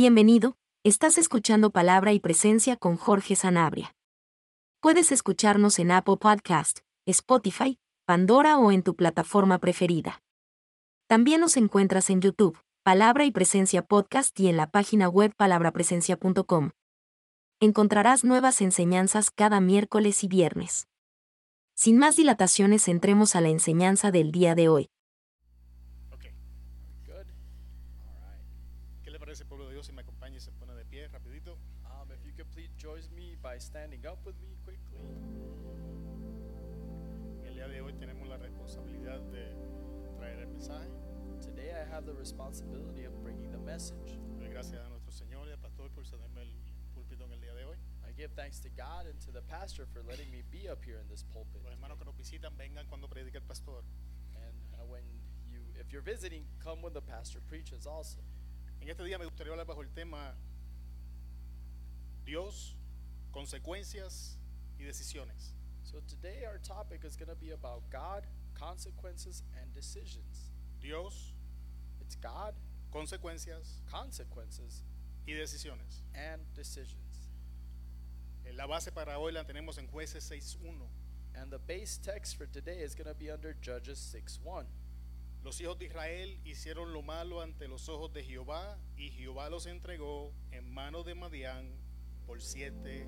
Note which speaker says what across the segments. Speaker 1: Bienvenido, estás escuchando Palabra y Presencia con Jorge Sanabria. Puedes escucharnos en Apple Podcast, Spotify, Pandora o en tu plataforma preferida. También nos encuentras en YouTube, Palabra y Presencia Podcast y en la página web palabrapresencia.com. Encontrarás nuevas enseñanzas cada miércoles y viernes. Sin más dilataciones, entremos a la enseñanza del día de hoy.
Speaker 2: Ok,
Speaker 3: Good. All right.
Speaker 2: ¿qué le parece, pueblo de Dios, si me acompaña y se pone de pie rapidito?
Speaker 3: Um, if you could please join me by standing up with me quickly.
Speaker 2: El día de hoy tenemos la responsabilidad de traer el mensaje.
Speaker 3: Today I have the responsibility of bringing the message.
Speaker 2: Doy gracias a nuestro Señor y al pastor por cederme el púlpito en el día de hoy.
Speaker 3: I give thanks to God and to the pastor for letting me be up here in this pulpit.
Speaker 2: Los hermanos que nos visitan vengan cuando predique el pastor.
Speaker 3: And uh, when you, if you're visiting, come when the pastor preaches also.
Speaker 2: En este día me gustaría hablar bajo el tema Dios, consecuencias y decisiones.
Speaker 3: So today our topic is going to be about God, consequences, and decisions.
Speaker 2: Dios,
Speaker 3: It's God,
Speaker 2: consecuencias
Speaker 3: consequences,
Speaker 2: y decisiones.
Speaker 3: and decisions.
Speaker 2: Eh, La base para hoy la tenemos en jueces 6.1.
Speaker 3: And the base text for today is going to be under Judges 6 1.
Speaker 2: Los hijos de Israel hicieron lo malo ante los ojos de Jehová y Jehová los entregó en manos de Madián por siete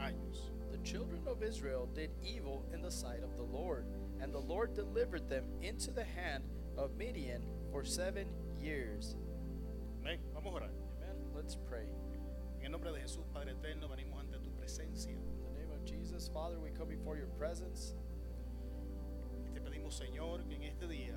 Speaker 2: años.
Speaker 3: The children of Israel did evil in the sight of the Lord, and the Lord delivered them into the hand of Midian for seven years.
Speaker 2: Amén. Vamos a orar.
Speaker 3: Amen. Let's pray.
Speaker 2: En el nombre de Jesús, Padre Eterno, venimos ante tu presencia
Speaker 3: In the name of Jesus, Father, we come before your presence,
Speaker 2: y te pedimos, Señor, que en este día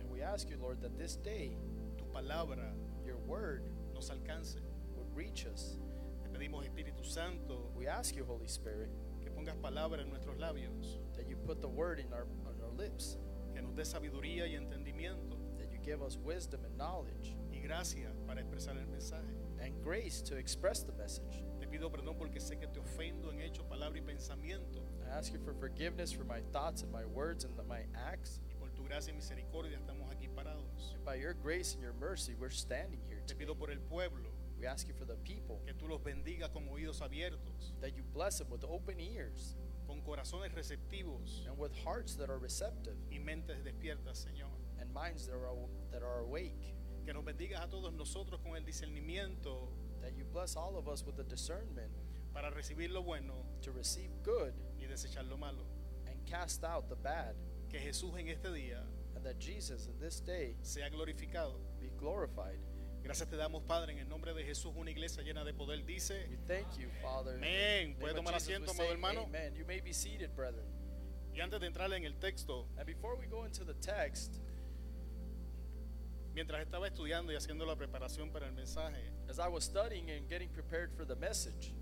Speaker 3: and we ask you, Lord, that this day
Speaker 2: tu palabra
Speaker 3: your word
Speaker 2: nos alcance.
Speaker 3: would reach us.
Speaker 2: Te pedimos, Espíritu Santo,
Speaker 3: We ask you, Holy Spirit,
Speaker 2: que pongas palabra en nuestros labios,
Speaker 3: that you put the word in our, on our lips,
Speaker 2: que nos dé sabiduría y entendimiento
Speaker 3: that you give us wisdom and knowledge
Speaker 2: y gracia para expresar el mensaje.
Speaker 3: and grace to express the message.
Speaker 2: Te pido perdón porque sé que te ofendo en hecho, palabra y pensamiento.
Speaker 3: I ask you for forgiveness for my thoughts and my words and my acts.
Speaker 2: y por tu gracia y misericordia estamos aquí parados.
Speaker 3: By your grace and your mercy, we're standing here
Speaker 2: Te
Speaker 3: today.
Speaker 2: pido por el pueblo
Speaker 3: We ask you for the people
Speaker 2: que tú los bendigas con oídos abiertos,
Speaker 3: that you bless them with open ears
Speaker 2: con corazones receptivos
Speaker 3: and with hearts that are receptive
Speaker 2: y mentes despiertas, Señor.
Speaker 3: and minds that are, that are awake.
Speaker 2: Que nos bendigas a todos nosotros con el discernimiento
Speaker 3: That you bless all of us with the discernment
Speaker 2: para recibir lo bueno
Speaker 3: to receive good
Speaker 2: y desechar lo malo.
Speaker 3: and cast out the bad.
Speaker 2: Que Jesús en este día
Speaker 3: And that Jesus in this day
Speaker 2: sea glorificado.
Speaker 3: be glorified.
Speaker 2: Gracias te damos, Padre, en el nombre de Jesús, una iglesia llena de poder,
Speaker 3: We
Speaker 2: dice.
Speaker 3: thank you, Father. In the
Speaker 2: Amén.
Speaker 3: name
Speaker 2: Puede
Speaker 3: of
Speaker 2: tomar
Speaker 3: Jesus, we
Speaker 2: asiento,
Speaker 3: say
Speaker 2: amado hermano.
Speaker 3: Amen. You may be seated, brethren.
Speaker 2: Y antes de entrar en el texto,
Speaker 3: And before we go into the text,
Speaker 2: mientras estaba estudiando y haciendo la preparación para el mensaje,
Speaker 3: as I was studying and getting prepared for the message,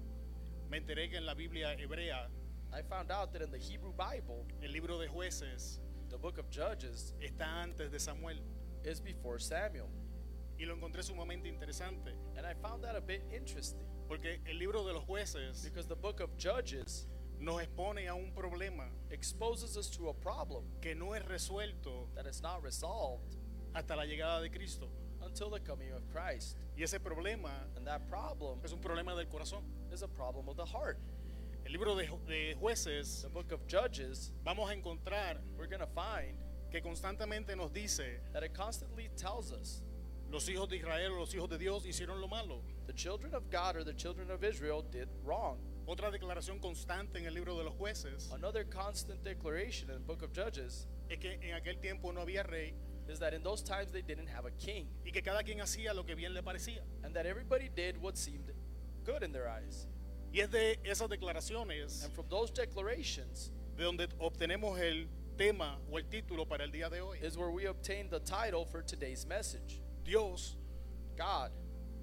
Speaker 2: me enteré que en la Biblia hebrea,
Speaker 3: I found out that in the Hebrew Bible,
Speaker 2: el libro de jueces,
Speaker 3: the book of Judges
Speaker 2: está antes de Samuel
Speaker 3: is before Samuel.
Speaker 2: y lo encontré sumamente interesante
Speaker 3: And I found that a bit interesting
Speaker 2: porque el libro de los jueces
Speaker 3: because the book of Judges
Speaker 2: nos expone a un problema
Speaker 3: exposes us to a problem
Speaker 2: que no es resuelto
Speaker 3: that is not resolved
Speaker 2: hasta la llegada de Cristo
Speaker 3: until the coming of Christ.
Speaker 2: y ese problema
Speaker 3: And that problem
Speaker 2: es un problema del corazón.
Speaker 3: is a problem of the heart.
Speaker 2: El libro de, ju- de jueces
Speaker 3: The book of Judges,
Speaker 2: vamos a encontrar
Speaker 3: we're going to find
Speaker 2: que constantemente nos dice
Speaker 3: that it constantly tells us
Speaker 2: los hijos de Israel o los hijos de Dios hicieron lo malo.
Speaker 3: the children of God or the children of Israel did wrong.
Speaker 2: Otra declaración constante en el libro de los jueces
Speaker 3: Another constant declaration in the book of Judges
Speaker 2: es que en aquel tiempo no había rey
Speaker 3: is that in those times they didn't have a king
Speaker 2: y que cada quien hacía lo que bien le parecía.
Speaker 3: and that everybody did what seemed good in their eyes.
Speaker 2: Y es de esas declaraciones
Speaker 3: And from those declarations
Speaker 2: de donde obtenemos el tema o el título para el día de hoy.
Speaker 3: is where we obtain the title for today's message
Speaker 2: Dios,
Speaker 3: God,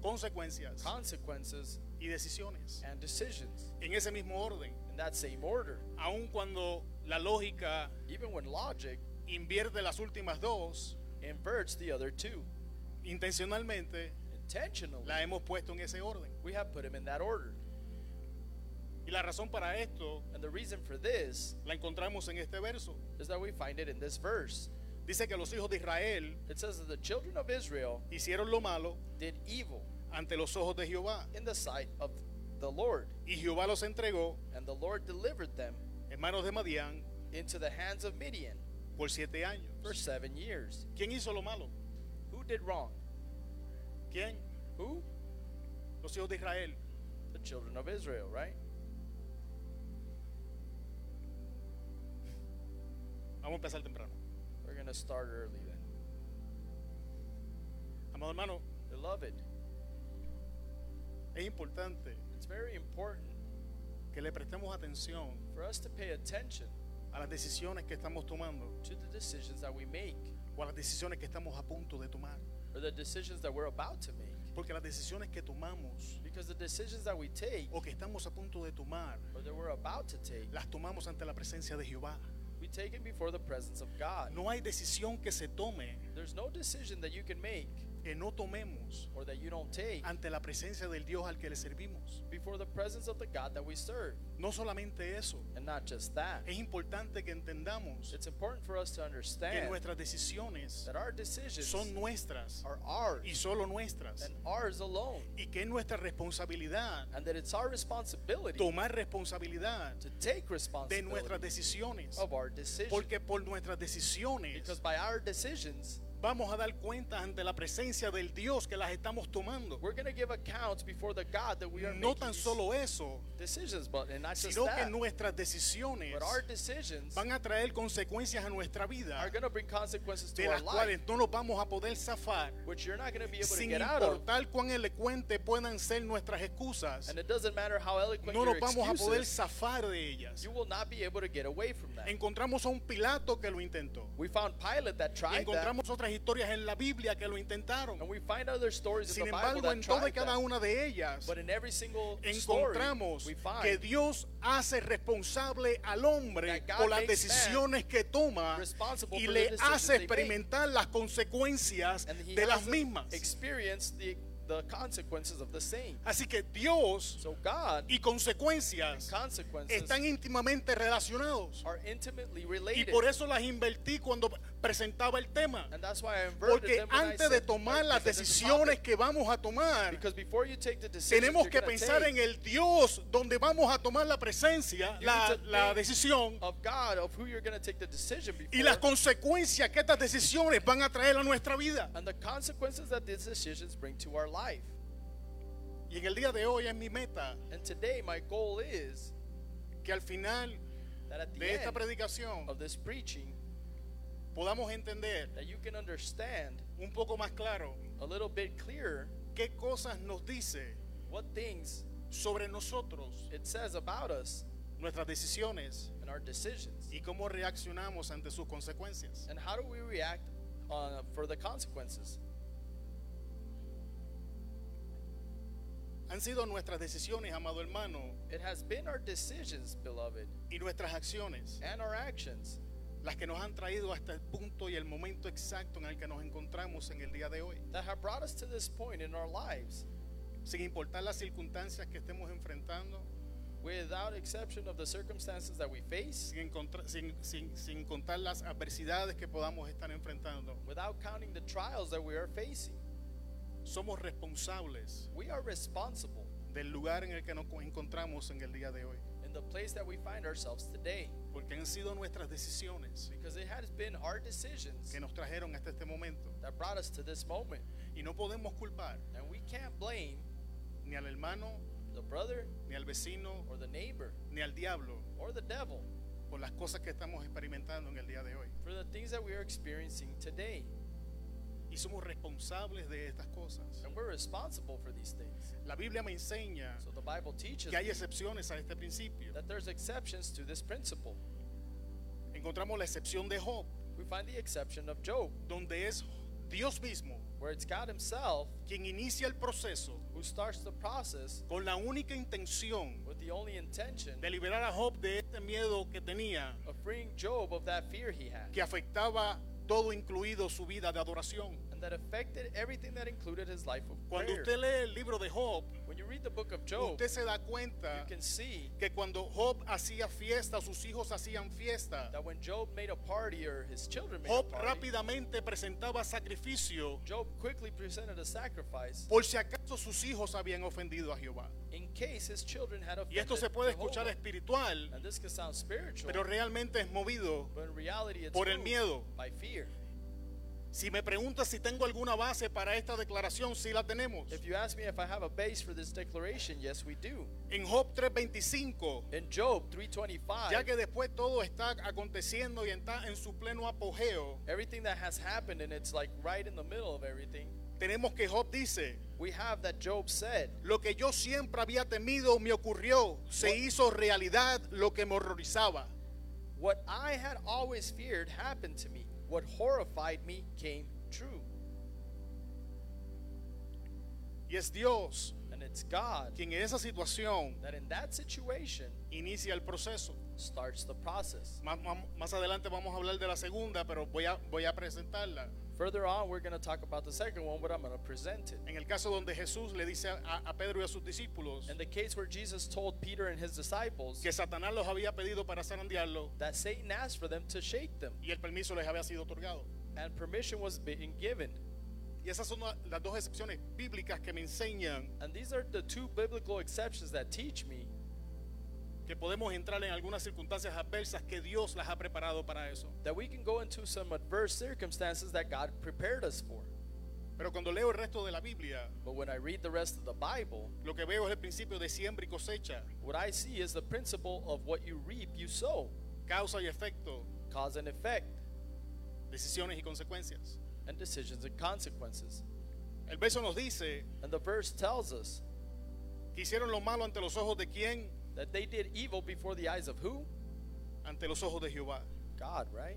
Speaker 2: consecuencias
Speaker 3: Consequences,
Speaker 2: y decisiones.
Speaker 3: and Decisions.
Speaker 2: En ese mismo orden,
Speaker 3: In that same order,
Speaker 2: aun cuando la lógica
Speaker 3: even when logic
Speaker 2: invierte las últimas dos,
Speaker 3: inverts the other two.
Speaker 2: intencionalmente
Speaker 3: Intentionally,
Speaker 2: la hemos puesto en ese orden.
Speaker 3: we have put them in that order.
Speaker 2: Y la razón para esto
Speaker 3: And the reason for this
Speaker 2: la encontramos en este verso.
Speaker 3: is that we find it in this verse.
Speaker 2: Dice que los hijos de Israel
Speaker 3: It says that the children of Israel
Speaker 2: hicieron lo malo
Speaker 3: did evil
Speaker 2: ante los ojos de Jehová.
Speaker 3: in the sight of the Lord.
Speaker 2: Y Jehová los entregó
Speaker 3: And the Lord delivered them
Speaker 2: en manos de Madián
Speaker 3: into the hands of Midian
Speaker 2: por siete años.
Speaker 3: for seven years.
Speaker 2: ¿Quién hizo lo malo?
Speaker 3: Who did wrong?
Speaker 2: ¿Quién?
Speaker 3: Who?
Speaker 2: Los hijos de Israel.
Speaker 3: The children of Israel, right?
Speaker 2: Vamos a empezar temprano.
Speaker 3: We're going to start early then.
Speaker 2: Amado hermano,
Speaker 3: Beloved,
Speaker 2: es importante
Speaker 3: it's very important
Speaker 2: que le prestemos atención
Speaker 3: for us to pay attention
Speaker 2: a las decisiones que estamos tomando
Speaker 3: to the decisions that we make
Speaker 2: o a las decisiones que estamos a punto de tomar.
Speaker 3: or the decisions that we're about to make.
Speaker 2: Porque las decisiones que tomamos
Speaker 3: Because the decisions that we take
Speaker 2: o que estamos a punto de tomar,
Speaker 3: or that we're about to take,
Speaker 2: las tomamos ante la presencia de Jehová.
Speaker 3: we take it before the presence of God.
Speaker 2: No hay decisión que se tome
Speaker 3: There's no decision that you can make
Speaker 2: que no tomemos
Speaker 3: or that you don't take
Speaker 2: ante la presencia del Dios al que le servimos.
Speaker 3: before the presence of the God that we serve.
Speaker 2: No solamente eso,
Speaker 3: And not just that,
Speaker 2: es importante que entendamos
Speaker 3: it's important for us to
Speaker 2: que
Speaker 3: understand
Speaker 2: nuestras decisiones
Speaker 3: that our decisions
Speaker 2: son nuestras
Speaker 3: are ours
Speaker 2: y solo nuestras
Speaker 3: and ours alone,
Speaker 2: y que es nuestra responsabilidad
Speaker 3: and that it's our responsibility
Speaker 2: tomar responsabilidad
Speaker 3: to take
Speaker 2: de nuestras
Speaker 3: responsibility
Speaker 2: decisiones
Speaker 3: of our decisions.
Speaker 2: porque por nuestras decisiones
Speaker 3: Oh, pues, Because by our decisions,
Speaker 2: vamos a dar cuenta ante la presencia del Dios que las estamos tomando
Speaker 3: we're going to give accounts before the God that we are
Speaker 2: no
Speaker 3: making
Speaker 2: tan
Speaker 3: these
Speaker 2: solo eso
Speaker 3: decisions, but and not just
Speaker 2: sino que
Speaker 3: that,
Speaker 2: nuestras decisiones
Speaker 3: but our decisions
Speaker 2: van a traer consecuencias a nuestra
Speaker 3: are
Speaker 2: vida
Speaker 3: going to bring consequences to
Speaker 2: de
Speaker 3: our
Speaker 2: las
Speaker 3: life,
Speaker 2: cuales no nos vamos a poder zafar
Speaker 3: which you're not going to be able to
Speaker 2: sin
Speaker 3: get out of.
Speaker 2: importar cuán elocuente puedan ser nuestras excusas
Speaker 3: And it doesn't matter how eloquent
Speaker 2: no nos
Speaker 3: your
Speaker 2: vamos a poder
Speaker 3: excuses,
Speaker 2: zafar de ellas
Speaker 3: you will not be able to get away from that.
Speaker 2: encontramos a un Pilato que lo intentó
Speaker 3: We found Pilate that tried that,
Speaker 2: encontramos otras historias en la Biblia que lo intentaron
Speaker 3: and we find other stories in
Speaker 2: sin
Speaker 3: the Bible
Speaker 2: embargo en
Speaker 3: that
Speaker 2: toda y
Speaker 3: tried
Speaker 2: cada
Speaker 3: that.
Speaker 2: una de ellas
Speaker 3: But in every single story,
Speaker 2: encontramos
Speaker 3: we find
Speaker 2: que Dios hace responsable al hombre
Speaker 3: that God
Speaker 2: por las
Speaker 3: makes man
Speaker 2: decisiones que toma
Speaker 3: responsible
Speaker 2: y
Speaker 3: for
Speaker 2: le
Speaker 3: the decisions
Speaker 2: hace
Speaker 3: they make.
Speaker 2: experimentar las consecuencias
Speaker 3: and he
Speaker 2: de las
Speaker 3: has
Speaker 2: mismas.
Speaker 3: experienced the, the consequences of the same.
Speaker 2: Así que Dios
Speaker 3: So God
Speaker 2: y consecuencias
Speaker 3: consequences
Speaker 2: están íntimamente relacionados
Speaker 3: are intimately
Speaker 2: y
Speaker 3: related.
Speaker 2: por eso las invertí cuando presentaba el tema.
Speaker 3: and that's why I inverted
Speaker 2: Porque
Speaker 3: them when I
Speaker 2: antes de
Speaker 3: said,
Speaker 2: tomar
Speaker 3: "Hey,
Speaker 2: las
Speaker 3: this is a
Speaker 2: decisiones
Speaker 3: topic."
Speaker 2: que vamos a tomar,
Speaker 3: because before you take the decision,
Speaker 2: tenemos que pensar en el Dios donde vamos a tomar la presencia,
Speaker 3: You
Speaker 2: la,
Speaker 3: need to
Speaker 2: la
Speaker 3: think
Speaker 2: decisión
Speaker 3: of God of who you're going to take the decision before
Speaker 2: y las consecuencias que estas decisiones van a traer a nuestra vida.
Speaker 3: and the consequences that these decisions bring to our life.
Speaker 2: Y en el día de hoy es mi meta
Speaker 3: And today my goal is
Speaker 2: que al final
Speaker 3: that at the
Speaker 2: de esta
Speaker 3: end
Speaker 2: predicación
Speaker 3: of this preaching
Speaker 2: podamos entender
Speaker 3: that you can understand
Speaker 2: un poco más claro
Speaker 3: a little bit clearer
Speaker 2: qué cosas nos dice
Speaker 3: what things
Speaker 2: sobre nosotros,
Speaker 3: it says about us
Speaker 2: nuestras decisiones
Speaker 3: and our decisions
Speaker 2: y cómo reaccionamos ante sus consecuencias.
Speaker 3: and how do we react uh, for the consequences
Speaker 2: Han sido nuestras decisiones, amado hermano,
Speaker 3: it has been our decisions beloved
Speaker 2: y nuestras acciones
Speaker 3: and our actions
Speaker 2: las que nos han traído hasta el punto y el momento exacto en el que nos encontramos en el día de hoy.
Speaker 3: that have brought us to this point in our lives
Speaker 2: Sin importar las circunstancias que estemos enfrentando,
Speaker 3: without exception of the circumstances that we face
Speaker 2: sin, encontra- sin- sin- sin contar las adversidades que podamos estar enfrentando,
Speaker 3: without counting the trials that we are facing
Speaker 2: somos responsables
Speaker 3: we are responsible
Speaker 2: del lugar en el que nos co- encontramos en el día de hoy,
Speaker 3: in the place that we find ourselves today
Speaker 2: porque han sido nuestras decisiones
Speaker 3: because it has been our decisions
Speaker 2: que nos trajeron hasta este momento.
Speaker 3: that brought us to this moment
Speaker 2: Y no podemos culpar
Speaker 3: and we can't blame
Speaker 2: ni al hermano,
Speaker 3: the brother
Speaker 2: ni al vecino,
Speaker 3: or the neighbor
Speaker 2: ni al diablo
Speaker 3: or the devil
Speaker 2: por las cosas que estamos experimentando en el día de hoy.
Speaker 3: for the things that we are experiencing today.
Speaker 2: Y somos responsables de estas cosas.
Speaker 3: And we're responsible for these things.
Speaker 2: La Biblia me enseña
Speaker 3: So the Bible teaches
Speaker 2: que hay excepciones a este principio.
Speaker 3: that there's exceptions to this principle.
Speaker 2: Encontramos la excepción de Job,
Speaker 3: We find the exception of Job,
Speaker 2: donde es Dios mismo
Speaker 3: where it's God himself
Speaker 2: quien inicia el proceso
Speaker 3: who starts the process
Speaker 2: con la única intención
Speaker 3: with the only intention
Speaker 2: de liberar a Job de este miedo que tenía,
Speaker 3: of freeing Job of that fear he had.
Speaker 2: que afectaba todo incluido su vida de adoración.
Speaker 3: And that affected everything that included his life of
Speaker 2: Cuando
Speaker 3: prayer.
Speaker 2: usted lee el libro de Job,
Speaker 3: When you read the book of Job,
Speaker 2: usted se da
Speaker 3: you
Speaker 2: cuenta
Speaker 3: can see
Speaker 2: que cuando Job hacía fiesta, sus hijos hacían fiesta,
Speaker 3: that when Job made a party or his children made a
Speaker 2: Job
Speaker 3: party,
Speaker 2: rápidamente presentaba sacrificio
Speaker 3: Job quickly presented a sacrifice
Speaker 2: por si acaso sus hijos habían ofendido a Jehová.
Speaker 3: in case his children had
Speaker 2: Y esto
Speaker 3: offended
Speaker 2: se puede escuchar
Speaker 3: Jehovah.
Speaker 2: espiritual,
Speaker 3: And this can sound spiritual,
Speaker 2: pero realmente es movido.
Speaker 3: but in reality it's
Speaker 2: por el
Speaker 3: moved
Speaker 2: miedo.
Speaker 3: by fear.
Speaker 2: Si me preguntas si tengo alguna base para esta declaración, sí la tenemos.
Speaker 3: If you ask me if I have a base for this declaration, yes, we do.
Speaker 2: En Job 3:25,
Speaker 3: In Job 3:25,
Speaker 2: ya que después todo está aconteciendo y está en su pleno apogeo,
Speaker 3: everything that has happened and it's like right in the middle of everything,
Speaker 2: tenemos que Job dice,
Speaker 3: we have that Job said,
Speaker 2: Lo que yo siempre había temido me ocurrió, se hizo realidad lo que me horrorizaba.
Speaker 3: "What I had always feared happened to me. What horrified me came true."
Speaker 2: Y es Dios
Speaker 3: And it's God
Speaker 2: quien en esa situación
Speaker 3: that in that situation
Speaker 2: inicia el proceso.
Speaker 3: starts the process.
Speaker 2: Más, más- más adelante vamos a hablar de la segunda, pero voy a, voy a presentarla.
Speaker 3: Further on, we're going to talk about the second one, but I'm going to present it.
Speaker 2: En el caso donde Jesús le dice a, a Pedro y a sus discípulos
Speaker 3: In the case where Jesus told Peter and his disciples
Speaker 2: que Satanás los había pedido para zarandearlo
Speaker 3: that Satan asked for them to shake them,
Speaker 2: y el permiso les había sido otorgado.
Speaker 3: and permission was being given.
Speaker 2: Y esas son la- las dos excepciones bíblicas que me enseñan
Speaker 3: And these are the two biblical exceptions that teach me
Speaker 2: que podemos entrar en algunas circunstancias adversas que Dios las ha preparado para eso.
Speaker 3: that we can go into some adverse circumstances that God prepared us for.
Speaker 2: Pero cuando leo el resto de la Biblia,
Speaker 3: But when I read the rest of the Bible,
Speaker 2: Lo que veo es el principio de siembra y cosecha,
Speaker 3: what I see is the principle of what you reap, you sow,
Speaker 2: causa y efecto,
Speaker 3: cause and effect,
Speaker 2: decisiones y consecuencias.
Speaker 3: and decisions and consequences.
Speaker 2: El verso nos dice
Speaker 3: And the verse tells us
Speaker 2: que hicieron lo malo ante los ojos de quién?
Speaker 3: that they did evil before the eyes of who?
Speaker 2: Ante los ojos de Jehová.
Speaker 3: God, right?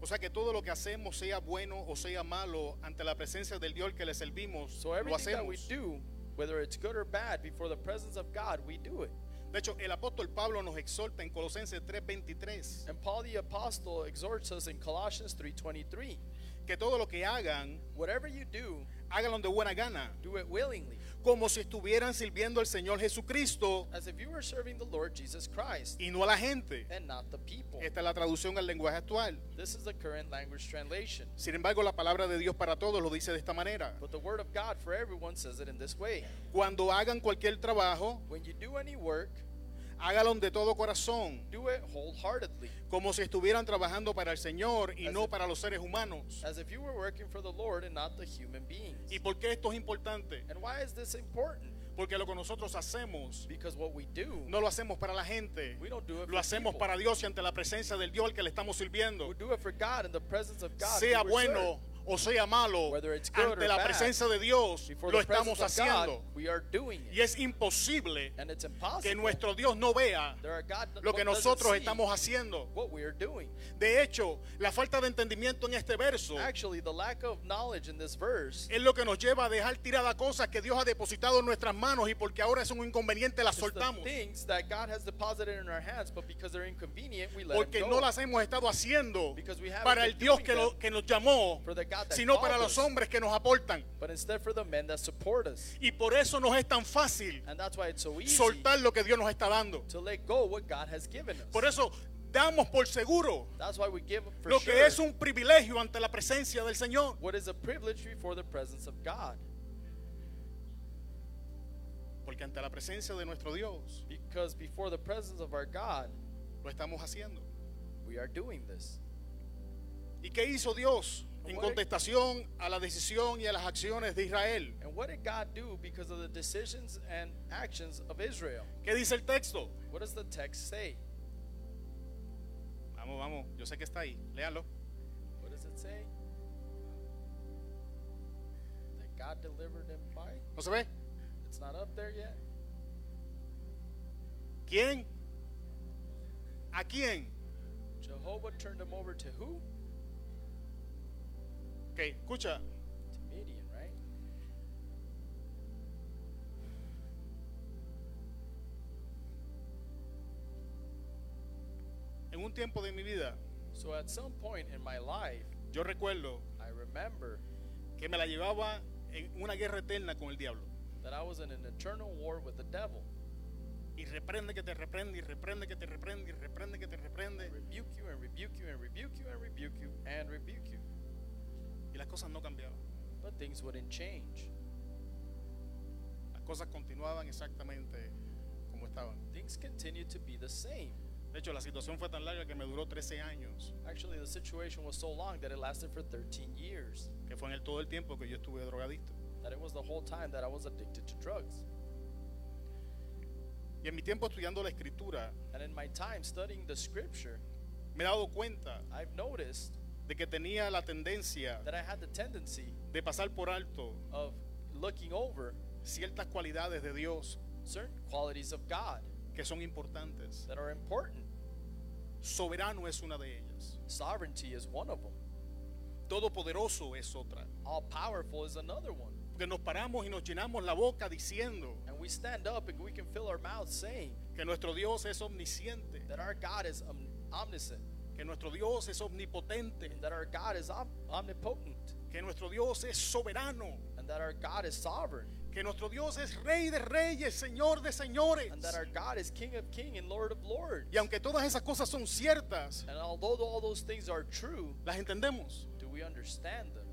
Speaker 2: O sea que todo lo que hacemos, sea bueno o sea malo, ante la presencia del Dios al que le servimos,
Speaker 3: So
Speaker 2: lo
Speaker 3: everything that we
Speaker 2: hacemos.
Speaker 3: do, whether it's good or bad, before the presence of God, we do it.
Speaker 2: De hecho, el apóstol Pablo nos exhorta en Colosenses 3:23
Speaker 3: And Paul the apostle exhorts us in Colossians 3:23,
Speaker 2: que todo lo que hagan,
Speaker 3: whatever you do,
Speaker 2: háganlo de buena gana,
Speaker 3: do it willingly,
Speaker 2: como si estuvieran sirviendo al Señor Jesucristo
Speaker 3: as if you were serving the Lord Jesus Christ
Speaker 2: y no a la gente.
Speaker 3: and not the people.
Speaker 2: Esta es la traducción al lenguaje actual.
Speaker 3: This is the current language translation.
Speaker 2: Sin embargo, la palabra de Dios para todos lo dice de esta manera.
Speaker 3: But the word of God for everyone says it in this way.
Speaker 2: Cuando hagan cualquier trabajo,
Speaker 3: When you do any work,
Speaker 2: hágalo de todo corazón,
Speaker 3: do it wholeheartedly,
Speaker 2: como si estuvieran trabajando para el Señor y no para los seres humanos.
Speaker 3: as if you were working for the Lord and not the human beings.
Speaker 2: ¿Y por qué esto es importante?
Speaker 3: And why is this important?
Speaker 2: Porque lo que nosotros hacemos
Speaker 3: Because what we do,
Speaker 2: no lo hacemos para la gente,
Speaker 3: we don't do it for
Speaker 2: lo hacemos
Speaker 3: people.
Speaker 2: para Dios y ante la presencia del Dios al que le estamos sirviendo.
Speaker 3: We do it for God in the presence of God.
Speaker 2: Sea
Speaker 3: we were served.
Speaker 2: bueno o sea malo,
Speaker 3: Whether it's good
Speaker 2: ante
Speaker 3: or
Speaker 2: la
Speaker 3: bad,
Speaker 2: presencia de Dios
Speaker 3: Before
Speaker 2: lo
Speaker 3: the presence
Speaker 2: estamos
Speaker 3: of God,
Speaker 2: haciendo.
Speaker 3: we are doing
Speaker 2: Y
Speaker 3: it.
Speaker 2: es imposible
Speaker 3: And it's
Speaker 2: que
Speaker 3: impossible.
Speaker 2: nuestro Dios no vea
Speaker 3: There are God
Speaker 2: lo que
Speaker 3: doesn't
Speaker 2: nosotros
Speaker 3: see
Speaker 2: estamos haciendo.
Speaker 3: what we are doing.
Speaker 2: De hecho, la falta de entendimiento en este verso
Speaker 3: Actually, the lack of knowledge in this verse
Speaker 2: es lo que nos lleva a dejar tiradas cosas que Dios ha depositado en nuestras manos y porque ahora es un inconveniente las
Speaker 3: is the
Speaker 2: soltamos.
Speaker 3: things that God has deposited in our hands, but because they're inconvenient, we let
Speaker 2: Porque
Speaker 3: them
Speaker 2: no
Speaker 3: go.
Speaker 2: las hemos estado haciendo
Speaker 3: Because we haven't
Speaker 2: para
Speaker 3: been
Speaker 2: el Dios
Speaker 3: doing
Speaker 2: que, lo-
Speaker 3: them
Speaker 2: que nos llamó,
Speaker 3: for the God that
Speaker 2: sino para
Speaker 3: called
Speaker 2: los
Speaker 3: us.
Speaker 2: hombres que nos aportan.
Speaker 3: But instead, for the men that support us,
Speaker 2: Y por eso nos es tan fácil
Speaker 3: and that's why it's so easy
Speaker 2: soltar lo que Dios nos está dando.
Speaker 3: to let go what God has given us.
Speaker 2: Por eso damos por seguro
Speaker 3: that's why we give for
Speaker 2: lo
Speaker 3: sure
Speaker 2: que es un privilegio ante la presencia del Señor.
Speaker 3: what is a privilege before the presence of God,
Speaker 2: Porque ante la presencia de nuestro Dios
Speaker 3: because before the presence of our God,
Speaker 2: lo estamos haciendo.
Speaker 3: we are doing this.
Speaker 2: ¿Y qué hizo Dios en contestación a la decisión y a las acciones de Israel?
Speaker 3: And what did God do because of the decisions and actions of Israel?
Speaker 2: ¿Qué dice el texto?
Speaker 3: What does the text say?
Speaker 2: Vamos, vamos, yo sé que está ahí, léalo.
Speaker 3: What does it say? That God delivered them by?
Speaker 2: ¿No se ve?
Speaker 3: It's not up there yet.
Speaker 2: ¿Quién? ¿A quién?
Speaker 3: Jehovah turned them over to who?
Speaker 2: Ok, escucha,
Speaker 3: To Midian, right?
Speaker 2: en un tiempo de mi vida,
Speaker 3: So at some point in my life,
Speaker 2: yo recuerdo
Speaker 3: I remember
Speaker 2: que me la llevaba en una guerra eterna con el diablo.
Speaker 3: that I was in an eternal war with the devil.
Speaker 2: Y reprende que te reprende, y reprende que te reprende, y reprende que te
Speaker 3: I
Speaker 2: reprende.
Speaker 3: rebuke you and rebuke you and rebuke you and rebuke you and rebuke you.
Speaker 2: Y las cosas no cambiaban.
Speaker 3: But things wouldn't change.
Speaker 2: Las cosas continuaban exactamente como estaban.
Speaker 3: Things continued to be the same.
Speaker 2: De hecho, la situación fue tan larga que me duró 13 años,
Speaker 3: Actually, the situation was so long that it lasted for 13 years.
Speaker 2: que fue en el todo el tiempo que yo estuve drogadicto.
Speaker 3: That it was the whole time that I was addicted to drugs.
Speaker 2: Y en mi tiempo estudiando la escritura,
Speaker 3: And in my time studying the scripture,
Speaker 2: me he dado cuenta
Speaker 3: I've noticed
Speaker 2: de que tenía la tendencia
Speaker 3: that I had the tendency
Speaker 2: de pasar por alto
Speaker 3: of looking over
Speaker 2: ciertas cualidades de Dios
Speaker 3: certain qualities of God
Speaker 2: que son importantes.
Speaker 3: that are important.
Speaker 2: Soberano es una de ellas.
Speaker 3: Sovereignty is one of them.
Speaker 2: Todopoderoso es otra.
Speaker 3: All powerful is another one.
Speaker 2: Porque nos paramos y nos llenamos la boca diciendo
Speaker 3: And we stand up and we can fill our mouths saying
Speaker 2: que nuestro Dios es omnisciente,
Speaker 3: that our God is om- omniscient,
Speaker 2: que nuestro Dios es omnipotente,
Speaker 3: and that our God is om- omnipotent,
Speaker 2: que nuestro Dios es soberano,
Speaker 3: and that our God is sovereign,
Speaker 2: que nuestro Dios es rey de reyes, señor de señores.
Speaker 3: and that our God is King of King and Lord of Lords.
Speaker 2: Y aunque todas esas cosas son ciertas,
Speaker 3: And although all those things are true,
Speaker 2: las entendemos.
Speaker 3: do we understand them?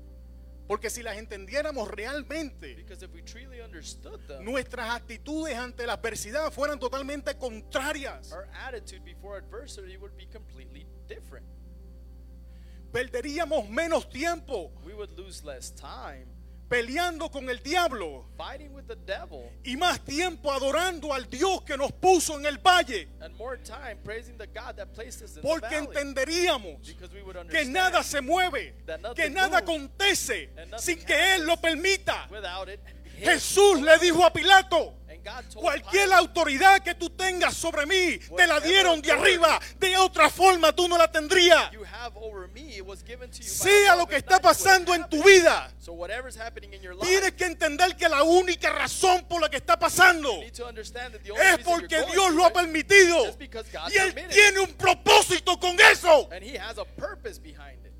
Speaker 2: Porque si las entendiéramos realmente,
Speaker 3: Because if we truly understood them,
Speaker 2: nuestras actitudes ante la adversidad fueran totalmente contrarias.
Speaker 3: our attitude before adversity would be completely different.
Speaker 2: Perderíamos menos tiempo
Speaker 3: We would lose less time
Speaker 2: peleando con el diablo
Speaker 3: fighting with the devil
Speaker 2: y más tiempo adorando al Dios que nos puso en el valle.
Speaker 3: and more time praising the God that placed us in the
Speaker 2: Porque
Speaker 3: valley.
Speaker 2: entenderíamos
Speaker 3: Because we would
Speaker 2: que
Speaker 3: understand
Speaker 2: nada se mueve,
Speaker 3: that nothing
Speaker 2: que nada
Speaker 3: moves,
Speaker 2: acontece
Speaker 3: and nothing
Speaker 2: sin que Él lo
Speaker 3: happens
Speaker 2: permita.
Speaker 3: without it.
Speaker 2: Jesús le dijo a Pilato,
Speaker 3: And God told
Speaker 2: cualquier
Speaker 3: Pilate,
Speaker 2: autoridad que tú tengas sobre mí, te la
Speaker 3: Whatever
Speaker 2: dieron de
Speaker 3: authority.
Speaker 2: arriba, de otra forma tú no la tendrías.
Speaker 3: you have over me, it was given to you. by
Speaker 2: Sea
Speaker 3: above
Speaker 2: lo que
Speaker 3: and
Speaker 2: está
Speaker 3: not what
Speaker 2: pasando en tu
Speaker 3: happened.
Speaker 2: vida,
Speaker 3: So whatever's happening in your life,
Speaker 2: tienes que entender que la única razón por la que está pasando
Speaker 3: you need to understand that the only
Speaker 2: es
Speaker 3: reason you're
Speaker 2: porque
Speaker 3: going
Speaker 2: Dios
Speaker 3: through
Speaker 2: lo ha
Speaker 3: it
Speaker 2: permitido.
Speaker 3: is because God
Speaker 2: Y Él
Speaker 3: permitted it.
Speaker 2: tiene un propósito con eso.
Speaker 3: and he has a purpose behind it.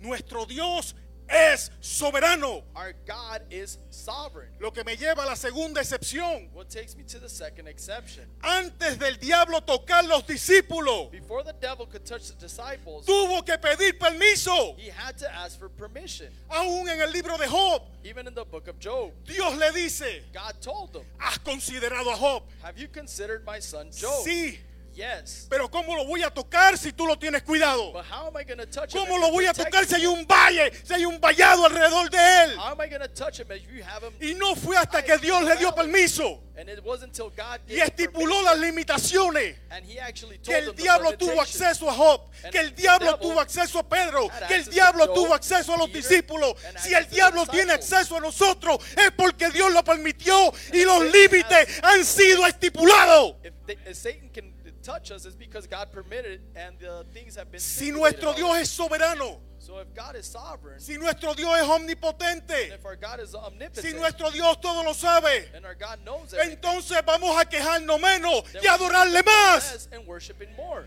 Speaker 2: Nuestro Dios es soberano.
Speaker 3: Our God is sovereign.
Speaker 2: Lo que me lleva a la segunda excepción.
Speaker 3: What takes me to the second exception?
Speaker 2: Antes del diablo tocar los discípulos,
Speaker 3: Before the devil could touch the disciples,
Speaker 2: tuvo que pedir permiso.
Speaker 3: he had to ask for permission.
Speaker 2: Aún en el libro de Job,
Speaker 3: Even in the book of Job,
Speaker 2: Dios le dice,
Speaker 3: God told them,
Speaker 2: ¿has considerado a Job?
Speaker 3: Have you considered my son Job?
Speaker 2: Sí,
Speaker 3: Yes.
Speaker 2: pero ¿cómo lo voy a tocar si tú lo tienes cuidado?
Speaker 3: But how am I going to touch him?
Speaker 2: ¿Cómo
Speaker 3: if
Speaker 2: lo
Speaker 3: you're
Speaker 2: voy a
Speaker 3: protecting
Speaker 2: tocar si hay
Speaker 3: him?
Speaker 2: un valle, si hay un vallado alrededor de él?
Speaker 3: How am I going to touch him if you have him?
Speaker 2: Y no fue hasta que Dios le dio permiso
Speaker 3: And it wasn't until God
Speaker 2: y
Speaker 3: gave him permission,
Speaker 2: estipuló las limitaciones
Speaker 3: and he actually told
Speaker 2: que el
Speaker 3: them the
Speaker 2: diablo tuvo
Speaker 3: limitations.
Speaker 2: acceso a Job, que el diablo
Speaker 3: And the
Speaker 2: tuvo
Speaker 3: devil
Speaker 2: acceso a Pedro,
Speaker 3: had
Speaker 2: que el
Speaker 3: access to
Speaker 2: diablo
Speaker 3: Job,
Speaker 2: tuvo acceso a los
Speaker 3: Peter,
Speaker 2: discípulos.
Speaker 3: and
Speaker 2: Si
Speaker 3: access
Speaker 2: el
Speaker 3: to the
Speaker 2: diablo tiene
Speaker 3: disciples.
Speaker 2: acceso a nosotros es porque Dios lo permitió y los
Speaker 3: Satan
Speaker 2: límites
Speaker 3: has-
Speaker 2: han sido estipulados.
Speaker 3: If, they, if Satan can touch us, it's because God permitted it, and the things have been.
Speaker 2: Si
Speaker 3: stipulated
Speaker 2: nuestro Dios
Speaker 3: already.
Speaker 2: es soberano,
Speaker 3: So if God is sovereign,
Speaker 2: si nuestro Dios es omnipotente,
Speaker 3: and if our God is omnipotent,
Speaker 2: si nuestro Dios todo lo sabe,
Speaker 3: and our God knows everything,
Speaker 2: entonces vamos a quejarnos menos y
Speaker 3: then we
Speaker 2: adorarle
Speaker 3: should
Speaker 2: más.
Speaker 3: less and worshiping more,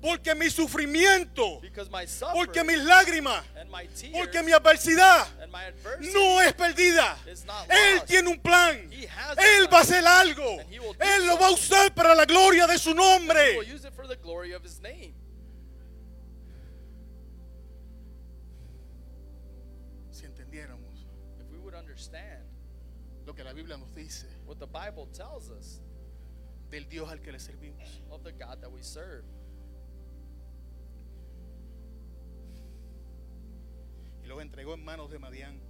Speaker 2: Porque mi sufrimiento,
Speaker 3: because my suffering
Speaker 2: porque mis lágrimas,
Speaker 3: and my tears
Speaker 2: porque mi adversidad
Speaker 3: and my adversity
Speaker 2: no es perdida.
Speaker 3: is not
Speaker 2: Él
Speaker 3: lost.
Speaker 2: tiene un plan.
Speaker 3: He has a
Speaker 2: Él
Speaker 3: plan.
Speaker 2: va a hacer algo.
Speaker 3: And he will do
Speaker 2: Él lo
Speaker 3: something.
Speaker 2: va a usar para la gloria de su
Speaker 3: will
Speaker 2: nombre.
Speaker 3: use it for the glory of His name.
Speaker 2: Si entendiéramos
Speaker 3: If we would understand
Speaker 2: lo que la Biblia nos dice
Speaker 3: what the Bible tells us
Speaker 2: del Dios al que le servimos.
Speaker 3: of the God that we serve,
Speaker 2: Y lo entregó en manos de Madián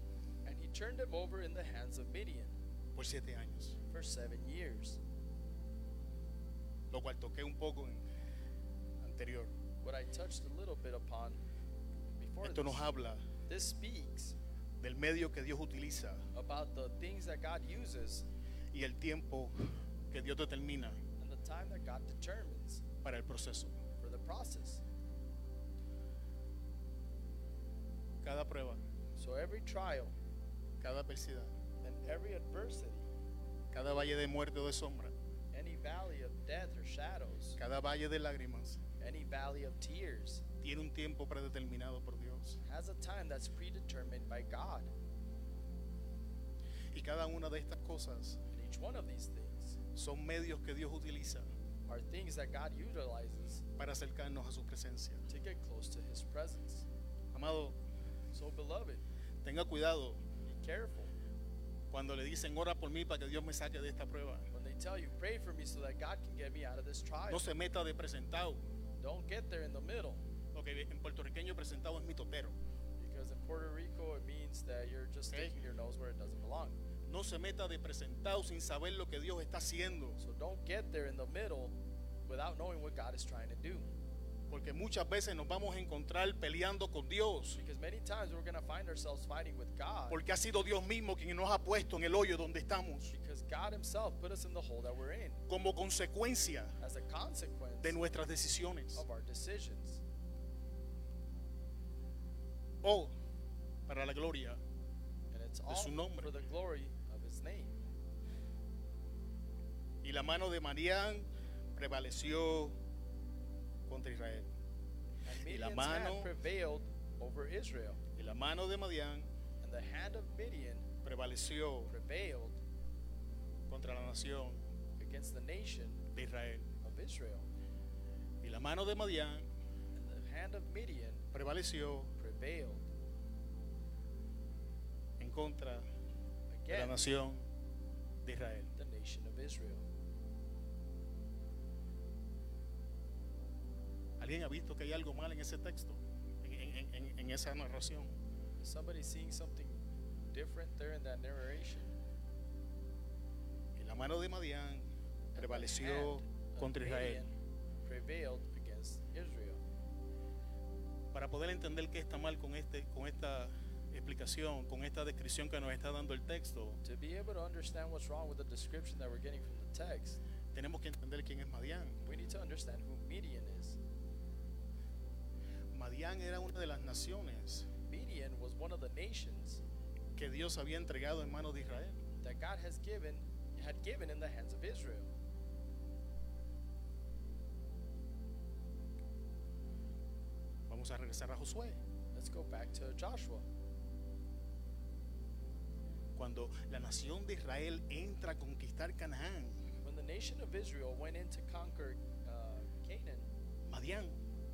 Speaker 3: and He turned him over in the hands of Midian
Speaker 2: por siete años.
Speaker 3: for seven years.
Speaker 2: Lo cual toqué un poco en anterior.
Speaker 3: What I touched a little bit upon before
Speaker 2: Esto nos
Speaker 3: this.
Speaker 2: habla
Speaker 3: This speaks
Speaker 2: del medio que Dios utiliza
Speaker 3: about the things that God uses
Speaker 2: y el tiempo que Dios determina
Speaker 3: and the time that God determines
Speaker 2: para el proceso.
Speaker 3: for the process.
Speaker 2: Cada prueba,
Speaker 3: So every trial
Speaker 2: cada adversidad,
Speaker 3: and every adversity,
Speaker 2: cada valle de muerte o de sombra,
Speaker 3: any valley of death or shadows,
Speaker 2: cada valle de lágrimas,
Speaker 3: any valley of tears,
Speaker 2: tiene un tiempo predeterminado por Dios.
Speaker 3: has a time that's predetermined by God.
Speaker 2: Y cada una de estas cosas
Speaker 3: And each one of these things
Speaker 2: son medios que Dios utiliza
Speaker 3: are things that God utilizes
Speaker 2: para acercarnos a su presencia.
Speaker 3: to get close to His presence.
Speaker 2: Amado,
Speaker 3: So, beloved,
Speaker 2: tenga cuidado
Speaker 3: be careful.
Speaker 2: cuando le dicen ora por mí para que Dios me saque de esta prueba.
Speaker 3: When they tell you, pray for me so that God can get me out of this trial,
Speaker 2: No se meta de presentado.
Speaker 3: don't get there in the middle.
Speaker 2: Ok, en puertorriqueño presentado es mitotero.
Speaker 3: Because in Puerto Rico, it means that you're just
Speaker 2: Okay.
Speaker 3: sticking your nose where it doesn't belong.
Speaker 2: No se meta de presentado sin saber lo que Dios está haciendo.
Speaker 3: So, don't get there in the middle without knowing what God is trying to do.
Speaker 2: Porque muchas veces nos vamos a encontrar peleando con Dios.
Speaker 3: Because many times we're going to find ourselves fighting with God.
Speaker 2: Porque ha sido Dios mismo quien nos ha puesto en el hoyo donde estamos.
Speaker 3: Because God Himself put us in the hole that we're in
Speaker 2: Como consecuencia
Speaker 3: as a consequence
Speaker 2: de nuestras decisiones.
Speaker 3: of our decisions.
Speaker 2: O Oh, para la gloria.
Speaker 3: And it's all
Speaker 2: su nombre.
Speaker 3: for the glory of His name.
Speaker 2: Y la mano de Marián prevaleció contra Israel.
Speaker 3: And
Speaker 2: Y la
Speaker 3: Midian's
Speaker 2: mano-
Speaker 3: hand prevailed over Israel.
Speaker 2: Y la mano de Madián
Speaker 3: And the hand of Midian
Speaker 2: prevaleció
Speaker 3: prevailed
Speaker 2: contra la nación
Speaker 3: against the nation
Speaker 2: de Israel.
Speaker 3: of Israel.
Speaker 2: Y la mano de Madián
Speaker 3: And the hand of Midian
Speaker 2: prevaleció
Speaker 3: prevailed
Speaker 2: en contra de la
Speaker 3: against
Speaker 2: nación de Israel.
Speaker 3: the nation of Israel.
Speaker 2: ¿Alguien ha visto que hay algo mal en ese texto? En, en- en- en esa narración.
Speaker 3: Is somebody seeing something different there in that narration?
Speaker 2: Y la mano de Madián
Speaker 3: And the
Speaker 2: prevaleció
Speaker 3: hand of
Speaker 2: contra Israel.
Speaker 3: Midian Prevailed against Israel.
Speaker 2: Para poder entender qué está mal con, este, con esta explicación, con esta descripción que nos está dando el texto,
Speaker 3: To be able to understand what's wrong with the description that we're getting from the text,
Speaker 2: tenemos que entender quién es Madián.
Speaker 3: we need to understand who Midian is.
Speaker 2: Madián era una de las naciones
Speaker 3: Midian was one of the nations
Speaker 2: que Dios había entregado en manos de Israel.
Speaker 3: that God has given had given in the hands of Israel.
Speaker 2: Vamos a regresar a Josué,
Speaker 3: Let's go back to Joshua.
Speaker 2: cuando la nación de Israel entra a conquistar Canaán.
Speaker 3: When the nation of Israel went in to conquer uh, Canaan,
Speaker 2: Madián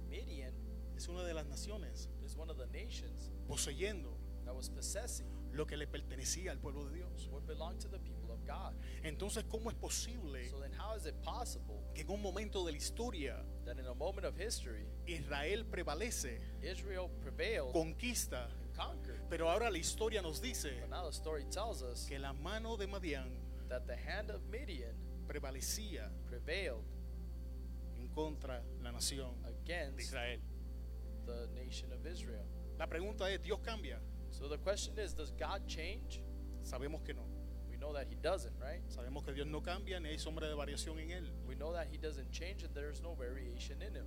Speaker 3: Midian
Speaker 2: es una de las naciones
Speaker 3: is one of the nations
Speaker 2: poseyendo
Speaker 3: that was possessing
Speaker 2: lo que le pertenecía al pueblo de Dios.
Speaker 3: what belonged to the people of God.
Speaker 2: Entonces, ¿cómo es posible
Speaker 3: So then, how is it possible
Speaker 2: que en un momento de la historia
Speaker 3: that in a moment of history,
Speaker 2: Israel prevalece,
Speaker 3: Israel prevailed
Speaker 2: conquista?
Speaker 3: and conquered?
Speaker 2: Pero ahora la historia nos dice
Speaker 3: But now the story tells us
Speaker 2: que la mano de Madián
Speaker 3: that the hand of Midian
Speaker 2: prevalecía
Speaker 3: prevailed
Speaker 2: en contra la nación de
Speaker 3: against
Speaker 2: Israel.
Speaker 3: the nation of Israel.
Speaker 2: La pregunta es, ¿Dios cambia?
Speaker 3: So the question is, does God change?
Speaker 2: Sabemos que no.
Speaker 3: We know that He doesn't, right?
Speaker 2: Sabemos que Dios no cambia ni hay sombra de variación en Él.
Speaker 3: We know that He doesn't change and there's no variation in Him.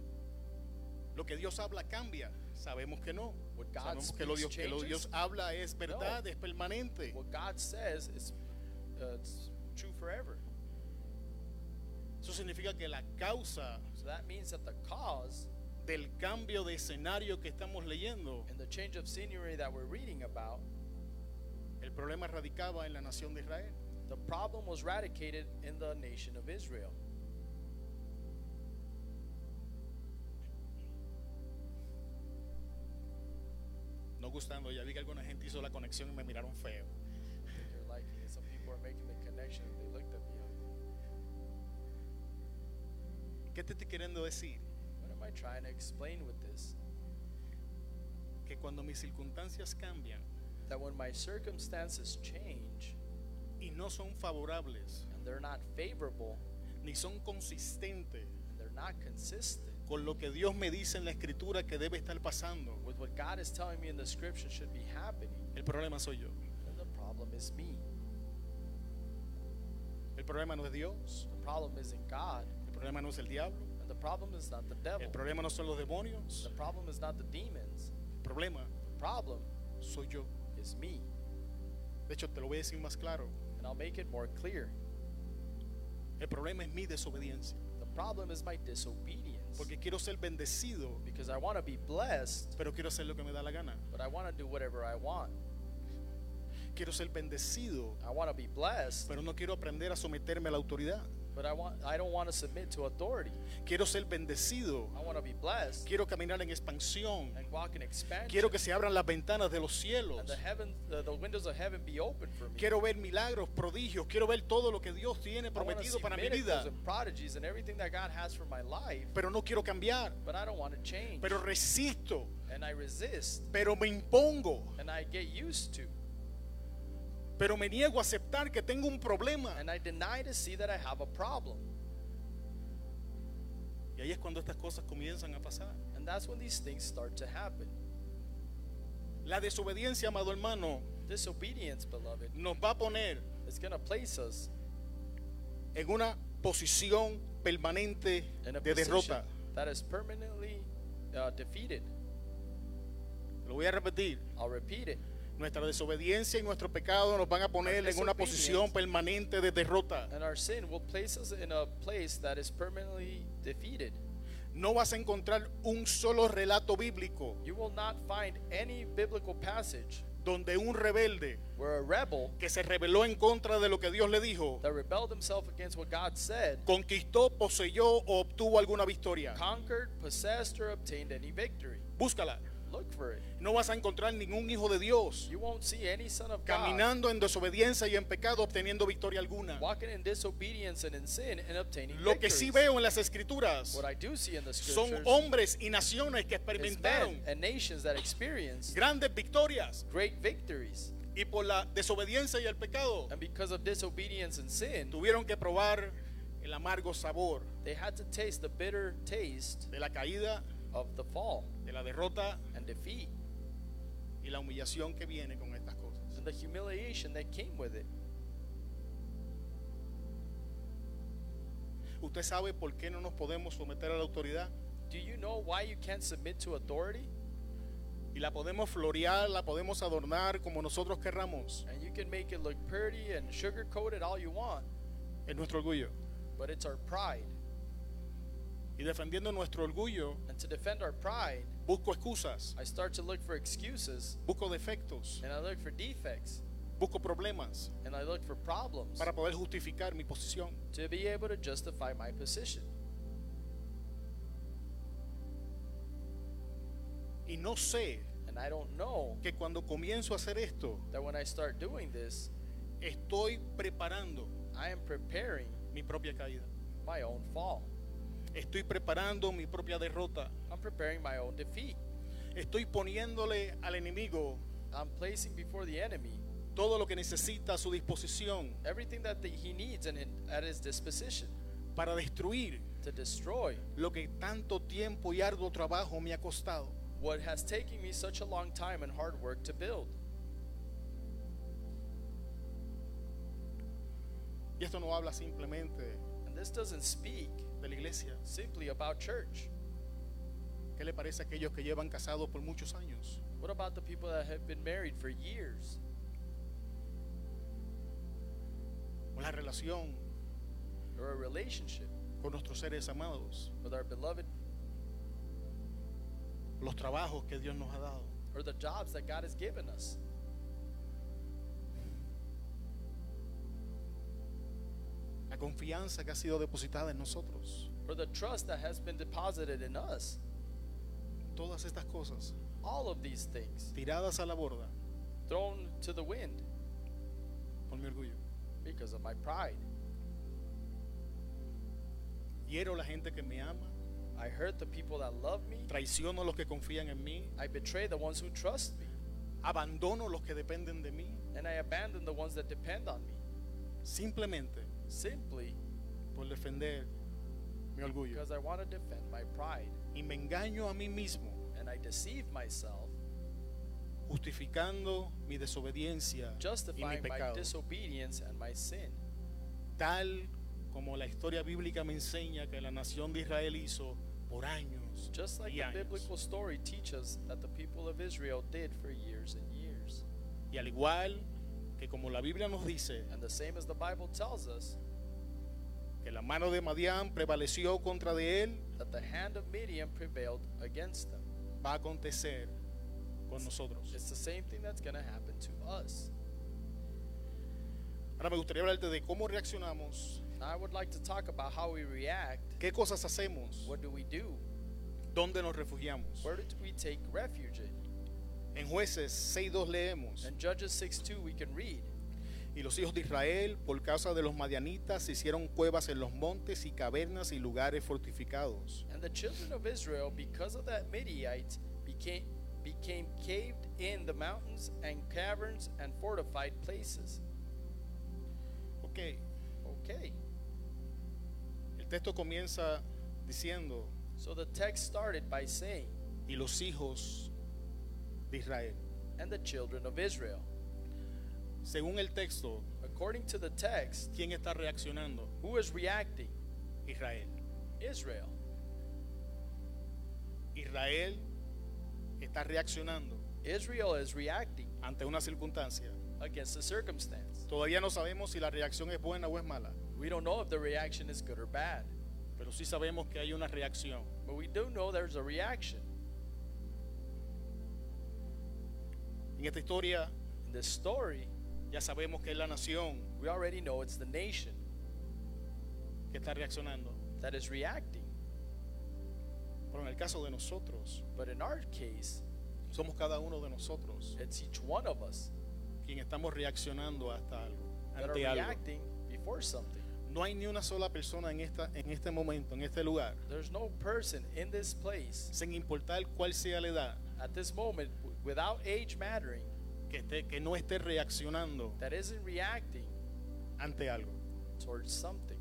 Speaker 2: Lo que Dios habla cambia. Sabemos que no.
Speaker 3: What God
Speaker 2: Sabemos que lo, Dios,
Speaker 3: speaks
Speaker 2: que lo
Speaker 3: changes.
Speaker 2: Dios habla es verdad, es permanente.
Speaker 3: What God says is uh, it's true forever.
Speaker 2: Eso significa que la causa
Speaker 3: So that means that the cause
Speaker 2: del cambio de escenario que estamos leyendo,
Speaker 3: and the change of scenery that we're reading about,
Speaker 2: el problema radicaba en la nación de Israel.
Speaker 3: the problem was eradicated in the nation of Israel.
Speaker 2: No gustando, ya vi que alguna gente hizo la conexión y me miraron feo.
Speaker 3: You're liking it. Some people are making the connection. They looked at me. I'm-
Speaker 2: ¿Qué te estoy queriendo decir?
Speaker 3: What am I trying to explain with this?
Speaker 2: Que cuando mis circunstancias cambian
Speaker 3: That when my circumstances change
Speaker 2: y no son favorables
Speaker 3: and they're not favorable
Speaker 2: ni son consistentes
Speaker 3: and they're not consistent
Speaker 2: con lo que Dios me dice en la escritura que debe estar pasando,
Speaker 3: with what God is telling me in the scripture should be happening,
Speaker 2: el problema soy yo.
Speaker 3: then the problem is me.
Speaker 2: El problema no es Dios,
Speaker 3: The problem isn't God,
Speaker 2: el problema no es el diablo,
Speaker 3: and the problem is not the devil.
Speaker 2: el problema no son los
Speaker 3: The
Speaker 2: demonios,
Speaker 3: problem is not the demons.
Speaker 2: el problema
Speaker 3: The problem
Speaker 2: soy yo.
Speaker 3: is me.
Speaker 2: De hecho, te lo voy a decir más claro.
Speaker 3: And I'll make it more clear.
Speaker 2: El problema es mi desobediencia.
Speaker 3: The problem is my disobedience.
Speaker 2: Porque quiero ser bendecido,
Speaker 3: Because I want to be blessed,
Speaker 2: pero quiero hacer lo que me da la gana.
Speaker 3: but I want to do whatever I want.
Speaker 2: quiero ser bendecido,
Speaker 3: I want to be blessed,
Speaker 2: pero no quiero aprender a someterme a la autoridad.
Speaker 3: but I want I don't want to submit to authority.
Speaker 2: Quiero ser bendecido,
Speaker 3: I want to be blessed
Speaker 2: quiero caminar en expansión,
Speaker 3: and walk in expansion.
Speaker 2: quiero que se abran las ventanas de los cielos,
Speaker 3: and the heaven, the, the windows of heaven be open for me.
Speaker 2: quiero ver milagros, prodigios, quiero ver todo lo que Dios tiene
Speaker 3: I want to see
Speaker 2: prometido para mi
Speaker 3: miracles
Speaker 2: vida,
Speaker 3: and prodigies and everything that God has for my life,
Speaker 2: pero no quiero cambiar,
Speaker 3: but I don't want to change.
Speaker 2: pero resisto,
Speaker 3: and I resist,
Speaker 2: pero me impongo,
Speaker 3: and I get used to,
Speaker 2: pero me niego a aceptar que tengo un problema.
Speaker 3: and I deny to see that I have a problem.
Speaker 2: Y ahí es cuando estas cosas comienzan a pasar.
Speaker 3: And that's when these things start to happen.
Speaker 2: La desobediencia, amado hermano,
Speaker 3: Disobedience, beloved,
Speaker 2: nos va a poner
Speaker 3: is going to place us
Speaker 2: en una posición permanente
Speaker 3: in a
Speaker 2: de
Speaker 3: position
Speaker 2: derrota.
Speaker 3: that is permanently uh, defeated.
Speaker 2: Lo voy a repetir.
Speaker 3: I'll repeat it.
Speaker 2: Nuestra desobediencia y nuestro pecado nos van a poner
Speaker 3: Nuestra
Speaker 2: en una
Speaker 3: desobediencia.
Speaker 2: posición permanente de derrota.
Speaker 3: And our sin will place us in a place that is permanently defeated.
Speaker 2: No vas a encontrar un solo relato bíblico
Speaker 3: You will not find any biblical passage
Speaker 2: donde un rebelde
Speaker 3: where a rebel
Speaker 2: que se rebeló en contra de lo que Dios le dijo,
Speaker 3: that rebelled himself against what God said
Speaker 2: conquistó, poseyó o obtuvo alguna victoria.
Speaker 3: conquered, possessed, or obtained any victory.
Speaker 2: Búscala.
Speaker 3: Look for it.
Speaker 2: No vas a encontrar ningún hijo de Dios
Speaker 3: You won't see any son of God
Speaker 2: caminando en desobediencia y en pecado obteniendo victoria alguna.
Speaker 3: walking in disobedience and in sin and obtaining
Speaker 2: Lo que sí
Speaker 3: victories.
Speaker 2: veo en las escrituras
Speaker 3: What I do see in the
Speaker 2: son
Speaker 3: scriptures
Speaker 2: hombres y naciones que
Speaker 3: is men
Speaker 2: experimentaron
Speaker 3: and nations that experienced
Speaker 2: grandes victorias
Speaker 3: great victories.
Speaker 2: y por la desobediencia y el pecado
Speaker 3: And because of disobedience and sin,
Speaker 2: tuvieron que probar el amargo sabor
Speaker 3: they had to taste the bitter taste
Speaker 2: de la caída,
Speaker 3: of the fall
Speaker 2: de la derrota
Speaker 3: and defeat
Speaker 2: y la humillación que viene con estas cosas.
Speaker 3: and the humiliation that came with it.
Speaker 2: ¿Usted sabe por qué no nos podemos someter a la autoridad?
Speaker 3: Do you know why you can't submit to authority?
Speaker 2: Y la podemos florear, la podemos adornar como nosotros querramos.
Speaker 3: And you can make it look pretty and sugarcoat it all you want,
Speaker 2: Es nuestro orgullo.
Speaker 3: but it's our pride.
Speaker 2: Y defendiendo nuestro orgullo,
Speaker 3: And to defend our pride,
Speaker 2: busco excusas,
Speaker 3: I start to look for excuses
Speaker 2: busco defectos,
Speaker 3: and I look for defects
Speaker 2: busco problemas
Speaker 3: and I look for problems
Speaker 2: para poder justificar mi posición.
Speaker 3: to be able to justify my position.
Speaker 2: Y no sé
Speaker 3: And I don't know
Speaker 2: que cuando comienzo a hacer esto,
Speaker 3: that when I start doing this,
Speaker 2: estoy preparando
Speaker 3: I am preparing
Speaker 2: mi propia caída.
Speaker 3: my own fall.
Speaker 2: Estoy preparando mi propia derrota.
Speaker 3: I'm preparing my own defeat.
Speaker 2: Estoy poniéndole al enemigo
Speaker 3: I'm placing before the enemy
Speaker 2: todo lo que necesita a su disposición
Speaker 3: everything that the, he needs and in- at his disposition
Speaker 2: para destruir
Speaker 3: to destroy
Speaker 2: lo que tanto tiempo y arduo trabajo me ha costado.
Speaker 3: what has taken me such a long time and hard work to build.
Speaker 2: Y esto no habla simplemente
Speaker 3: And this doesn't speak
Speaker 2: de la iglesia.
Speaker 3: simply about church.
Speaker 2: ¿Qué le parece a aquellos que llevan casados por muchos años?
Speaker 3: What about the people that have been married for years?
Speaker 2: O la relación
Speaker 3: or a relationship
Speaker 2: con nuestros seres amados,
Speaker 3: with our beloved
Speaker 2: los trabajos que Dios nos ha dado.
Speaker 3: or the jobs that God has given us.
Speaker 2: la confianza que ha sido depositada en nosotros.
Speaker 3: or the trust that has been deposited in us.
Speaker 2: Todas estas cosas
Speaker 3: All of these things
Speaker 2: tiradas a la borda
Speaker 3: thrown to the wind
Speaker 2: por mi orgullo.
Speaker 3: because of my pride.
Speaker 2: Hiero a la gente que me ama,
Speaker 3: I hurt the people that love me.
Speaker 2: traiciono a los que confían en mí,
Speaker 3: I betray the ones who trust me.
Speaker 2: abandono a los que dependen de mí,
Speaker 3: And I abandon the ones that depend on me
Speaker 2: simplemente
Speaker 3: simply
Speaker 2: por defender mi orgullo.
Speaker 3: because I want to defend my pride.
Speaker 2: Y me engaño a mí mismo,
Speaker 3: And I deceive myself,
Speaker 2: justificando mi desobediencia y mi
Speaker 3: justifying my
Speaker 2: pecado,
Speaker 3: disobedience and my sin.
Speaker 2: tal como la historia bíblica me enseña que la nación de Israel hizo por años
Speaker 3: Just like
Speaker 2: y
Speaker 3: the
Speaker 2: años.
Speaker 3: biblical story teaches that the people of Israel did for years and years.
Speaker 2: Y al igual que como la Biblia nos dice,
Speaker 3: And the same as the Bible tells us
Speaker 2: que la mano de Madián prevaleció contra de él,
Speaker 3: that the hand of Midian prevailed against them.
Speaker 2: va a acontecer con nosotros.
Speaker 3: It's the same thing that's going to happen to us.
Speaker 2: Ahora me gustaría hablarte de cómo reaccionamos,
Speaker 3: Now I would like to talk about how we react.
Speaker 2: qué cosas hacemos,
Speaker 3: What do we do?
Speaker 2: dónde nos refugiamos.
Speaker 3: Where do we take refuge in?
Speaker 2: En jueces 6.2 leemos,
Speaker 3: In Judges 6 2, we can read.
Speaker 2: y los hijos de Israel por causa de los madianitas hicieron cuevas en los montes y cavernas y lugares fortificados.
Speaker 3: And the children of Israel, because of that Midianites, became, became caved in the mountains and caverns and fortified places.
Speaker 2: Ok,
Speaker 3: Okay,
Speaker 2: el texto comienza diciendo,
Speaker 3: so the text started by saying,
Speaker 2: y los hijos de Israel.
Speaker 3: and the children of Israel.
Speaker 2: Según el texto,
Speaker 3: According to the text,
Speaker 2: ¿quién está reaccionando?
Speaker 3: who is reacting?
Speaker 2: Israel.
Speaker 3: Israel.
Speaker 2: Israel está reaccionando
Speaker 3: Israel is reacting
Speaker 2: ante una circunstancia.
Speaker 3: against the circumstance.
Speaker 2: Todavía no sabemos si la reacción es buena o es mala,
Speaker 3: We don't know if the reaction is good or bad,
Speaker 2: pero sí sabemos que hay una reacción.
Speaker 3: but we do know there's a reaction.
Speaker 2: En esta historia
Speaker 3: In this story,
Speaker 2: ya sabemos que es la nación
Speaker 3: we already know it's the nation
Speaker 2: que está reaccionando.
Speaker 3: that is reacting.
Speaker 2: Pero en el caso de nosotros,
Speaker 3: But in our case,
Speaker 2: somos cada uno de nosotros
Speaker 3: it's each one of us
Speaker 2: quien estamos reaccionando hasta algo,
Speaker 3: that are
Speaker 2: ante algo.
Speaker 3: reacting before something.
Speaker 2: No hay ni una sola persona en, esta, en este momento, en este lugar,
Speaker 3: There's no person in this place
Speaker 2: sin importar cuál sea la edad,
Speaker 3: at this moment, w- without age mattering,
Speaker 2: que, esté, que no esté reaccionando
Speaker 3: that isn't reacting
Speaker 2: ante algo.
Speaker 3: towards something.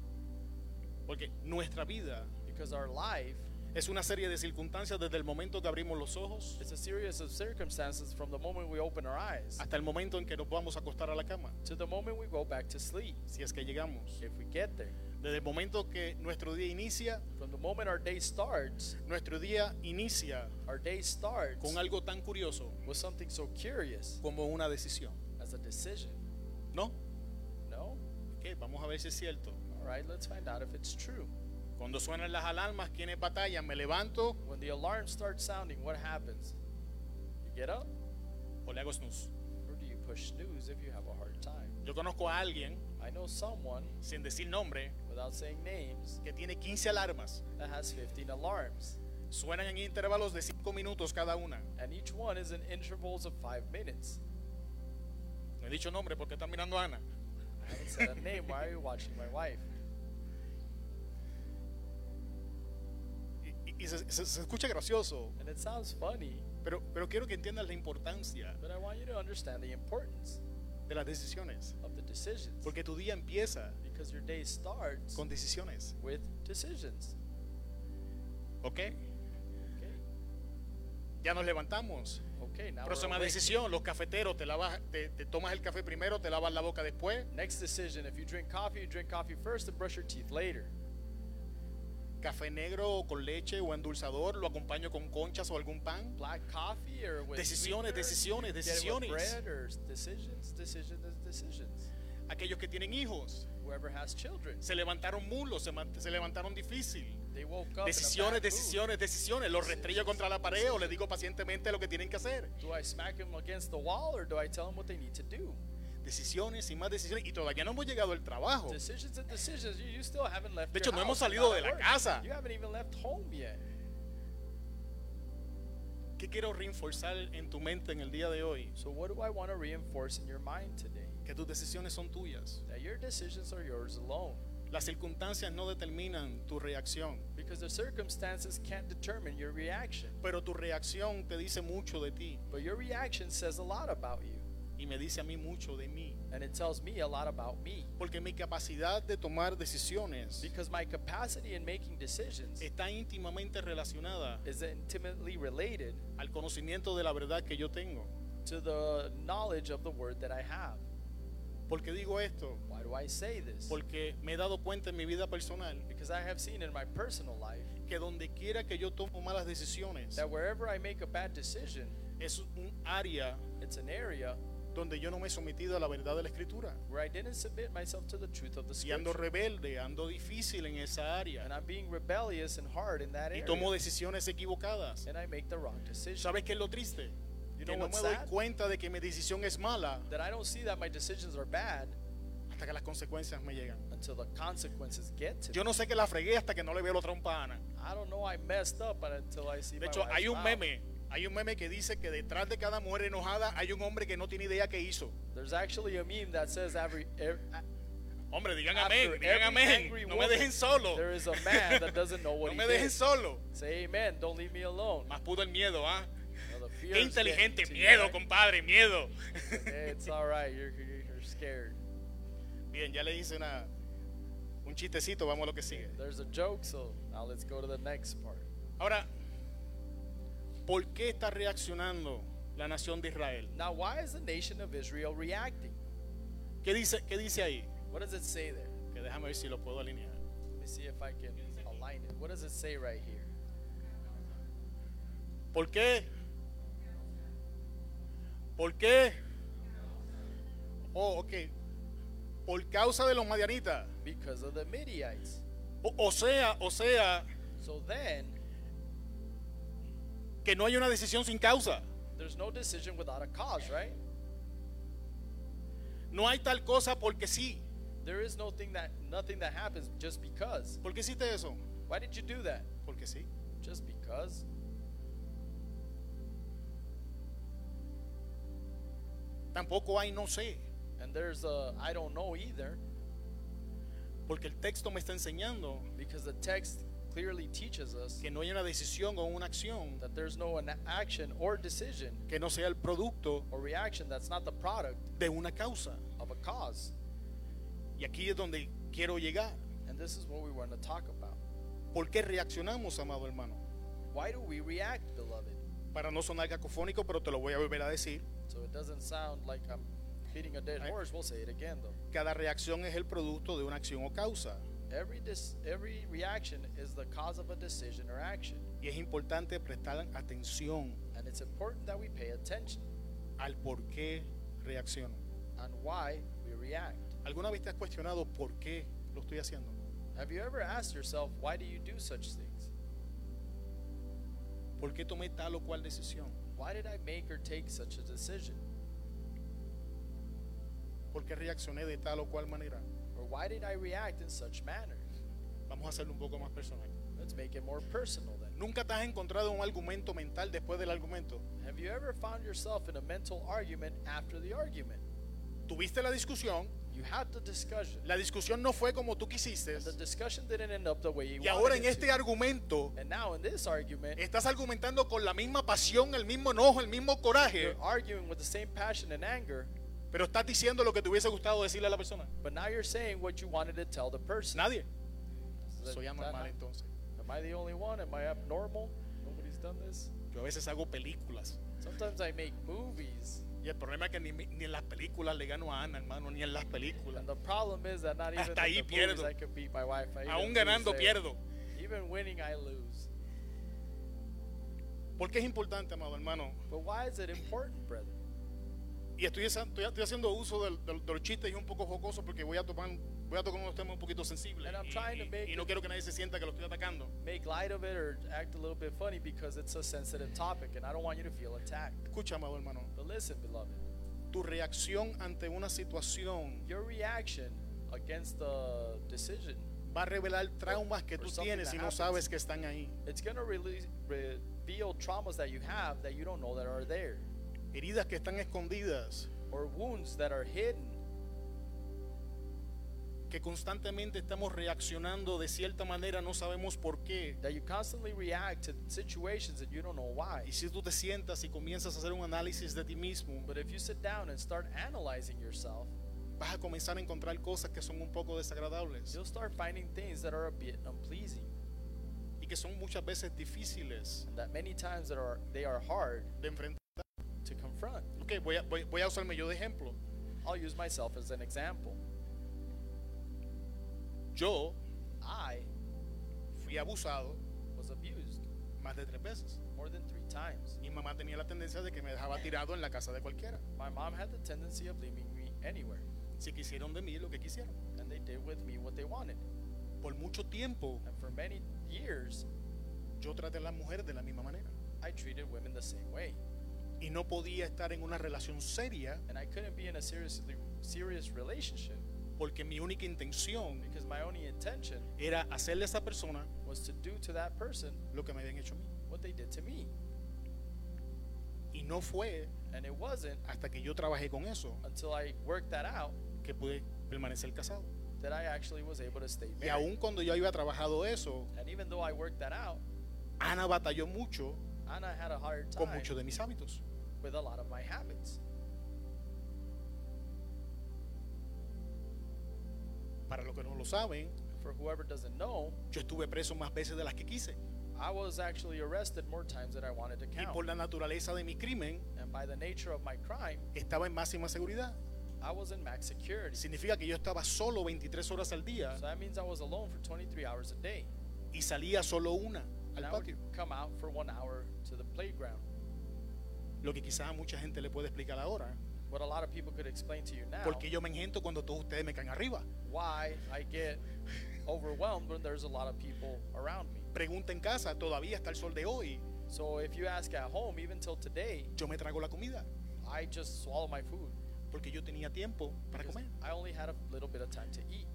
Speaker 2: Porque nuestra vida
Speaker 3: Because our life
Speaker 2: es una serie de circunstancias desde el momento que abrimos los ojos
Speaker 3: is a series of circumstances from the moment we open our eyes
Speaker 2: hasta el momento en que nos vamos a acostar a la cama,
Speaker 3: to the moment we go back to sleep,
Speaker 2: si es que llegamos.
Speaker 3: if we get there.
Speaker 2: Desde el momento que nuestro día inicia,
Speaker 3: From the moment our day starts,
Speaker 2: nuestro día inicia
Speaker 3: our day starts
Speaker 2: con algo tan curioso
Speaker 3: with something so curious
Speaker 2: como una decisión.
Speaker 3: as a decision.
Speaker 2: ¿No?
Speaker 3: No?
Speaker 2: Ok, vamos a ver si es cierto.
Speaker 3: All right, let's find out if it's true.
Speaker 2: Cuando suenan las alarmas, ¿quiénes batallan? ¿Me levanto
Speaker 3: When the alarm starts sounding, what happens? You get up
Speaker 2: o le hago snooze?
Speaker 3: or do you push snooze if you have a hard time?
Speaker 2: Yo conozco a alguien,
Speaker 3: I know someone,
Speaker 2: sin decir nombre,
Speaker 3: without saying names,
Speaker 2: que tiene 15 alarmas.
Speaker 3: that has 15 alarms,
Speaker 2: Suenan en intervalos de 5 minutos cada una.
Speaker 3: and each one is in intervals of five minutes.
Speaker 2: No he dicho nombre porque está mirando a Ana.
Speaker 3: I haven't said a name. Why are you watching my wife?
Speaker 2: Y, y- y se, se- se escucha gracioso,
Speaker 3: And it sounds funny,
Speaker 2: pero, pero quiero que entiendas la importancia
Speaker 3: but I want you to understand the importance
Speaker 2: de las decisiones.
Speaker 3: of the decisions.
Speaker 2: Porque tu día empieza
Speaker 3: Because your day starts
Speaker 2: con decisiones.
Speaker 3: with decisions.
Speaker 2: ¿Ok?
Speaker 3: Okay,
Speaker 2: Ya nos levantamos.
Speaker 3: okay now we're
Speaker 2: Próxima
Speaker 3: awake.
Speaker 2: decisión, los cafeteros, te, lavas, te, te tomas el café primero, te lavas la boca después.
Speaker 3: Next decision if you drink coffee, you drink coffee first and brush your teeth later.
Speaker 2: Café negro o con leche o endulzador, lo acompaño con conchas o algún pan.
Speaker 3: Black coffee or with
Speaker 2: Decisiones,
Speaker 3: sweetener,
Speaker 2: decisiones,
Speaker 3: you get it with
Speaker 2: decisiones.
Speaker 3: bread or s- decisions, decisions, decisions.
Speaker 2: Aquellos que tienen hijos,
Speaker 3: Whoever has children,
Speaker 2: se levantaron mulos, se, man- se levantaron difícil.
Speaker 3: they woke up. in a
Speaker 2: Decisiones,
Speaker 3: bad mood.
Speaker 2: decisiones, decisiones. Los restrillo contra la pared o les digo pacientemente lo que tienen que hacer.
Speaker 3: Do I smack them against the wall or do I tell them what they need to do?
Speaker 2: Decisiones y más decisiones. Y todavía no hemos llegado al trabajo.
Speaker 3: Decisions and decisions. You, you still haven't left.
Speaker 2: De
Speaker 3: your
Speaker 2: hecho, no hemos
Speaker 3: house, you're
Speaker 2: salido
Speaker 3: not
Speaker 2: de
Speaker 3: at
Speaker 2: la
Speaker 3: work.
Speaker 2: casa.
Speaker 3: You haven't even left home yet.
Speaker 2: ¿Qué quiero reforzar en tu mente en el día de hoy?
Speaker 3: So what do I want to reinforce in your mind today?
Speaker 2: Que tus decisiones son tuyas.
Speaker 3: That your decisions are yours alone,
Speaker 2: Las circunstancias no determinan tu reacción,
Speaker 3: because the circumstances can't determine your reaction.
Speaker 2: pero tu reacción te dice mucho de ti
Speaker 3: But your reaction says a lot about you,
Speaker 2: y me dice a mí mucho de mí.
Speaker 3: and it tells me a lot about me.
Speaker 2: Porque mi capacidad de tomar decisiones
Speaker 3: Because my capacity in making decisions
Speaker 2: está íntimamente relacionada
Speaker 3: is intimately related
Speaker 2: al conocimiento de la verdad que yo tengo.
Speaker 3: to the knowledge of the word that I have.
Speaker 2: ¿Por qué digo esto?
Speaker 3: Why do I say this?
Speaker 2: Porque me he dado cuenta en mi vida personal
Speaker 3: Because I have seen in my personal life
Speaker 2: que donde quiera que yo tomo malas decisiones,
Speaker 3: that wherever I make a bad decision,
Speaker 2: es un área
Speaker 3: it's an area
Speaker 2: donde yo no me he sometido a la verdad de la escritura.
Speaker 3: where I didn't submit myself to the truth of the
Speaker 2: Si ando
Speaker 3: scripture.
Speaker 2: rebelde, ando difícil en esa
Speaker 3: And
Speaker 2: área
Speaker 3: I'm being rebellious and hard in that
Speaker 2: y tomo
Speaker 3: area.
Speaker 2: decisiones equivocadas.
Speaker 3: And I make the wrong decision.
Speaker 2: ¿Sabes qué es lo triste?
Speaker 3: You
Speaker 2: Que
Speaker 3: know
Speaker 2: no
Speaker 3: what's
Speaker 2: me doy
Speaker 3: sad?
Speaker 2: cuenta de que mi decisión es mala
Speaker 3: That I don't see that my decisions are bad
Speaker 2: hasta que las consecuencias me llegan.
Speaker 3: until the consequences get to me.
Speaker 2: Yo no sé que la fregué hasta que no le veo la trompa a Ana.
Speaker 3: I don't know I messed up but until I see
Speaker 2: De
Speaker 3: my
Speaker 2: hecho,
Speaker 3: wife's
Speaker 2: hay un
Speaker 3: mouth.
Speaker 2: meme, hay un meme que dice que detrás de cada mujer enojada hay un hombre que no tiene idea qué hizo.
Speaker 3: There's actually a meme that says every, every
Speaker 2: Hombre, digan
Speaker 3: After
Speaker 2: amén, digan
Speaker 3: every
Speaker 2: amén.
Speaker 3: angry
Speaker 2: No me dejen
Speaker 3: woman,
Speaker 2: solo.
Speaker 3: there is a man that doesn't know what
Speaker 2: No
Speaker 3: he
Speaker 2: me
Speaker 3: did.
Speaker 2: dejen solo.
Speaker 3: Say amen, don't leave me alone.
Speaker 2: Más pudo el miedo, ¿ah?
Speaker 3: You know, the fear
Speaker 2: Qué
Speaker 3: is getting
Speaker 2: inteligente,
Speaker 3: to you,
Speaker 2: miedo,
Speaker 3: right?
Speaker 2: compadre, miedo.
Speaker 3: Hey, It's all right. You're, you're you're scared.
Speaker 2: Bien, ya le hice una, un chistecito, vamos a lo que sigue.
Speaker 3: There's a joke, so now let's go to the next part.
Speaker 2: Ahora, ¿por qué está reaccionando la nación de Israel?
Speaker 3: Now, why is the nation of Israel reacting?
Speaker 2: ¿Qué dice, qué dice ahí?
Speaker 3: What does it say there?
Speaker 2: Que déjame ver si lo puedo alinear.
Speaker 3: Let me see if I can align it. What does it say right here?
Speaker 2: ¿Por qué? ¿Por qué? Oh, ok. Por causa de los madianitas.
Speaker 3: Because of the Midianites.
Speaker 2: O, o sea, o sea,
Speaker 3: So then,
Speaker 2: que no hay una decisión sin causa.
Speaker 3: there's no decision without a cause, right?
Speaker 2: No hay tal cosa porque sí.
Speaker 3: There is no thing that nothing that happens just because.
Speaker 2: ¿Por qué hiciste eso?
Speaker 3: Why did you do that?
Speaker 2: Porque sí.
Speaker 3: Just because.
Speaker 2: Tampoco hay no sé.
Speaker 3: And there's a I don't know either
Speaker 2: Porque el texto me está enseñando
Speaker 3: because the text clearly teaches us
Speaker 2: que no hay una decisión o una acción
Speaker 3: that there's no an action or decision
Speaker 2: que no sea el producto
Speaker 3: or reaction that's not the product
Speaker 2: de una causa.
Speaker 3: of a cause.
Speaker 2: Y aquí es donde quiero llegar.
Speaker 3: And this is what we want to talk about.
Speaker 2: ¿Por qué reaccionamos, amado hermano?
Speaker 3: Why do we react, beloved?
Speaker 2: Para no sonar cacofónico, pero te lo voy a volver a decir.
Speaker 3: So it doesn't sound like I'm beating a dead
Speaker 2: Right.
Speaker 3: horse. We'll say it again though.
Speaker 2: Cada reacción es el producto de una acción o causa.
Speaker 3: Every dis- every reaction is the cause of a decision or action,
Speaker 2: Y es importante prestar atención
Speaker 3: and it's important that we pay attention
Speaker 2: al por qué reacciono.
Speaker 3: on why we react.
Speaker 2: ¿Alguna vez te has cuestionado por qué lo estoy haciendo?
Speaker 3: Have you ever asked yourself why do you do such things?
Speaker 2: ¿Por qué tomé tal o cual decisión?
Speaker 3: Why did I make or take such a decision?
Speaker 2: ¿Por qué reaccioné de tal o cual manera?
Speaker 3: Or why did I react in such manner?
Speaker 2: Vamos a hacerlo un poco más personal.
Speaker 3: Let's make it more personal then.
Speaker 2: ¿Nunca te has encontrado un argumento mental después del argumento?
Speaker 3: Have you ever found yourself in a mental argument after the argument?
Speaker 2: Tuviste la discusión,
Speaker 3: You had the discussion,
Speaker 2: la discusión no fue como tú quisiste,
Speaker 3: and the discussion didn't end up the way you
Speaker 2: y ahora
Speaker 3: wanted
Speaker 2: en
Speaker 3: it
Speaker 2: este
Speaker 3: to.
Speaker 2: argumento
Speaker 3: And now in this argument,
Speaker 2: estás argumentando con la misma pasión, el mismo enojo, el mismo
Speaker 3: you're
Speaker 2: coraje,
Speaker 3: arguing with the same passion and anger,
Speaker 2: pero estás diciendo lo que te hubiese gustado decirle a la persona.
Speaker 3: but now you're saying what you wanted to tell the person.
Speaker 2: Nadie.
Speaker 3: Is that-
Speaker 2: Soy
Speaker 3: that
Speaker 2: anormal
Speaker 3: not-
Speaker 2: entonces.
Speaker 3: Am I the only one? Am I abnormal? Nobody's done this.
Speaker 2: Yo a veces hago películas.
Speaker 3: Sometimes I make movies,
Speaker 2: Y el problema es que ni, ni en las películas le gano a Ana, hermano, ni en las películas.
Speaker 3: and the problem is that not even
Speaker 2: Hasta
Speaker 3: in
Speaker 2: ahí
Speaker 3: the movies
Speaker 2: pierdo.
Speaker 3: I could beat my wife. I
Speaker 2: Aún
Speaker 3: even
Speaker 2: ganando
Speaker 3: lose there.
Speaker 2: pierdo.
Speaker 3: Even winning, I lose.
Speaker 2: ¿Por qué es importante, amado hermano?
Speaker 3: But why is it important, brother?
Speaker 2: Y estoy, esa- estoy- estoy haciendo uso del- del- de los chistes y un poco jocoso porque voy a tomar voy a tocar unos temas un poquito sensibles.
Speaker 3: And I'm
Speaker 2: Y-
Speaker 3: trying to
Speaker 2: y-
Speaker 3: make
Speaker 2: y no
Speaker 3: it-
Speaker 2: quiero que nadie se sienta que lo estoy atacando.
Speaker 3: Make light of it or act a little bit funny because it's a sensitive topic, and I don't want you to feel attacked.
Speaker 2: Escucha, amado hermano,
Speaker 3: But listen, beloved,
Speaker 2: tu reacción ante una situación
Speaker 3: your reaction against the decision
Speaker 2: va a revelar traumas que
Speaker 3: Or
Speaker 2: tú
Speaker 3: something
Speaker 2: tienes
Speaker 3: that
Speaker 2: y no
Speaker 3: happens.
Speaker 2: sabes que están ahí.
Speaker 3: it's going to release, reveal traumas that you have that you don't know that are there
Speaker 2: Heridas que están escondidas,
Speaker 3: or wounds that are hidden
Speaker 2: que constantemente estamos reaccionando de cierta manera, no sabemos por qué.
Speaker 3: that you constantly react to situations and you don't know why
Speaker 2: Y si tú te sientas y comienzas a hacer un análisis de ti mismo,
Speaker 3: but if you sit down and start analyzing yourself
Speaker 2: vas a comenzar a encontrar cosas que son un poco desagradables
Speaker 3: you'll start finding things that are a bit unpleasing
Speaker 2: y que son muchas veces difíciles
Speaker 3: and that many times that are they are hard
Speaker 2: de enfrentar.
Speaker 3: to confront
Speaker 2: Ok, voy a, voy, voy a usarme yo de ejemplo.
Speaker 3: i'll use myself as an example
Speaker 2: Yo
Speaker 3: i
Speaker 2: fui abusado
Speaker 3: was abused
Speaker 2: más de tres veces.
Speaker 3: more than three times
Speaker 2: Mi mamá tenía la tendencia de que me dejaba tirado en la casa de cualquiera.
Speaker 3: my mom had the tendency of leaving me anywhere
Speaker 2: Si quisieron de mí lo que quisieron.
Speaker 3: and they did with me what they wanted
Speaker 2: Por mucho tiempo
Speaker 3: and for many years
Speaker 2: yo traté a las mujeres de la misma manera.
Speaker 3: I treated women the same way,
Speaker 2: Y no podía estar en una relación seria
Speaker 3: and I couldn't be in a seriously serious relationship
Speaker 2: porque mi única intención
Speaker 3: because my only intention
Speaker 2: era hacerle a esa persona
Speaker 3: was to do to that person
Speaker 2: lo que me habían hecho a mí.
Speaker 3: what they did to me.
Speaker 2: Y no fue
Speaker 3: And it wasn't
Speaker 2: hasta que yo trabajé con eso
Speaker 3: until I worked that out
Speaker 2: que pude permanecer casado.
Speaker 3: that I actually was able to stay
Speaker 2: Y
Speaker 3: married.
Speaker 2: aun cuando yo había trabajado eso,
Speaker 3: And even though I worked that out,
Speaker 2: Ana batalló mucho
Speaker 3: Anna had a hard
Speaker 2: con
Speaker 3: time
Speaker 2: muchos de mis hábitos.
Speaker 3: with a lot of my habits.
Speaker 2: Para los que no lo saben,
Speaker 3: For whoever doesn't know,
Speaker 2: yo estuve preso más veces de las que quise.
Speaker 3: I was actually arrested more times than I wanted to
Speaker 2: Y
Speaker 3: count.
Speaker 2: por la naturaleza de mi crimen,
Speaker 3: And by the nature of my crime,
Speaker 2: estaba en máxima seguridad.
Speaker 3: I was in max security.
Speaker 2: Significa que yo estaba solo 23 horas al día
Speaker 3: So that means I was alone for 23 hours a day.
Speaker 2: y salía solo una
Speaker 3: And
Speaker 2: al
Speaker 3: I would
Speaker 2: patio.
Speaker 3: come out for one hour to the playground.
Speaker 2: Lo que quizás a mucha gente le puede explicar ahora.
Speaker 3: What a lot of people could explain to you now
Speaker 2: Porque yo me engento cuando todos ustedes me caen arriba.
Speaker 3: why I get overwhelmed when there's a lot of people around me.
Speaker 2: Pregunta en casa, todavía está el sol de hoy.
Speaker 3: So if you ask at home, even till today,
Speaker 2: Yo me trago la comida
Speaker 3: I just swallow my food.
Speaker 2: porque yo tenía tiempo para
Speaker 3: because
Speaker 2: comer.
Speaker 3: I only had a little bit of time to eat.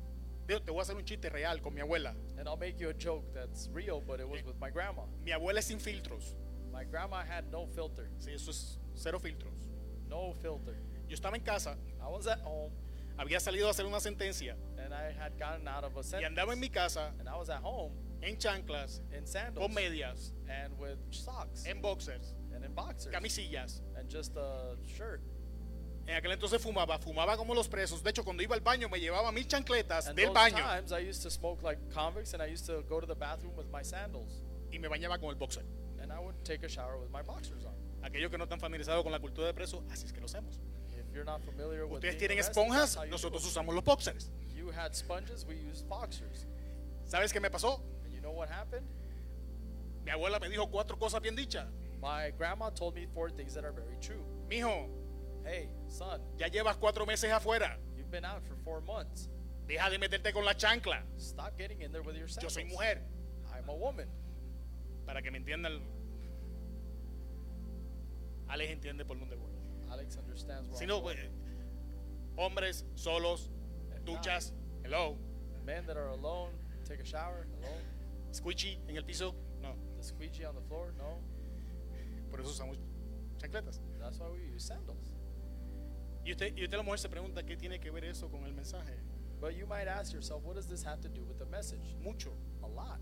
Speaker 2: Te te voy a hacer un chiste real con mi abuela.
Speaker 3: And I'll make you a joke that's real, but it was with my grandma.
Speaker 2: Mi abuela es sin filtros.
Speaker 3: My grandma had no filter.
Speaker 2: Sí, eso es cero filtros.
Speaker 3: No filter.
Speaker 2: Yo estaba en casa,
Speaker 3: I was at home
Speaker 2: había salido a hacer una sentencia
Speaker 3: and I had gotten out of a
Speaker 2: y andaba en
Speaker 3: sentence.
Speaker 2: mi casa
Speaker 3: And I was at home
Speaker 2: en chanclas,
Speaker 3: in sandals
Speaker 2: con medias,
Speaker 3: and with socks
Speaker 2: en boxers,
Speaker 3: and in boxers
Speaker 2: camisillas.
Speaker 3: and just a shirt.
Speaker 2: En aquel entonces fumaba, fumaba como los presos. De hecho, cuando iba al baño me llevaba mis chancletas
Speaker 3: And
Speaker 2: del
Speaker 3: those
Speaker 2: baño
Speaker 3: times I used to smoke like convicts and I used to go to the bathroom with my sandals
Speaker 2: y me bañaba con el boxer.
Speaker 3: and I would take a shower with my boxers on.
Speaker 2: Aquellos que no están familiarizados con la cultura de presos, así es que lo hacemos.
Speaker 3: If you're not familiar with
Speaker 2: Ustedes
Speaker 3: being
Speaker 2: tienen
Speaker 3: arrested, that's
Speaker 2: esponjas,
Speaker 3: how you do
Speaker 2: nosotros
Speaker 3: it.
Speaker 2: usamos los boxers.
Speaker 3: You had sponges, we used boxers.
Speaker 2: ¿Sabes qué me pasó?
Speaker 3: And you know what happened?
Speaker 2: Mi abuela me dijo cuatro cosas bien dichas.
Speaker 3: My grandma told me four things that are very true.
Speaker 2: Mijo,
Speaker 3: Hey, son,
Speaker 2: ya llevas cuatro meses afuera.
Speaker 3: you've been out for four months.
Speaker 2: Deja de meterte con la chancla.
Speaker 3: Stop getting in there with your
Speaker 2: Yo
Speaker 3: sandals.
Speaker 2: soy mujer,
Speaker 3: I'm a woman.
Speaker 2: para que me entiendan. el- Alex entiende por dónde voy.
Speaker 3: Alex understands where
Speaker 2: Si
Speaker 3: I'm
Speaker 2: no,
Speaker 3: going.
Speaker 2: pues, hombres solos, duchas, hello,
Speaker 3: Men that are alone, take a shower, alone.
Speaker 2: squishy en el piso. No,
Speaker 3: The squeegee on the floor, no.
Speaker 2: por eso usamos chancletas.
Speaker 3: That's why we use sandals.
Speaker 2: Y usted, y usted a lo mejor se pregunta qué tiene que ver eso con el mensaje.
Speaker 3: But you might ask yourself, what does this have to do with the message?
Speaker 2: Mucho,
Speaker 3: A lot.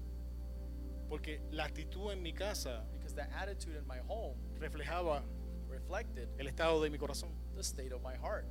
Speaker 2: porque la actitud en mi casa
Speaker 3: Because the attitude in my home
Speaker 2: reflejaba
Speaker 3: reflected
Speaker 2: el estado de mi corazón.
Speaker 3: the state of my heart.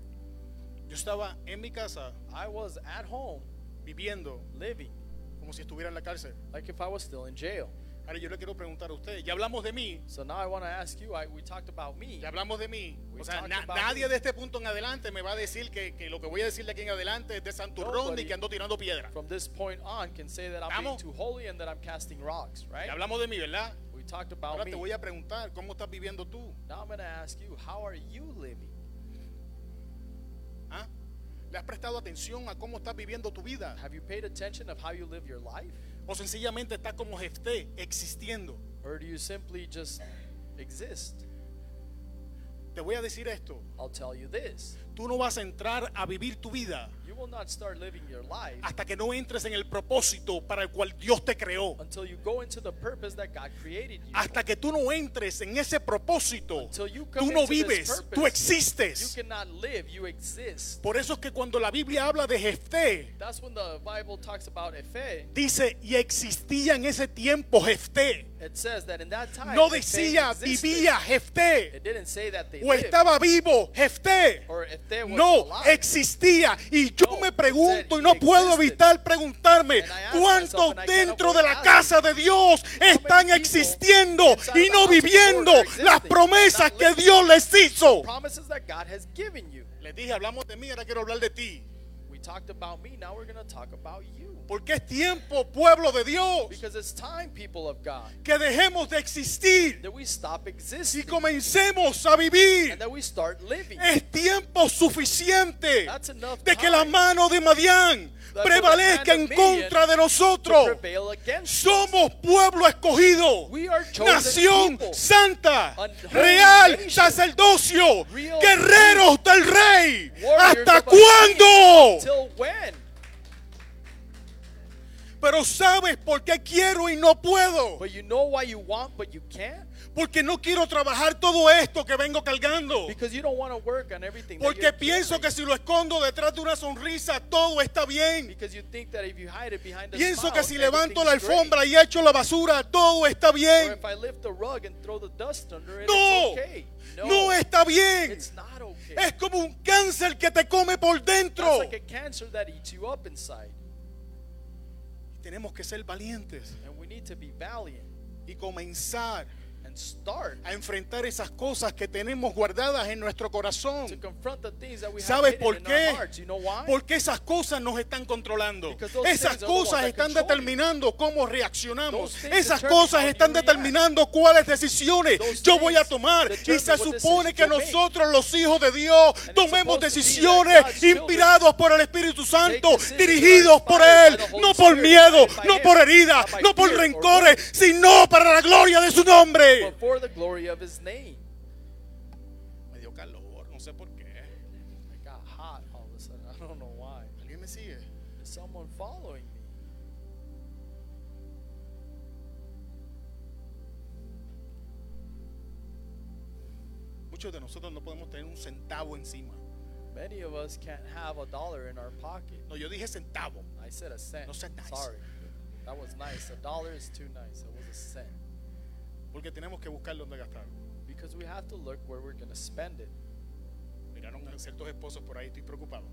Speaker 2: Yo estaba en mi casa
Speaker 3: I was at home
Speaker 2: viviendo
Speaker 3: living
Speaker 2: como si estuviera en la cárcel.
Speaker 3: like if I was still in jail.
Speaker 2: Ahora yo le quiero preguntar a usted, ya hablamos de mí,
Speaker 3: So now I want to ask you, I, we talked about me.
Speaker 2: ya hablamos de mí.
Speaker 3: We
Speaker 2: O sea,
Speaker 3: talked
Speaker 2: na-
Speaker 3: about
Speaker 2: nadie
Speaker 3: me.
Speaker 2: de este punto en adelante me va a decir que, que lo que voy a decir de aquí en adelante es de santurrón ni
Speaker 3: Nobody-
Speaker 2: que ando tirando piedra.
Speaker 3: From this point on can say that I'm
Speaker 2: Estamos.
Speaker 3: being too holy and that I'm casting rocks, right?
Speaker 2: Ya hablamos de mí, ¿verdad?
Speaker 3: We talked about
Speaker 2: Ahora
Speaker 3: me.
Speaker 2: te voy a preguntar, ¿cómo estás viviendo tú?
Speaker 3: Now I'm going to ask you, how are you living?
Speaker 2: ¿Ah? ¿Le has prestado atención a cómo estás viviendo tu vida?
Speaker 3: Have you paid attention of how you live your life?
Speaker 2: ¿O sencillamente estás como jefté, existiendo?
Speaker 3: Or do you simply just exist?
Speaker 2: Te voy a decir esto,
Speaker 3: I'll tell you this.
Speaker 2: tú no vas a entrar a vivir tu vida
Speaker 3: You will not start living your life
Speaker 2: hasta que no entres en el propósito para el cual Dios te creó.
Speaker 3: until you go into the purpose that God created you.
Speaker 2: Hasta que tú no entres en ese propósito,
Speaker 3: Until you come
Speaker 2: tú no
Speaker 3: into this
Speaker 2: vives,
Speaker 3: purpose,
Speaker 2: tú
Speaker 3: You
Speaker 2: existes.
Speaker 3: cannot live, you exist.
Speaker 2: Por eso es que cuando la Biblia habla de Jefté,
Speaker 3: That's when the Bible talks about Efe.
Speaker 2: dice, y existía en ese tiempo Jefté.
Speaker 3: It says that in that time,
Speaker 2: No
Speaker 3: Efe
Speaker 2: decía,
Speaker 3: existed.
Speaker 2: vivía Jefté,
Speaker 3: It didn't say that they
Speaker 2: o
Speaker 3: lived,
Speaker 2: estaba vivo Jefté.
Speaker 3: or if they was
Speaker 2: No,
Speaker 3: alive.
Speaker 2: existía. Y yo
Speaker 3: No,
Speaker 2: me
Speaker 3: it
Speaker 2: pregunto
Speaker 3: said
Speaker 2: y no
Speaker 3: it
Speaker 2: puedo
Speaker 3: existed.
Speaker 2: evitar preguntarme
Speaker 3: And I ask
Speaker 2: cuántos
Speaker 3: myself and I
Speaker 2: dentro
Speaker 3: cannot
Speaker 2: de la
Speaker 3: ask
Speaker 2: casa de Dios están
Speaker 3: people
Speaker 2: existiendo y
Speaker 3: inside the
Speaker 2: no
Speaker 3: house of the Lord
Speaker 2: viviendo
Speaker 3: are existing
Speaker 2: las
Speaker 3: and not
Speaker 2: promesas que
Speaker 3: living
Speaker 2: Dios les hizo.
Speaker 3: promises that God has given you.
Speaker 2: Les dije, hablamos de mí, ahora quiero hablar de ti.
Speaker 3: We talked about me, now we're going to talk about you.
Speaker 2: Porque es tiempo, pueblo de Dios,
Speaker 3: Because it's time, people of God,
Speaker 2: que dejemos de existir
Speaker 3: that we stop existing
Speaker 2: y comencemos a vivir.
Speaker 3: and that we start living.
Speaker 2: Es tiempo suficiente
Speaker 3: That's enough
Speaker 2: de que la
Speaker 3: time
Speaker 2: mano de Madián
Speaker 3: for the
Speaker 2: prevalezca en
Speaker 3: hand of
Speaker 2: contra
Speaker 3: Midian
Speaker 2: de
Speaker 3: to
Speaker 2: nosotros.
Speaker 3: prevail against us.
Speaker 2: Somos pueblo escogido,
Speaker 3: We are chosen
Speaker 2: nación
Speaker 3: people.
Speaker 2: santa,
Speaker 3: An holy
Speaker 2: real
Speaker 3: nation.
Speaker 2: sacerdocio,
Speaker 3: Real
Speaker 2: guerreros del rey.
Speaker 3: Warriors
Speaker 2: ¿Hasta
Speaker 3: of our faith.
Speaker 2: cuándo?
Speaker 3: Till Until when?
Speaker 2: Pero sabes por qué quiero y no puedo.
Speaker 3: But you know why you want, but you can't?
Speaker 2: Porque no quiero trabajar todo esto que vengo cargando.
Speaker 3: Because you don't want to work on everything. that
Speaker 2: Oh. Porque
Speaker 3: you're
Speaker 2: pienso que
Speaker 3: carrying.
Speaker 2: si lo escondo detrás de una sonrisa, todo está bien.
Speaker 3: Because you think that if you hide it behind a
Speaker 2: Pienso
Speaker 3: smile,
Speaker 2: que si levanto la
Speaker 3: everything's great.
Speaker 2: alfombra y echo la basura, todo está
Speaker 3: Or
Speaker 2: bien.
Speaker 3: if I lift the rug and throw the dust under it,
Speaker 2: No,
Speaker 3: it's okay. No,
Speaker 2: no está bien.
Speaker 3: it's not okay.
Speaker 2: Es como un cáncer que te come por dentro.
Speaker 3: That's like a cancer that eats you up inside.
Speaker 2: Tenemos que ser valientes
Speaker 3: And we need to be valiant
Speaker 2: y comenzar
Speaker 3: and start
Speaker 2: a enfrentar esas cosas que tenemos guardadas en nuestro
Speaker 3: to
Speaker 2: corazón.
Speaker 3: confront the things that we have
Speaker 2: ¿Sabes
Speaker 3: hidden
Speaker 2: por
Speaker 3: in
Speaker 2: qué?
Speaker 3: our hearts. You know why?
Speaker 2: Porque esas cosas nos están controlando.
Speaker 3: Because those
Speaker 2: Esas
Speaker 3: things are the ones
Speaker 2: cosas
Speaker 3: that
Speaker 2: están
Speaker 3: control you.
Speaker 2: determinando cómo reaccionamos.
Speaker 3: Those things
Speaker 2: Esas
Speaker 3: determine
Speaker 2: cosas
Speaker 3: how
Speaker 2: están
Speaker 3: you react.
Speaker 2: determinando cuáles decisiones
Speaker 3: Those
Speaker 2: yo voy a
Speaker 3: things
Speaker 2: tomar. Y se
Speaker 3: determine what
Speaker 2: supone que
Speaker 3: decisions you make.
Speaker 2: nosotros, los hijos de Dios,
Speaker 3: it's
Speaker 2: tomemos
Speaker 3: supposed to be that God's
Speaker 2: decisiones
Speaker 3: children
Speaker 2: inspirados por el Espíritu Santo,
Speaker 3: decisions that are
Speaker 2: dirigidos por
Speaker 3: inspired
Speaker 2: Él,
Speaker 3: by the Holy
Speaker 2: no por
Speaker 3: Spirit,
Speaker 2: miedo,
Speaker 3: guided by
Speaker 2: no
Speaker 3: Him,
Speaker 2: por heridas,
Speaker 3: not by
Speaker 2: no por
Speaker 3: fear or
Speaker 2: rencores,
Speaker 3: worry.
Speaker 2: sino para la gloria de su nombre.
Speaker 3: But for the glory of his name.
Speaker 2: Me dio calor, no sé por qué.
Speaker 3: I got hot all of a sudden. I don't know why.
Speaker 2: ¿Alguien me sigue?
Speaker 3: Is someone following me?
Speaker 2: Muchos de nosotros no podemos tener un centavo encima.
Speaker 3: Many of us can't have a dollar in our pocket.
Speaker 2: No, yo dije centavo.
Speaker 3: I said a cent.
Speaker 2: No said nice.
Speaker 3: Sorry. That was nice. A dollar is too nice. It was a cent.
Speaker 2: Porque tenemos que buscar dónde gastar.
Speaker 3: Because we have to look where we're going to spend it.
Speaker 2: Miraron a ciertos esposos por ahí, estoy preocupado.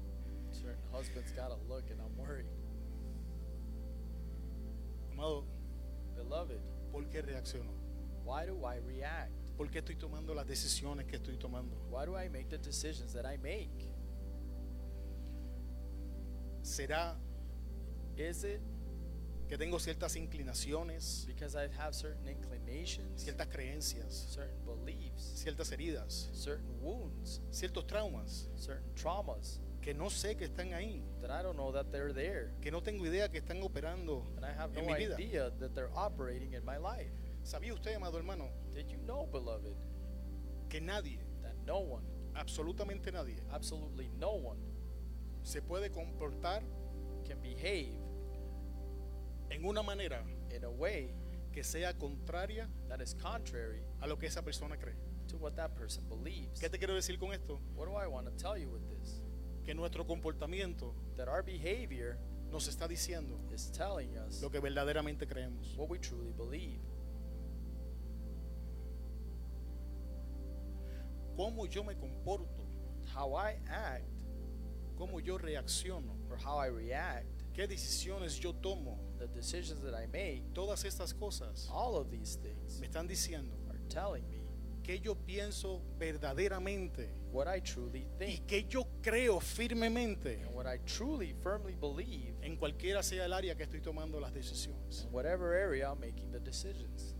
Speaker 3: Certain husbands got to look, and I'm worried.
Speaker 2: Amado,
Speaker 3: Beloved,
Speaker 2: ¿por qué reacciono?
Speaker 3: why do I react?
Speaker 2: ¿Por qué estoy tomando las decisiones que estoy tomando?
Speaker 3: Why do I make the decisions that I make?
Speaker 2: ¿Será
Speaker 3: Is it
Speaker 2: que tengo ciertas inclinaciones,
Speaker 3: because I have certain inclinations,
Speaker 2: ciertas creencias,
Speaker 3: certain beliefs,
Speaker 2: ciertas heridas,
Speaker 3: certain wounds,
Speaker 2: ciertos traumas
Speaker 3: certain traumas
Speaker 2: que no sé que están ahí,
Speaker 3: that I don't know that they're there?
Speaker 2: que no tengo idea que están operando
Speaker 3: And I have
Speaker 2: en
Speaker 3: no
Speaker 2: mi vida?
Speaker 3: idea that they're operating in my life.
Speaker 2: ¿Sabía usted, amado hermano,
Speaker 3: Did you know, beloved,
Speaker 2: que nadie,
Speaker 3: that no one,
Speaker 2: absolutamente nadie,
Speaker 3: absolutely no one,
Speaker 2: se puede comportar
Speaker 3: can behave
Speaker 2: en una manera
Speaker 3: in a way
Speaker 2: que sea contraria
Speaker 3: that is contrary
Speaker 2: a lo que esa persona cree?
Speaker 3: to what that person believes?
Speaker 2: ¿Qué te quiero decir con esto?
Speaker 3: What do I want to tell you with this?
Speaker 2: Que nuestro comportamiento
Speaker 3: That our behavior
Speaker 2: nos está diciendo
Speaker 3: is telling us
Speaker 2: lo que verdaderamente creemos.
Speaker 3: what we truly believe.
Speaker 2: Cómo yo me comporto,
Speaker 3: How I act
Speaker 2: cómo yo reacciono,
Speaker 3: or how I react,
Speaker 2: qué decisiones yo tomo.
Speaker 3: the decisions that I make,
Speaker 2: Todas estas cosas
Speaker 3: all of these things
Speaker 2: me están diciendo
Speaker 3: are telling me
Speaker 2: que yo pienso verdaderamente
Speaker 3: what I truly
Speaker 2: y
Speaker 3: think
Speaker 2: que yo creo firmemente
Speaker 3: and what I truly firmly believe
Speaker 2: en cualquiera sea el área que estoy tomando las decisiones.
Speaker 3: in whatever area I'm making the decisions.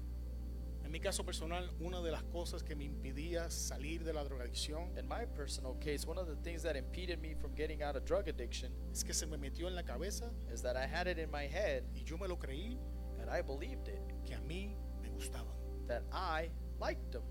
Speaker 2: En mi caso personal, una de las cosas que me impedía salir de la drogadicción
Speaker 3: In my personal case, one of the things that impeded me from getting out of drug addiction
Speaker 2: es que se me metió en la cabeza
Speaker 3: is that I had it in my head
Speaker 2: y yo me lo creí
Speaker 3: and I believed it
Speaker 2: que a mí me gustaban.
Speaker 3: that I liked them.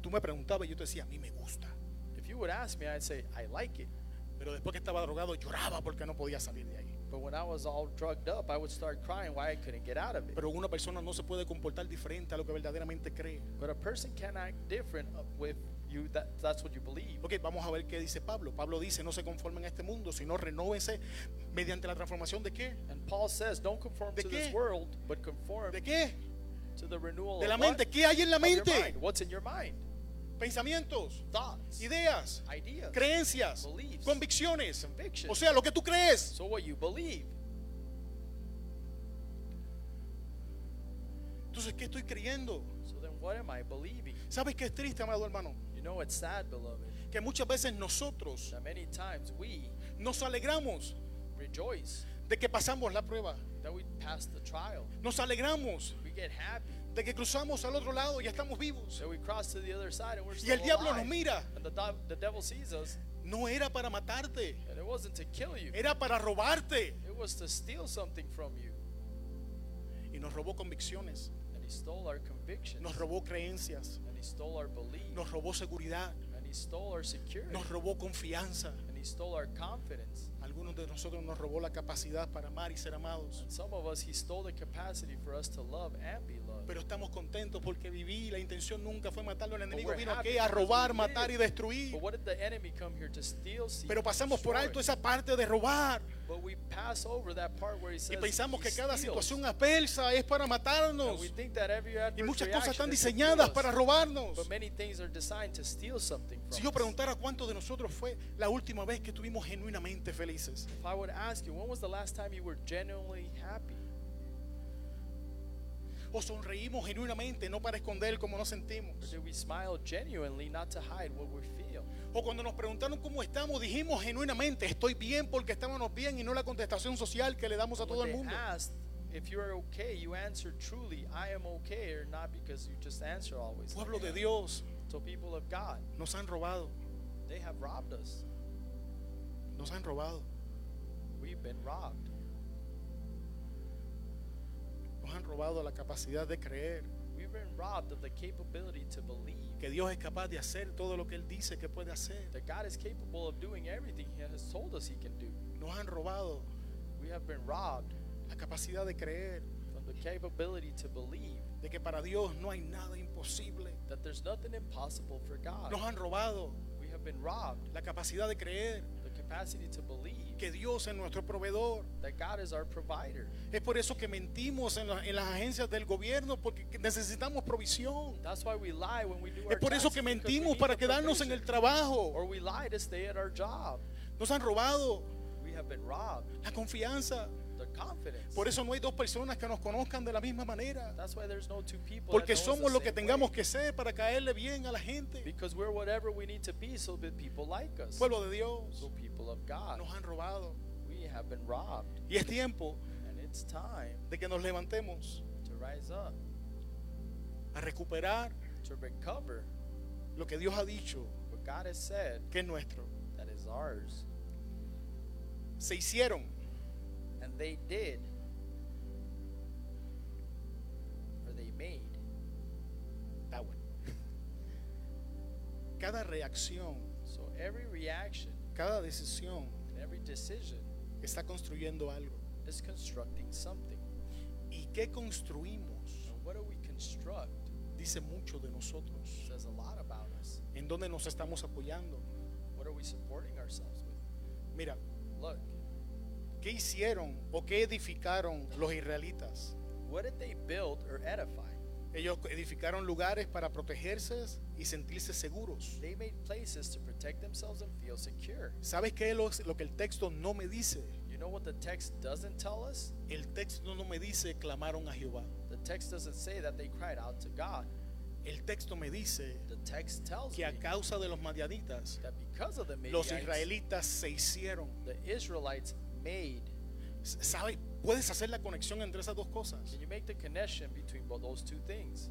Speaker 2: Tú me preguntabas y yo te decía, a mí me gusta.
Speaker 3: If you would ask me, I'd say I like it.
Speaker 2: Pero después que estaba drogado lloraba porque no podía salir de ahí.
Speaker 3: But when I was all drugged up, I would start crying why I couldn't get out of it.
Speaker 2: Pero una persona no se puede comportar diferente a lo que verdaderamente cree.
Speaker 3: But a person can act different uh, with you that that's what you believe.
Speaker 2: Ok, vamos a ver qué dice Pablo. Pablo dice, no se conformen a este mundo, sino renóvense mediante la transformación de qué?
Speaker 3: And Paul says, don't conform
Speaker 2: ¿De
Speaker 3: to this
Speaker 2: qué?
Speaker 3: world, but conform
Speaker 2: ¿De qué?
Speaker 3: to the renewal
Speaker 2: De
Speaker 3: of
Speaker 2: la
Speaker 3: Oh, what?
Speaker 2: mente. ¿Qué hay en la
Speaker 3: Of your
Speaker 2: mente?
Speaker 3: mind. What's in your mind?
Speaker 2: Pensamientos,
Speaker 3: Thoughts,
Speaker 2: ideas,
Speaker 3: ideas,
Speaker 2: creencias,
Speaker 3: Beliefs.
Speaker 2: convicciones.
Speaker 3: convictions.
Speaker 2: O sea, lo que tú crees.
Speaker 3: so what you believe.
Speaker 2: Entonces, ¿qué estoy creyendo?
Speaker 3: So then what am I believing?
Speaker 2: ¿Sabes qué es triste, amado hermano?
Speaker 3: You know it's sad, beloved,
Speaker 2: Que muchas veces nosotros
Speaker 3: that many times we
Speaker 2: nos alegramos
Speaker 3: rejoice
Speaker 2: de que pasamos la prueba.
Speaker 3: that we passed the trial.
Speaker 2: Nos alegramos
Speaker 3: We get happy
Speaker 2: de que cruzamos al otro lado y ya estamos vivos.
Speaker 3: that we cross to the other side and we're
Speaker 2: Y el
Speaker 3: still
Speaker 2: diablo nos
Speaker 3: alive.
Speaker 2: mira.
Speaker 3: And the, div- the devil sees us,
Speaker 2: No era para matarte,
Speaker 3: and it wasn't to kill you.
Speaker 2: era para robarte.
Speaker 3: It was to steal something from you.
Speaker 2: Y nos robó convicciones,
Speaker 3: And he stole our convictions.
Speaker 2: nos robó creencias,
Speaker 3: And he stole our belief.
Speaker 2: nos robó seguridad,
Speaker 3: And he stole our security.
Speaker 2: nos robó confianza,
Speaker 3: And he stole our confidence.
Speaker 2: Algunos de nosotros nos robó la capacidad para amar y ser amados.
Speaker 3: And some of us, he stole the capacity for us to love and be loved.
Speaker 2: Pero estamos contentos porque viví. La intención nunca fue matarlo. El enemigo
Speaker 3: we're
Speaker 2: vino
Speaker 3: happy
Speaker 2: aquí a
Speaker 3: because we
Speaker 2: robar,
Speaker 3: did.
Speaker 2: matar y destruir.
Speaker 3: But what did the enemy come here to steal? Steal,
Speaker 2: Pero pasamos por alto
Speaker 3: destroy?
Speaker 2: esa parte de robar.
Speaker 3: But we pass over that part where he
Speaker 2: Y
Speaker 3: says
Speaker 2: pensamos
Speaker 3: he
Speaker 2: que cada
Speaker 3: steals.
Speaker 2: situación adversa es para
Speaker 3: And
Speaker 2: matarnos.
Speaker 3: we think that every adverse
Speaker 2: Y muchas cosas
Speaker 3: reaction
Speaker 2: están
Speaker 3: is to steal
Speaker 2: diseñadas
Speaker 3: us.
Speaker 2: para robarnos.
Speaker 3: But many things are designed to steal something from
Speaker 2: Si yo
Speaker 3: us.
Speaker 2: preguntara cuántos de nosotros fue la última vez que estuvimos genuinamente felices,
Speaker 3: If I would ask you, when was the last time you were genuinely happy?
Speaker 2: o sonreímos genuinamente, no para esconder cómo nos sentimos,
Speaker 3: Or did we smile genuinely not to hide what we feel?
Speaker 2: o cuando nos preguntaron cómo estamos, dijimos genuinamente, estoy bien porque estábamos bien y no la contestación social que le damos a todo
Speaker 3: when
Speaker 2: el
Speaker 3: they
Speaker 2: mundo.
Speaker 3: asked if you are okay, you answer truly, I am okay, or not because you just answer always. like
Speaker 2: Pueblo de
Speaker 3: that.
Speaker 2: Dios,
Speaker 3: So people of God,
Speaker 2: nos han robado,
Speaker 3: they have robbed us.
Speaker 2: nos han robado,
Speaker 3: We've been robbed.
Speaker 2: nos han robado la capacidad de creer
Speaker 3: We've been robbed of the capability to believe
Speaker 2: que Dios es capaz de hacer todo lo que Él dice que puede hacer.
Speaker 3: that God is capable of doing everything He has told us He can do.
Speaker 2: Nos han robado
Speaker 3: We have been robbed
Speaker 2: la capacidad de creer
Speaker 3: from the capability to believe
Speaker 2: de que para Dios no hay nada imposible.
Speaker 3: that there's nothing impossible for God.
Speaker 2: Nos han robado
Speaker 3: We have been robbed
Speaker 2: la capacidad de creer
Speaker 3: the capacity to believe
Speaker 2: que Dios es nuestro proveedor.
Speaker 3: that God is our provider.
Speaker 2: Es por eso que mentimos en, la- en las agencias del gobierno porque necesitamos provisión.
Speaker 3: That's why we lie when we do our
Speaker 2: Es por eso
Speaker 3: taxes,
Speaker 2: que
Speaker 3: because we
Speaker 2: mentimos
Speaker 3: need
Speaker 2: para
Speaker 3: the
Speaker 2: quedarnos en
Speaker 3: provision.
Speaker 2: el trabajo.
Speaker 3: Or we lie to stay at our job.
Speaker 2: Nos han robado
Speaker 3: We have been robbed
Speaker 2: la confianza.
Speaker 3: the confidence.
Speaker 2: Por eso no hay dos personas que nos conozcan de la misma manera.
Speaker 3: That's why there's no two people. that
Speaker 2: Porque
Speaker 3: know us the
Speaker 2: somos lo que
Speaker 3: same
Speaker 2: tengamos
Speaker 3: way.
Speaker 2: que ser para caerle bien a la gente.
Speaker 3: Because we're whatever we need to be so that people like us.
Speaker 2: Pueblo de Dios,
Speaker 3: So people of God,
Speaker 2: nos han robado.
Speaker 3: we have been robbed.
Speaker 2: Y es tiempo
Speaker 3: And it's time
Speaker 2: de que nos levantemos
Speaker 3: to rise up,
Speaker 2: a recuperar
Speaker 3: to recover
Speaker 2: lo que Dios ha dicho
Speaker 3: what God has said
Speaker 2: que es nuestro.
Speaker 3: that is ours.
Speaker 2: Se hicieron.
Speaker 3: And they did. Or they made.
Speaker 2: Está bueno. Cada reacción
Speaker 3: So every reaction
Speaker 2: Cada decisión
Speaker 3: and every decision
Speaker 2: está construyendo algo.
Speaker 3: is constructing something.
Speaker 2: ¿Y qué construimos?
Speaker 3: And what do we construct?
Speaker 2: Dice mucho de nosotros.
Speaker 3: says a lot about us.
Speaker 2: ¿En dónde nos estamos apoyando?
Speaker 3: What are we supporting ourselves with?
Speaker 2: Mira,
Speaker 3: Look,
Speaker 2: ¿qué hicieron o qué edificaron los israelitas?
Speaker 3: what did they build or edify?
Speaker 2: Ellos edificaron lugares para protegerse y sentirse seguros.
Speaker 3: They made places to protect themselves and feel secure.
Speaker 2: ¿Sabes qué es lo, lo que el texto no me dice?
Speaker 3: You know what the text doesn't tell us?
Speaker 2: El texto no me dice clamaron a Jehová.
Speaker 3: The text doesn't say that they cried out to God.
Speaker 2: El texto me dice
Speaker 3: The text tells
Speaker 2: que
Speaker 3: me
Speaker 2: a causa de los madianitas,
Speaker 3: that because of the
Speaker 2: los
Speaker 3: Midianites,
Speaker 2: israelitas se hicieron.
Speaker 3: the Israelites made.
Speaker 2: ¿Sabes? Puedes hacer la conexión entre esas dos cosas.
Speaker 3: Can you make the connection between both those two things?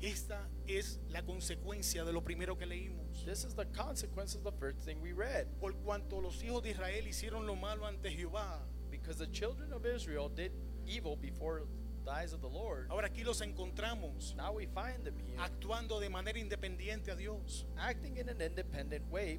Speaker 2: Esta es la consecuencia de lo primero que leímos.
Speaker 3: This is the consequence of the first thing we read.
Speaker 2: Por cuanto los hijos de Israel hicieron lo malo ante Jehová.
Speaker 3: Because the children of Israel did evil before the eyes of the Lord.
Speaker 2: Ahora aquí los encontramos
Speaker 3: Now we find them here
Speaker 2: actuando de manera independiente a Dios.
Speaker 3: acting in an independent way,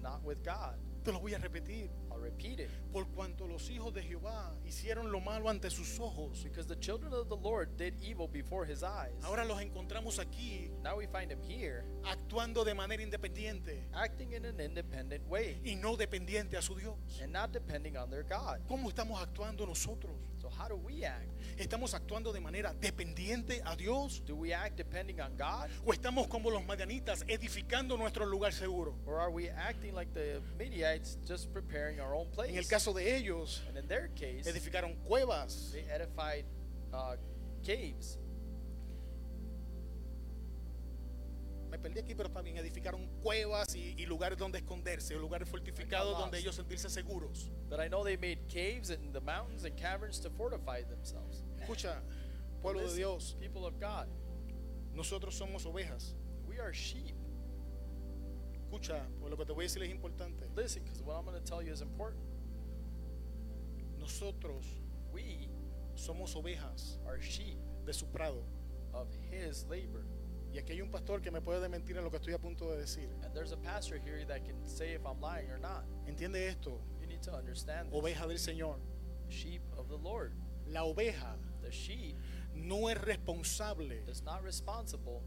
Speaker 3: not with God.
Speaker 2: Te lo voy a repetir.
Speaker 3: I'll repeat it.
Speaker 2: Por cuanto los hijos de Jehová hicieron lo malo ante sus ojos.
Speaker 3: Because the children of the Lord did evil before his eyes.
Speaker 2: Ahora los encontramos aquí
Speaker 3: Now we find him here
Speaker 2: actuando de manera independiente
Speaker 3: acting in an independent way
Speaker 2: y no dependiente a su Dios.
Speaker 3: and not depending on their God.
Speaker 2: ¿Cómo estamos actuando nosotros?
Speaker 3: So, how do we act?
Speaker 2: ¿Estamos actuando de manera dependiente a Dios?
Speaker 3: Do we act depending on God?
Speaker 2: ¿O estamos como los madianitas edificando nuestro lugar seguro?
Speaker 3: Or are we acting like the Midianites just preparing our own place?
Speaker 2: En el caso de ellos,
Speaker 3: and in their case,
Speaker 2: edificaron cuevas.
Speaker 3: they edified uh, caves.
Speaker 2: Me perdí aquí, pero está bien. Edificaron cuevas y, y lugares donde esconderse, lugares fortificados donde ellos sentirse seguros.
Speaker 3: But I know they made caves in the mountains and caverns to fortify themselves.
Speaker 2: Escucha, pueblo de
Speaker 3: Listen,
Speaker 2: Dios,
Speaker 3: People of God,
Speaker 2: nosotros somos ovejas.
Speaker 3: we are sheep.
Speaker 2: Escucha, pues lo que te voy a decir es importante.
Speaker 3: Listen, because what I'm going to tell you is important.
Speaker 2: Nosotros
Speaker 3: We
Speaker 2: somos ovejas
Speaker 3: are sheep
Speaker 2: de su prado
Speaker 3: of His labor.
Speaker 2: y Y aquí hay un pastor que me puede desmentir en lo que estoy a punto de decir.
Speaker 3: And there's a pastor here that can say if I'm lying or not.
Speaker 2: Entiende esto,
Speaker 3: You need to understand this.
Speaker 2: oveja del Señor.
Speaker 3: Sheep of the Lord.
Speaker 2: La oveja
Speaker 3: The sheep
Speaker 2: no es responsable
Speaker 3: is not responsible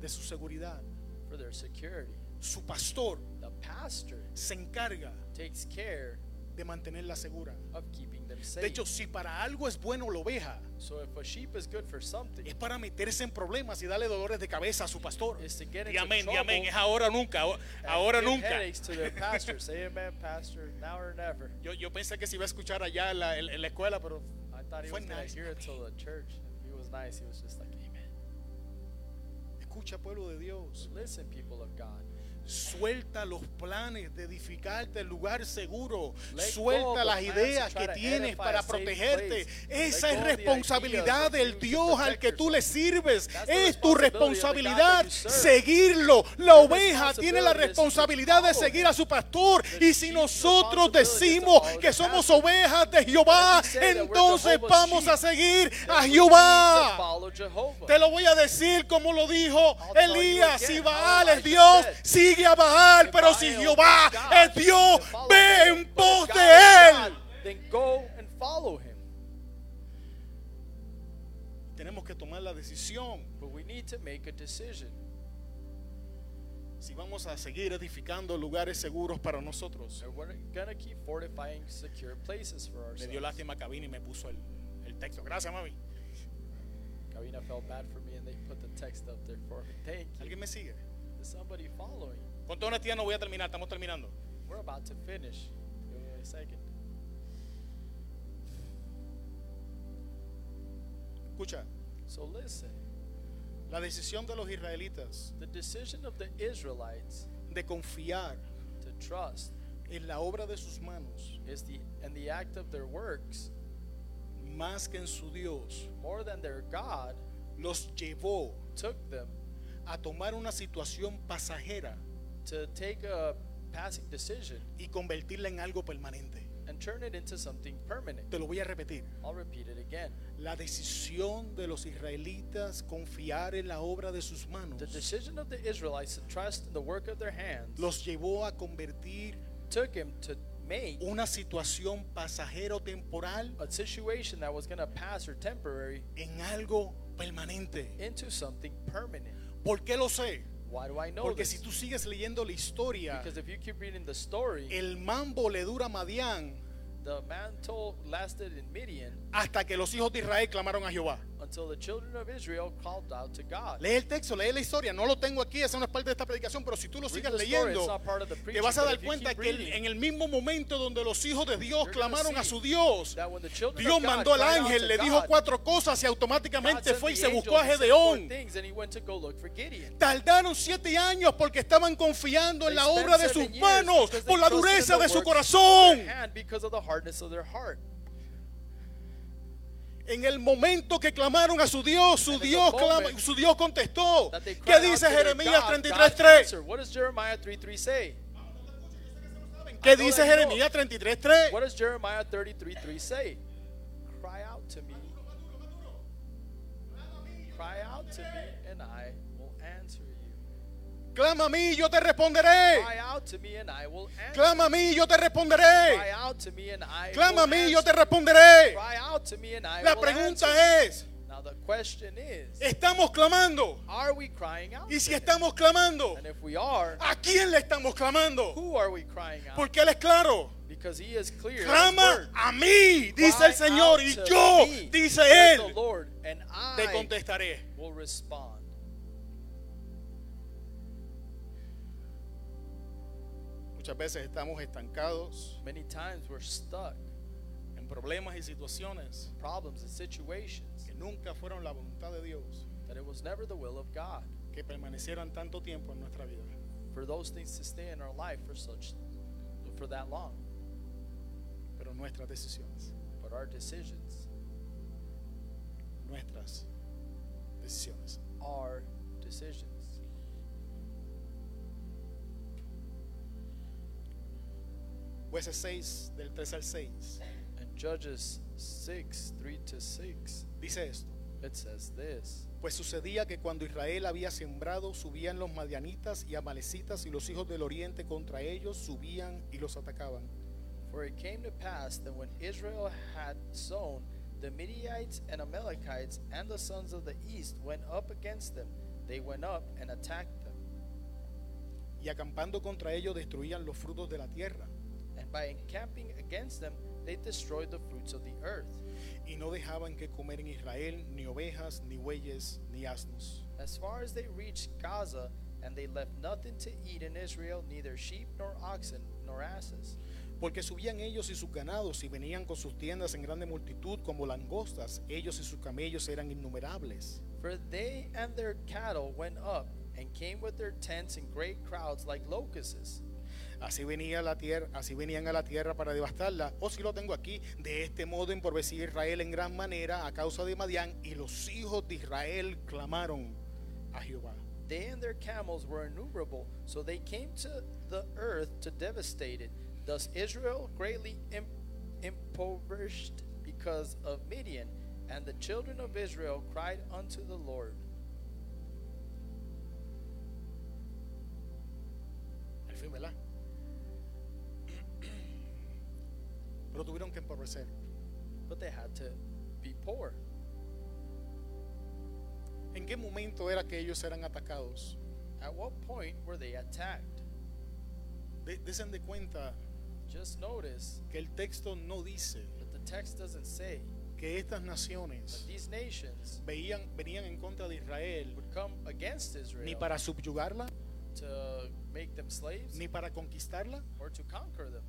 Speaker 2: de su seguridad.
Speaker 3: for their security.
Speaker 2: Su pastor
Speaker 3: The pastor
Speaker 2: se encarga
Speaker 3: takes care
Speaker 2: de mantenerla segura.
Speaker 3: of keeping them safe.
Speaker 2: De hecho, si para algo es bueno la oveja,
Speaker 3: so if a sheep is good for something,
Speaker 2: es para meterse en problemas y darle dolores de cabeza a su pastor.
Speaker 3: is to get
Speaker 2: Y
Speaker 3: into
Speaker 2: amén, y
Speaker 3: trouble
Speaker 2: amén, es ahora o nunca, o-
Speaker 3: and
Speaker 2: ahora o
Speaker 3: give
Speaker 2: nunca.
Speaker 3: headaches to their pastor. Say amen, pastor, now or never.
Speaker 2: Yo, yo pensé que se iba a escuchar allá en la, en- en la escuela, pero
Speaker 3: I thought he
Speaker 2: Fue
Speaker 3: was going
Speaker 2: nice,
Speaker 3: to hear it till the church. He was nice. He was just like, amen.
Speaker 2: escucha pueblo de Dios,
Speaker 3: Listen, people of
Speaker 2: Ah,
Speaker 3: God.
Speaker 2: suelta los planes de edificarte el lugar seguro,
Speaker 3: Let go of
Speaker 2: suelta
Speaker 3: the
Speaker 2: las
Speaker 3: plans
Speaker 2: ideas
Speaker 3: to try
Speaker 2: que
Speaker 3: to
Speaker 2: tienes
Speaker 3: edify
Speaker 2: para
Speaker 3: a safe
Speaker 2: protegerte.
Speaker 3: place. Let
Speaker 2: Esa es
Speaker 3: go of the
Speaker 2: responsabilidad
Speaker 3: ideas of
Speaker 2: del
Speaker 3: you to
Speaker 2: Dios al
Speaker 3: protect
Speaker 2: que tú le sirves,
Speaker 3: That's the
Speaker 2: es tu
Speaker 3: responsibility of the
Speaker 2: responsabilidad
Speaker 3: God that you serve.
Speaker 2: seguirlo. La
Speaker 3: Your
Speaker 2: oveja tiene la
Speaker 3: responsibility is to
Speaker 2: responsabilidad de
Speaker 3: follow
Speaker 2: seguir a su pastor
Speaker 3: The
Speaker 2: y si
Speaker 3: sheep's
Speaker 2: nosotros
Speaker 3: responsibility is to
Speaker 2: decimos
Speaker 3: follow
Speaker 2: que
Speaker 3: the
Speaker 2: somos
Speaker 3: pastor.
Speaker 2: ovejas de Jehová,
Speaker 3: If we say that we're
Speaker 2: entonces
Speaker 3: Jehovah's
Speaker 2: vamos a
Speaker 3: sheep,
Speaker 2: seguir
Speaker 3: Then
Speaker 2: a
Speaker 3: we need to
Speaker 2: Jehová.
Speaker 3: follow Jehovah.
Speaker 2: Te lo voy a decir como lo dijo
Speaker 3: I'll tell you
Speaker 2: Elías.
Speaker 3: again
Speaker 2: Si
Speaker 3: how
Speaker 2: Baal
Speaker 3: Elijah
Speaker 2: es Dios,
Speaker 3: said.
Speaker 2: sigue a Baal.
Speaker 3: If
Speaker 2: Pero si
Speaker 3: Baal
Speaker 2: Jehová
Speaker 3: is God,
Speaker 2: es Dios,
Speaker 3: then follow
Speaker 2: ve
Speaker 3: him.
Speaker 2: en
Speaker 3: But
Speaker 2: pos
Speaker 3: if God
Speaker 2: de
Speaker 3: is
Speaker 2: Él.
Speaker 3: God, Then go and follow him.
Speaker 2: Tenemos que tomar la decisión
Speaker 3: But we need to make a decision.
Speaker 2: si vamos a seguir edificando lugares seguros para nosotros.
Speaker 3: And we're gonna keep fortifying secure places for
Speaker 2: Me dio
Speaker 3: ourselves.
Speaker 2: lástima Cabini y me puso el, el texto. Gracias, mami.
Speaker 3: Karina felt bad for me, and they put the text up there for me. Thank you.
Speaker 2: ¿Alguien me sigue?
Speaker 3: There's somebody following.
Speaker 2: Con toda honestidad no voy a terminar, estamos terminando.
Speaker 3: We're about to finish. Give me a second.
Speaker 2: Escucha,
Speaker 3: So listen.
Speaker 2: la decisión de los israelitas
Speaker 3: The decision of the Israelites
Speaker 2: de confiar
Speaker 3: to trust
Speaker 2: en la obra de sus manos
Speaker 3: is the and the act of their works
Speaker 2: más que en su Dios
Speaker 3: more than their God
Speaker 2: los llevó
Speaker 3: took them
Speaker 2: a tomar una situación pasajera
Speaker 3: to take a passing decision
Speaker 2: y convertirla en algo permanente.
Speaker 3: and turn it into something permanent.
Speaker 2: Te lo voy a repetir.
Speaker 3: I'll repeat it again.
Speaker 2: La decisión de los israelitas confiar en la obra de sus manos
Speaker 3: The decision of the Israelites to trust in the work of their hands
Speaker 2: los llevó a convertir
Speaker 3: took him to make
Speaker 2: una situación pasajero temporal
Speaker 3: a situation that was going to pass or temporary
Speaker 2: en algo permanente.
Speaker 3: into something permanent.
Speaker 2: ¿Por qué lo sé?
Speaker 3: Why do I know
Speaker 2: Porque
Speaker 3: this?
Speaker 2: si tú sigues leyendo la historia,
Speaker 3: pues, Because if you keep reading the story,
Speaker 2: el mambo le dura a Madián
Speaker 3: the mantle lasted in Midian
Speaker 2: hasta que los hijos de Israel clamaron a Jehová.
Speaker 3: until the children of Israel called out to God.
Speaker 2: Lee el texto, lee la historia. No lo tengo aquí, esa no es parte de esta predicación, pero si tú lo
Speaker 3: Read
Speaker 2: sigues
Speaker 3: the story, it's
Speaker 2: leyendo,
Speaker 3: not part of the
Speaker 2: te
Speaker 3: preaching,
Speaker 2: vas a
Speaker 3: but
Speaker 2: dar
Speaker 3: if you
Speaker 2: cuenta
Speaker 3: keep
Speaker 2: que el-
Speaker 3: reading,
Speaker 2: en el mismo momento donde los hijos de Dios
Speaker 3: you're gonna
Speaker 2: clamaron a
Speaker 3: see
Speaker 2: su Dios,
Speaker 3: that when the children
Speaker 2: Dios
Speaker 3: of God
Speaker 2: mandó al
Speaker 3: cried out
Speaker 2: ángel,
Speaker 3: to
Speaker 2: le dijo
Speaker 3: God,
Speaker 2: cuatro cosas y
Speaker 3: God
Speaker 2: automáticamente
Speaker 3: sent
Speaker 2: fue y
Speaker 3: the
Speaker 2: se
Speaker 3: angel,
Speaker 2: buscó a
Speaker 3: he sent four
Speaker 2: Gedeón.
Speaker 3: things, and he went to go look for Gideon.
Speaker 2: Tardaron siete años porque estaban confiando en
Speaker 3: They
Speaker 2: la
Speaker 3: spent
Speaker 2: obra de
Speaker 3: seven
Speaker 2: sus
Speaker 3: years
Speaker 2: manos,
Speaker 3: because they
Speaker 2: por la
Speaker 3: trusted in
Speaker 2: dureza
Speaker 3: the
Speaker 2: de su
Speaker 3: works of
Speaker 2: corazón.
Speaker 3: their hand because of the hardness of their heart.
Speaker 2: En el momento que clamaron a su Dios, su
Speaker 3: And in the
Speaker 2: Dios, clama-
Speaker 3: moment
Speaker 2: su Dios contestó.
Speaker 3: That they
Speaker 2: ¿Qué
Speaker 3: cried
Speaker 2: dice
Speaker 3: out to their
Speaker 2: Jeremías
Speaker 3: God, God
Speaker 2: 33.3?
Speaker 3: answered. What does Jeremiah 3:3 say?
Speaker 2: ¿Qué
Speaker 3: I know
Speaker 2: dice
Speaker 3: that you know.
Speaker 2: Jeremías 33.3?
Speaker 3: What does Jeremiah 33:3 say? Cry out to me. Cry out to me, and I will answer you.
Speaker 2: Clama a mí y yo te responderé.
Speaker 3: Cry out to me, and I will answer.
Speaker 2: Clama a mí y yo te
Speaker 3: Cry
Speaker 2: responderé.
Speaker 3: out to me, and I
Speaker 2: Clama a
Speaker 3: will
Speaker 2: mí y yo te
Speaker 3: answer.
Speaker 2: responderé.
Speaker 3: Cry out to me, and I
Speaker 2: La
Speaker 3: will answer.
Speaker 2: pregunta es,
Speaker 3: Now the question is,
Speaker 2: ¿estamos clamando?
Speaker 3: are we crying out?
Speaker 2: Y si
Speaker 3: to him?
Speaker 2: estamos clamando,
Speaker 3: And if we are,
Speaker 2: ¿a quién le estamos clamando?
Speaker 3: who are we crying out?
Speaker 2: Porque Él es claro.
Speaker 3: Because he is clear. in his
Speaker 2: Clama
Speaker 3: word.
Speaker 2: a mí,
Speaker 3: Cry
Speaker 2: dice el Señor,
Speaker 3: out
Speaker 2: y
Speaker 3: to
Speaker 2: yo,
Speaker 3: me,
Speaker 2: dice
Speaker 3: says the
Speaker 2: Él,
Speaker 3: Lord, and
Speaker 2: te
Speaker 3: I
Speaker 2: contestaré.
Speaker 3: will respond.
Speaker 2: Muchas veces estamos estancados
Speaker 3: Many times we're stuck
Speaker 2: en problemas y situaciones
Speaker 3: in problems and situations
Speaker 2: que nunca fueron la voluntad de Dios,
Speaker 3: that it was never the will of God
Speaker 2: que permanecieran tanto tiempo en nuestra vida.
Speaker 3: for those things to stay in our life for such for that long.
Speaker 2: Pero nuestras decisiones,
Speaker 3: But our decisions,
Speaker 2: nuestras decisiones.
Speaker 3: our decisions.
Speaker 2: Jueces 6, del 3 al 6,
Speaker 3: And Judges 6, 3 to 6
Speaker 2: dice esto.
Speaker 3: it says this
Speaker 2: Pues sucedía que cuando Israel había sembrado, subían los madianitas y amalecitas y los hijos del oriente contra ellos subían y los atacaban.
Speaker 3: For it came to pass that when Israel had sown, the Midianites and Amalekites and the sons of the east went up against them. They went up and attacked them.
Speaker 2: Y acampando contra ellos destruían los frutos de la tierra
Speaker 3: And by encamping against them, they destroyed the fruits of the earth,
Speaker 2: y no dejaban que comer en Israel ni ovejas, ni bueyes, ni asnos.
Speaker 3: as far as they reached Gaza, and they left nothing to eat in Israel, neither sheep nor oxen nor asses.
Speaker 2: Porque subían ellos y sus ganados y venían con sus tiendas en grande multitud como langostas. Ellos y sus camellos eran innumerables.
Speaker 3: For they and their cattle went up and came with their tents in great crowds like locusts.
Speaker 2: Así, venía la tierra, así venían a la tierra para devastarla. O si lo tengo aquí, de este modo empobrecía Israel en gran manera a causa de Madián y los hijos de Israel clamaron a Jehová.
Speaker 3: They and their camels were innumerable, so they came to the earth to devastate it. Thus Israel greatly im- impoverished because of Midian, and the children of Israel cried unto the Lord.
Speaker 2: Al fin, ¿verdad? Pero tuvieron que empobrecer.
Speaker 3: But they had to be poor.
Speaker 2: ¿En qué momento era que ellos eran atacados?
Speaker 3: At what point were they attacked?
Speaker 2: De- desen de cuenta
Speaker 3: Just notice
Speaker 2: que el texto no dice
Speaker 3: that the text doesn't say
Speaker 2: que estas
Speaker 3: that
Speaker 2: naciones
Speaker 3: these nations
Speaker 2: veían, venían en contra de Israel
Speaker 3: would come against Israel
Speaker 2: ni para subyugarla,
Speaker 3: to make them slaves
Speaker 2: ni para conquistarla,
Speaker 3: or to conquer them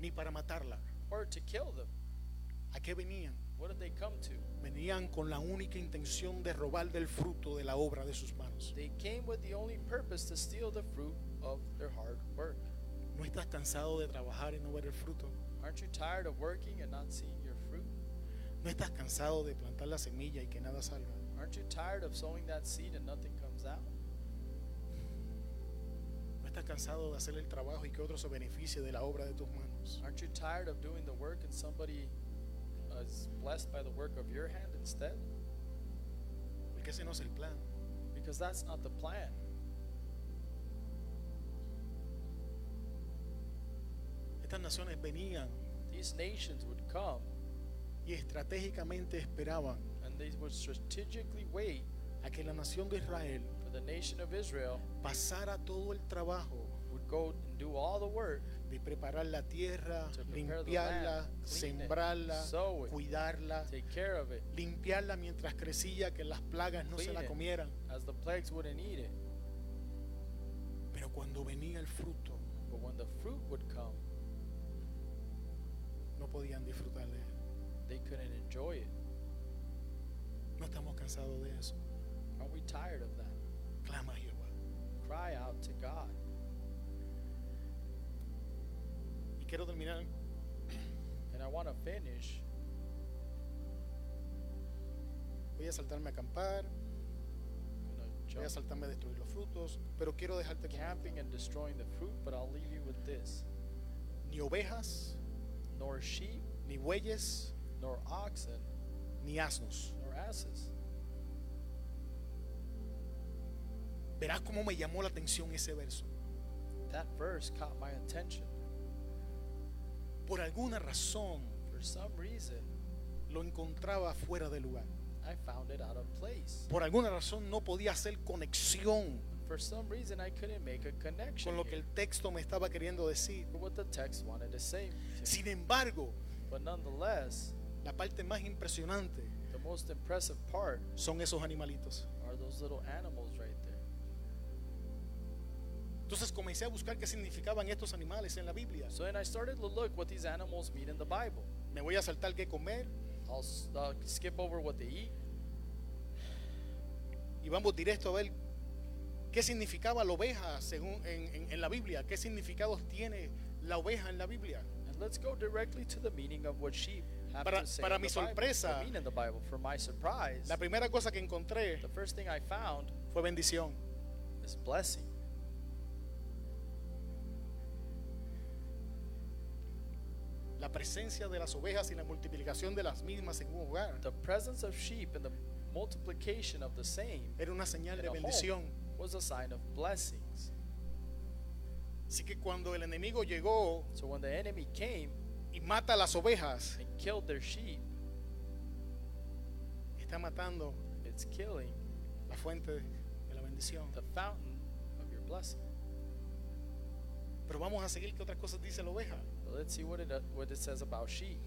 Speaker 2: ni para matarla.
Speaker 3: or to kill them.
Speaker 2: ¿A qué venían?
Speaker 3: What did they come to?
Speaker 2: Venían con la única intención de robar del fruto de la obra de sus manos.
Speaker 3: They came with the only purpose to steal the fruit of their hard work.
Speaker 2: ¿No estás cansado de trabajar y no ver el fruto?
Speaker 3: Aren't you tired of working and not seeing your fruit?
Speaker 2: ¿No estás cansado de plantar la semilla y que nada salga?
Speaker 3: Aren't you tired of sowing that seed and nothing comes out?
Speaker 2: ¿No estás cansado de hacer el trabajo y que otro se beneficie de la obra de tus manos?
Speaker 3: Aren't you tired of doing the work and somebody is blessed by the work of your hand instead?
Speaker 2: Porque ese no es el plan.
Speaker 3: Because that's not the plan.
Speaker 2: Estas naciones venían
Speaker 3: These nations would come
Speaker 2: y estratégicamente esperaban
Speaker 3: and they would strategically wait
Speaker 2: a que la nación de Israel
Speaker 3: for the nation of Israel
Speaker 2: pasara todo el trabajo
Speaker 3: would go and do all the work
Speaker 2: de preparar la tierra,
Speaker 3: To prepare the
Speaker 2: limpiarla,
Speaker 3: land, clean it,
Speaker 2: sembrarla,
Speaker 3: sow it,
Speaker 2: cuidarla,
Speaker 3: take care of it
Speaker 2: limpiarla mientras crecía, que las plagas no se
Speaker 3: clean
Speaker 2: la
Speaker 3: it,
Speaker 2: comieran.
Speaker 3: as the plagues wouldn't eat it.
Speaker 2: Pero cuando venía el fruto,
Speaker 3: But when the fruit would come,
Speaker 2: no podían disfrutar de él.
Speaker 3: they couldn't enjoy it.
Speaker 2: No estamos cansados de eso.
Speaker 3: Aren't we tired of that?
Speaker 2: Clama a Jehová.
Speaker 3: Cry out to God.
Speaker 2: Y quiero terminar
Speaker 3: And I want to finish.
Speaker 2: Voy a saltarme a acampar, voy
Speaker 3: I'm going
Speaker 2: a
Speaker 3: to jump
Speaker 2: saltarme a destruir los frutos, pero quiero dejarte con
Speaker 3: camping and destroying the fruit, but I'll leave you with this.
Speaker 2: esto. Ni ovejas,
Speaker 3: Nor sheep,
Speaker 2: ni bueyes,
Speaker 3: nor oxen,
Speaker 2: ni asnos.
Speaker 3: nor asses.
Speaker 2: Verás cómo me llamó la atención ese verso.
Speaker 3: That verse caught my attention.
Speaker 2: Por alguna razón
Speaker 3: For some reason,
Speaker 2: lo encontraba fuera de lugar.
Speaker 3: I found it out of place.
Speaker 2: Por alguna razón no podía hacer conexión
Speaker 3: For some reason, I couldn't make a connection
Speaker 2: con lo que
Speaker 3: here
Speaker 2: el texto me estaba queriendo decir.
Speaker 3: for what the text wanted to say. to me.
Speaker 2: Sin embargo,
Speaker 3: But nonetheless,
Speaker 2: la parte más impresionante
Speaker 3: the most impressive part
Speaker 2: son esos animalitos.
Speaker 3: are those little animals right there.
Speaker 2: Entonces comencé a buscar qué significaban estos animales en la Biblia.
Speaker 3: So then I started to look what these animals mean in the Bible.
Speaker 2: Me voy a saltar qué comer
Speaker 3: I'll s- uh, skip over what they eat.
Speaker 2: y vamos directo a ver qué significaba la oveja según en, en- en la Biblia, qué significados tiene la oveja en la Biblia.
Speaker 3: And let's go directly to the meaning of what sheep have
Speaker 2: Para-
Speaker 3: to say
Speaker 2: para
Speaker 3: in
Speaker 2: mi
Speaker 3: the Bible, or
Speaker 2: sorpresa,
Speaker 3: mean in the Bible. For my surprise,
Speaker 2: La primera cosa que encontré
Speaker 3: the first thing I found
Speaker 2: fue bendición.
Speaker 3: is blessing.
Speaker 2: La presencia de las ovejas y la multiplicación de las mismas en un hogar
Speaker 3: The presence of sheep and the multiplication of the same
Speaker 2: Era una señal
Speaker 3: in
Speaker 2: de
Speaker 3: a
Speaker 2: bendición.
Speaker 3: home was a sign of blessings.
Speaker 2: Así que cuando el enemigo llegó
Speaker 3: So when the enemy came
Speaker 2: y mata las ovejas,
Speaker 3: and killed their sheep,
Speaker 2: está matando
Speaker 3: it's killing
Speaker 2: la fuente de la bendición.
Speaker 3: the fountain of your blessing.
Speaker 2: Pero vamos a seguir que otras cosas dice la oveja.
Speaker 3: But let's see what it uh, what it says about sheep.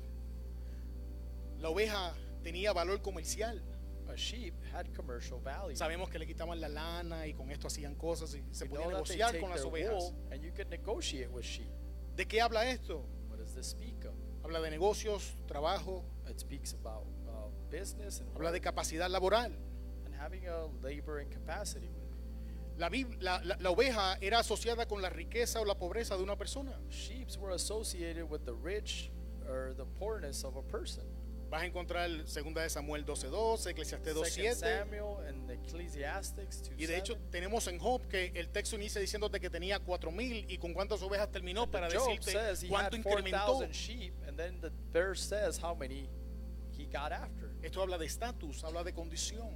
Speaker 2: La oveja tenía valor comercial.
Speaker 3: A sheep had commercial value.
Speaker 2: Sabemos que le quitaban la lana y con esto hacían cosas y se
Speaker 3: We
Speaker 2: podía
Speaker 3: know that they
Speaker 2: negociar
Speaker 3: take
Speaker 2: con las
Speaker 3: their
Speaker 2: ovejas.
Speaker 3: wool and you could negotiate with sheep.
Speaker 2: ¿De qué habla esto?
Speaker 3: What does this speak of?
Speaker 2: Habla de negocios, trabajo,
Speaker 3: It speaks about uh, business and,
Speaker 2: habla de capacidad laboral.
Speaker 3: and having a labor and capacity with it.
Speaker 2: La, Bib- la- la- la oveja era asociada con la riqueza o la pobreza de una persona.
Speaker 3: Sheeps were associated with the rich or the poorness of a person.
Speaker 2: Vas a encontrar 2 de Samuel 12:12, Eclesiastés
Speaker 3: 2
Speaker 2: 2:7.
Speaker 3: Samuel and Ecclesiastics 2
Speaker 2: Y de hecho tenemos en Job que el texto inicia diciéndote que tenía 4.000 y con cuántas ovejas terminó para
Speaker 3: Job
Speaker 2: decirte
Speaker 3: says he
Speaker 2: cuánto
Speaker 3: had
Speaker 2: incrementó.
Speaker 3: 4,000 sheep, and then the verse says how many he got after.
Speaker 2: Esto habla de estatus, habla de condición.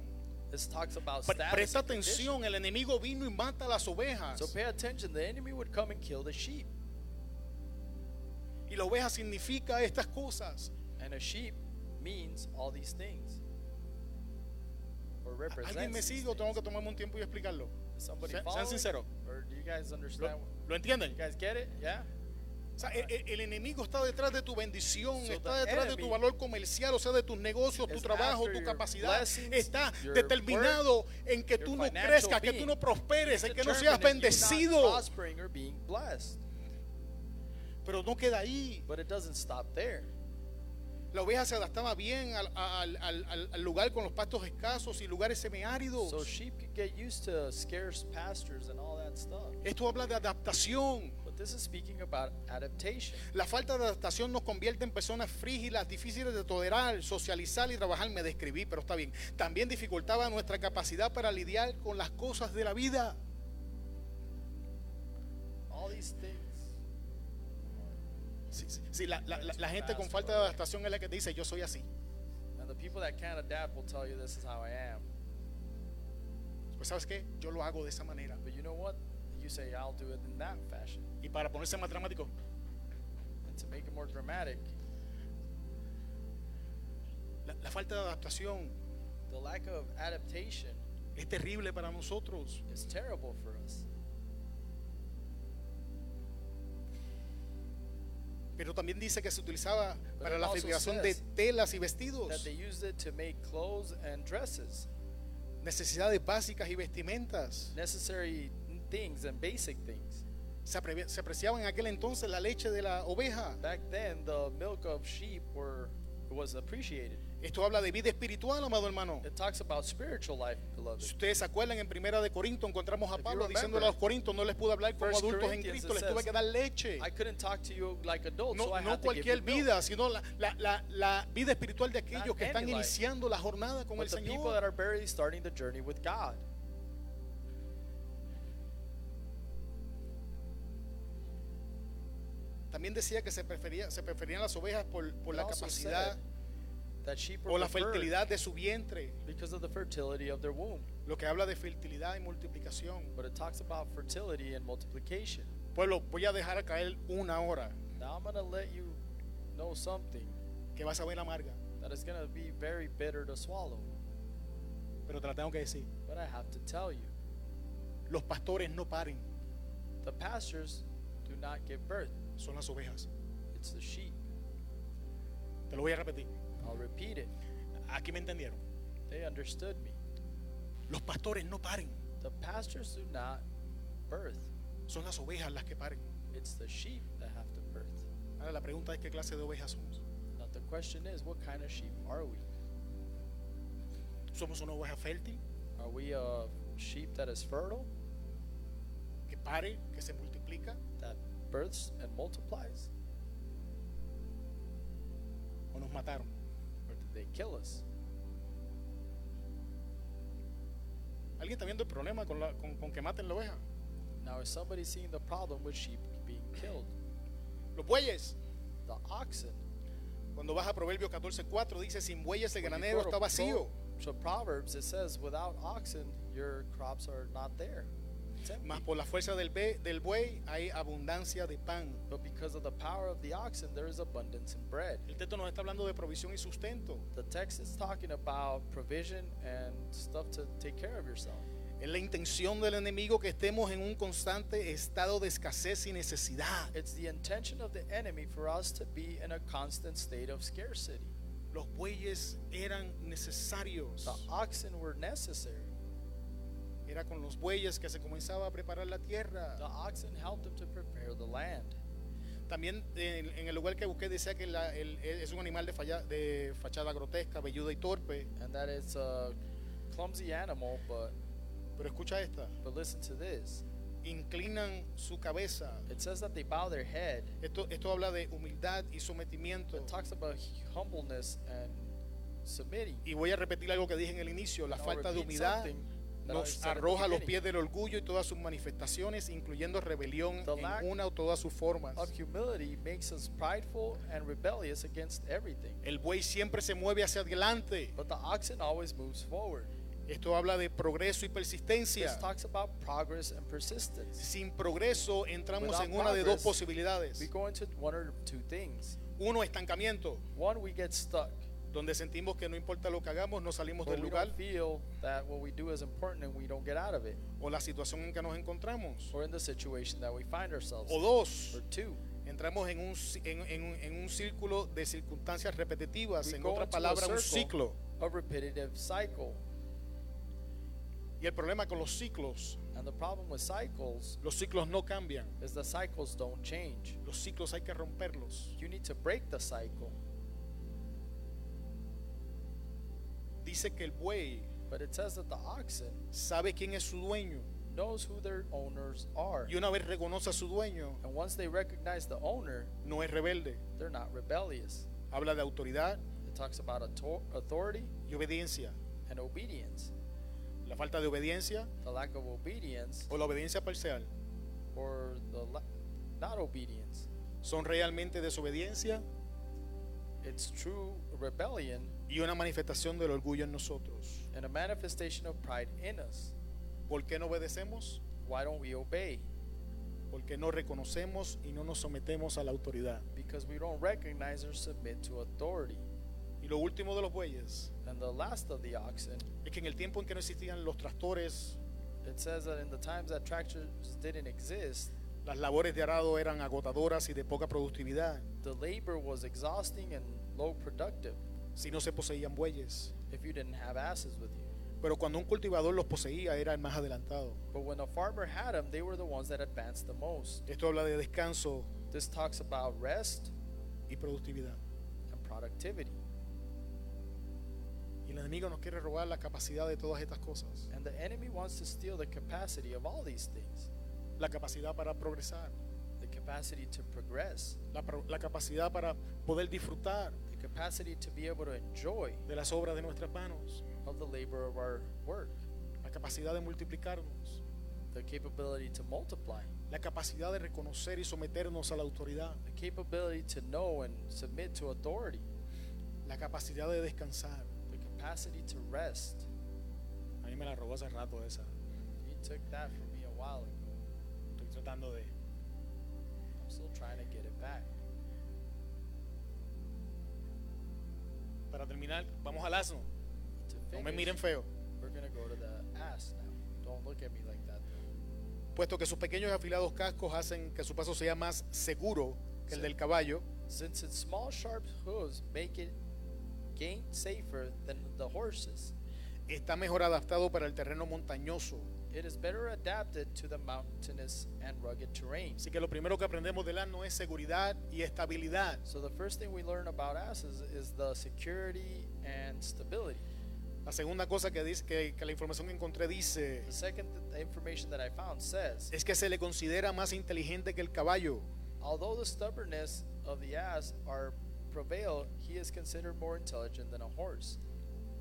Speaker 3: This talks about
Speaker 2: Pre-
Speaker 3: status.
Speaker 2: Presta
Speaker 3: and condition.
Speaker 2: atención, el enemigo vino y mata las ovejas.
Speaker 3: So pay attention. The enemy would come and kill the sheep,
Speaker 2: Y la oveja significa estas cosas.
Speaker 3: and a sheep means all these things. Or
Speaker 2: ¿Alguien me
Speaker 3: represents. these
Speaker 2: sigue o tengo que
Speaker 3: things.
Speaker 2: tomarme un tiempo y explicarlo?
Speaker 3: Is Somebody
Speaker 2: Sean- sean
Speaker 3: following?
Speaker 2: sincero.
Speaker 3: Or do you guys
Speaker 2: ¿Lo,
Speaker 3: understand? what-
Speaker 2: lo entienden?
Speaker 3: You guys get it? Yeah.
Speaker 2: O sea, e- e- el, enemigo está detrás de tu bendición,
Speaker 3: So
Speaker 2: está
Speaker 3: the
Speaker 2: detrás de
Speaker 3: enemy
Speaker 2: tu valor comercial, o sea, de tus negocios, tu
Speaker 3: is
Speaker 2: trabajo,
Speaker 3: after
Speaker 2: tu
Speaker 3: your
Speaker 2: capacidad.
Speaker 3: blessings,
Speaker 2: Está
Speaker 3: your
Speaker 2: determinado en que
Speaker 3: your
Speaker 2: tú no
Speaker 3: financial
Speaker 2: crezcas, que tú
Speaker 3: being.
Speaker 2: no prosperes,
Speaker 3: He's
Speaker 2: en que no
Speaker 3: determined
Speaker 2: seas
Speaker 3: in you not
Speaker 2: bendecido.
Speaker 3: prospering or being blessed.
Speaker 2: Pero no queda ahí.
Speaker 3: But it doesn't stop there.
Speaker 2: La oveja se adaptaba bien al, al- al- al- al lugar con los pastos escasos y lugares semiáridos.
Speaker 3: So sheep could get used to scarce pastures and all that stuff.
Speaker 2: Esto habla de adaptación.
Speaker 3: But this is speaking about adaptation.
Speaker 2: La falta de adaptación nos convierte en personas frígilas, difíciles de tolerar, socializar y trabajar. Me describí, pero está bien. También dificultaba nuestra capacidad para lidiar con las cosas de la vida.
Speaker 3: All these things.
Speaker 2: Sí, sí, sí, la, la- la- la gente con falta de adaptación es la que te dice, yo soy así.
Speaker 3: And the people that can't adapt will tell you this is how I am.
Speaker 2: Pues sabes qué, yo lo hago de esa manera.
Speaker 3: But you know what? You say I'll do it in that fashion.
Speaker 2: Y para ponerse más dramático,
Speaker 3: And to make it more dramatic,
Speaker 2: la, la falta de adaptación
Speaker 3: the lack of adaptation
Speaker 2: es terrible para nosotros.
Speaker 3: is terrible for us.
Speaker 2: Pero también dice que se utilizaba para
Speaker 3: it
Speaker 2: la
Speaker 3: also
Speaker 2: fabricación de
Speaker 3: says
Speaker 2: telas y vestidos,
Speaker 3: That they used it to make clothes and dresses,
Speaker 2: necesidades básicas y vestimentas.
Speaker 3: necessary things and basic things.
Speaker 2: Se, apreve- se apreciaba en aquel entonces la leche de la oveja.
Speaker 3: Back then, the milk of sheep were was appreciated.
Speaker 2: Esto habla de vida espiritual, amado hermano.
Speaker 3: It talks about spiritual life, beloved.
Speaker 2: Si ustedes se acuerdan, en Primera de Corinto encontramos a
Speaker 3: If you
Speaker 2: Pablo
Speaker 3: remember,
Speaker 2: diciéndole a los corintios, no les pude hablar como
Speaker 3: First
Speaker 2: adultos en
Speaker 3: Corinthians,
Speaker 2: Cristo,
Speaker 3: it
Speaker 2: les tuve
Speaker 3: says,
Speaker 2: que dar leche.
Speaker 3: I couldn't talk to you like adults, so
Speaker 2: No,
Speaker 3: I
Speaker 2: no
Speaker 3: had to give you
Speaker 2: cualquier
Speaker 3: milk.
Speaker 2: vida, sino la, la- la- la vida espiritual de aquellos
Speaker 3: Not
Speaker 2: que están
Speaker 3: any life.
Speaker 2: iniciando la jornada con
Speaker 3: But
Speaker 2: el
Speaker 3: the people that
Speaker 2: Señor.
Speaker 3: are barely starting the journey with God.
Speaker 2: También decía que se, prefería, se preferían las ovejas por, por
Speaker 3: It
Speaker 2: la
Speaker 3: also
Speaker 2: capacidad
Speaker 3: said that sheep
Speaker 2: o
Speaker 3: were
Speaker 2: la
Speaker 3: preferred
Speaker 2: fertilidad de su vientre,
Speaker 3: because of the fertility of their womb.
Speaker 2: lo que habla de fertilidad y multiplicación.
Speaker 3: But it talks about fertility and multiplication.
Speaker 2: Pueblo, voy a dejar a caer una hora
Speaker 3: Now I'm going to let you know something
Speaker 2: que vas a ver amarga,
Speaker 3: that is going to be very bitter to swallow,
Speaker 2: pero te la tengo que decir.
Speaker 3: but I have to tell you.
Speaker 2: Los pastores no paren,
Speaker 3: The pastors do not give birth.
Speaker 2: son las ovejas.
Speaker 3: It's the sheep.
Speaker 2: Te lo voy a repetir.
Speaker 3: I'll repeat it.
Speaker 2: Aquí me entendieron.
Speaker 3: They understood me.
Speaker 2: Los pastores no paren,
Speaker 3: The pastors do not birth.
Speaker 2: son las ovejas las que paren.
Speaker 3: It's the sheep that have to birth.
Speaker 2: Ahora la pregunta es qué clase de ovejas somos.
Speaker 3: Now the question is, what kind of sheep are we?
Speaker 2: ¿Somos una oveja fértil?
Speaker 3: Are we a sheep that is fertile,
Speaker 2: que pare, que se multiplica,
Speaker 3: that births and multiplies,
Speaker 2: o nos mataron.
Speaker 3: or did they kill us?
Speaker 2: ¿Alguien está viendo el problema con, la- con- con que maten la oveja?
Speaker 3: Now is somebody seeing the problem with sheep being killed?
Speaker 2: Los bueyes.
Speaker 3: The oxen.
Speaker 2: Cuando vas a Proverbios 14:4 dice, sin bueyes el
Speaker 3: when you
Speaker 2: granero
Speaker 3: go to
Speaker 2: está vacío.
Speaker 3: Pro- So Proverbs it says, without oxen your crops are not there. It's empty.
Speaker 2: Mas por la fuerza del, be- del buey hay abundancia de pan.
Speaker 3: But because of the power of the oxen, there is abundance in bread.
Speaker 2: El texto nos está hablando de provisión y sustento.
Speaker 3: The text is talking about provision and stuff to take care of yourself.
Speaker 2: Es la intención del enemigo que estemos en un constante estado de escasez y necesidad.
Speaker 3: It's the intention of the enemy for us to be in a constant state of scarcity.
Speaker 2: Los bueyes eran
Speaker 3: The
Speaker 2: necesarios.
Speaker 3: oxen were necessary.
Speaker 2: Era con los bueyes que se comenzaba a preparar la
Speaker 3: The
Speaker 2: tierra.
Speaker 3: oxen helped them to prepare the land.
Speaker 2: También en, en el lugar que busqué decía que la- el- es un animal de, falla- de fachada grotesca, velluda y torpe.
Speaker 3: And that it's a clumsy animal, but
Speaker 2: Pero escucha esta.
Speaker 3: but listen to this.
Speaker 2: Inclinan su cabeza.
Speaker 3: It says that they bow their head.
Speaker 2: Esto, esto habla de humildad y sometimiento.
Speaker 3: It talks about humbleness and submitting.
Speaker 2: Y voy a repetir algo que dije en el inicio. La
Speaker 3: I'll
Speaker 2: falta de
Speaker 3: repeat
Speaker 2: humildad
Speaker 3: something that I
Speaker 2: nos
Speaker 3: said at the
Speaker 2: arroja a los
Speaker 3: beginning.
Speaker 2: pies del orgullo y todas sus manifestaciones, incluyendo rebelión
Speaker 3: The lack
Speaker 2: en una o todas sus formas.
Speaker 3: of humility makes us prideful and rebellious against everything.
Speaker 2: El buey siempre se mueve hacia adelante.
Speaker 3: But the oxen always moves forward.
Speaker 2: Esto habla de progreso y
Speaker 3: This
Speaker 2: persistencia.
Speaker 3: talks about progress and persistence.
Speaker 2: Sin progreso entramos
Speaker 3: Without
Speaker 2: en una de dos
Speaker 3: progress, We
Speaker 2: posibilidades.
Speaker 3: go into one or two things.
Speaker 2: Uno, estancamiento,
Speaker 3: One, we get stuck.
Speaker 2: donde sentimos que no importa lo que hagamos, no salimos
Speaker 3: Where
Speaker 2: del
Speaker 3: we
Speaker 2: lugar
Speaker 3: don't feel that what we do is important and we don't get out of it.
Speaker 2: o la situación en que nos encontramos.
Speaker 3: Or in the situation that we find ourselves
Speaker 2: O
Speaker 3: in.
Speaker 2: dos,
Speaker 3: Or two,
Speaker 2: entramos en un, ci- en, en un- en un círculo de circunstancias repetitivas,
Speaker 3: we
Speaker 2: en
Speaker 3: go
Speaker 2: otra
Speaker 3: into a
Speaker 2: palabra, un
Speaker 3: circle,
Speaker 2: ciclo.
Speaker 3: a repetitive cycle.
Speaker 2: Y el problema con los ciclos,
Speaker 3: And the problem with cycles
Speaker 2: los ciclos no cambian.
Speaker 3: is the cycles don't change.
Speaker 2: Los ciclos hay que romperlos.
Speaker 3: You need to break the cycle.
Speaker 2: Dice que el buey
Speaker 3: But it says that the oxen
Speaker 2: sabe quién es su dueño
Speaker 3: knows who their owners are.
Speaker 2: y una vez reconoce a su dueño,
Speaker 3: And once they recognize the owner,
Speaker 2: no es rebelde.
Speaker 3: they're not rebellious.
Speaker 2: Habla de autoridad
Speaker 3: It talks about auto- authority
Speaker 2: y obediencia.
Speaker 3: and obedience.
Speaker 2: La falta de obediencia
Speaker 3: The lack of obedience
Speaker 2: o la obediencia parcial
Speaker 3: or the la- not obedience.
Speaker 2: son realmente desobediencia
Speaker 3: It's true rebellion
Speaker 2: y una manifestación del orgullo en nosotros.
Speaker 3: and a manifestation of pride in us.
Speaker 2: ¿Por qué no obedecemos?
Speaker 3: Why don't we obey?
Speaker 2: Porque no reconocemos y no nos sometemos a la autoridad.
Speaker 3: Because we don't recognize or submit to authority.
Speaker 2: Y lo último de los bueyes
Speaker 3: And the last of the oxen,
Speaker 2: es que en el tiempo en que no existían los tractores,
Speaker 3: it says that in the times that tractors didn't exist,
Speaker 2: las labores de arado eran agotadoras y de poca productividad
Speaker 3: the labor was exhausting and low productive
Speaker 2: si no se poseían bueyes.
Speaker 3: if you didn't have asses with you.
Speaker 2: Pero cuando un cultivador los poseía era el más adelantado.
Speaker 3: But when a farmer had them, they were the ones that advanced the most.
Speaker 2: Esto habla de descanso
Speaker 3: This talks about rest
Speaker 2: y productividad.
Speaker 3: and productivity.
Speaker 2: Y el enemigo nos quiere robar la capacidad de todas estas cosas.
Speaker 3: And the enemy wants to steal the capacity of all these things
Speaker 2: La capacidad para progresar,
Speaker 3: the capacity to progress,
Speaker 2: la, pro- la capacidad para poder disfrutar
Speaker 3: the capacity to be able to enjoy
Speaker 2: de las obras de nuestras manos,
Speaker 3: of the labor of our work,
Speaker 2: la capacidad de multiplicarnos,
Speaker 3: the capability to multiply,
Speaker 2: la capacidad de reconocer y someternos a la autoridad,
Speaker 3: the capability to know and submit to authority,
Speaker 2: la capacidad de descansar.
Speaker 3: the capacity to rest.
Speaker 2: A mí me la robó hace rato esa.
Speaker 3: You took that from me a while ago.
Speaker 2: Estoy tratando de...
Speaker 3: I'm still trying to get it back.
Speaker 2: Para terminar, vamos al asno.
Speaker 3: To
Speaker 2: No me
Speaker 3: finish,
Speaker 2: miren feo.
Speaker 3: We're gonna go to the ass now. Don't look at me like that. Though.
Speaker 2: Puesto que sus pequeños y afilados cascos hacen que su paso sea más seguro que el
Speaker 3: Sí.
Speaker 2: del caballo,
Speaker 3: Since its small sharp hooves make it gain safer than the horses,
Speaker 2: está mejor adaptado para el terreno montañoso.
Speaker 3: it is better adapted to the mountainous and rugged terrain.
Speaker 2: Así que lo primero que aprendemos del asno es seguridad y estabilidad.
Speaker 3: So the first thing we learn about asses is the security and stability.
Speaker 2: La segunda cosa que dice que, que la información que encontré dice
Speaker 3: The second th- information that I found says,
Speaker 2: es que se le considera más inteligente que el caballo.
Speaker 3: although the stubbornness of the ass are prevail, he is considered more intelligent than a horse.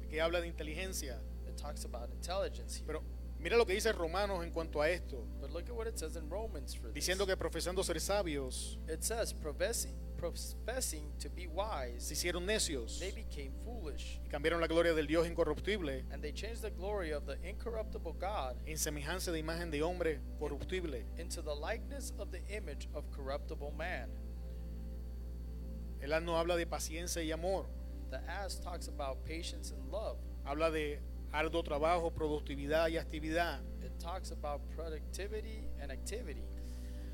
Speaker 2: Que habla de inteligencia.
Speaker 3: It talks about intelligence here.
Speaker 2: Pero mira lo que dice Romanos en cuanto a esto,
Speaker 3: But look at what it says in Romans for this.
Speaker 2: diciendo que profesando ser sabios,
Speaker 3: it says professing, professing to be
Speaker 2: se
Speaker 3: wise,
Speaker 2: hicieron necios
Speaker 3: they became foolish,
Speaker 2: y cambiaron la gloria del Dios incorruptible
Speaker 3: and they changed the glory of the incorruptible God
Speaker 2: en semejanza de imagen de hombre corruptible.
Speaker 3: into the likeness of the image of corruptible man.
Speaker 2: El no habla de paciencia y amor,
Speaker 3: The ass talks about patience and love.
Speaker 2: habla de arduo trabajo, productividad y actividad.
Speaker 3: It talks about productivity and activity,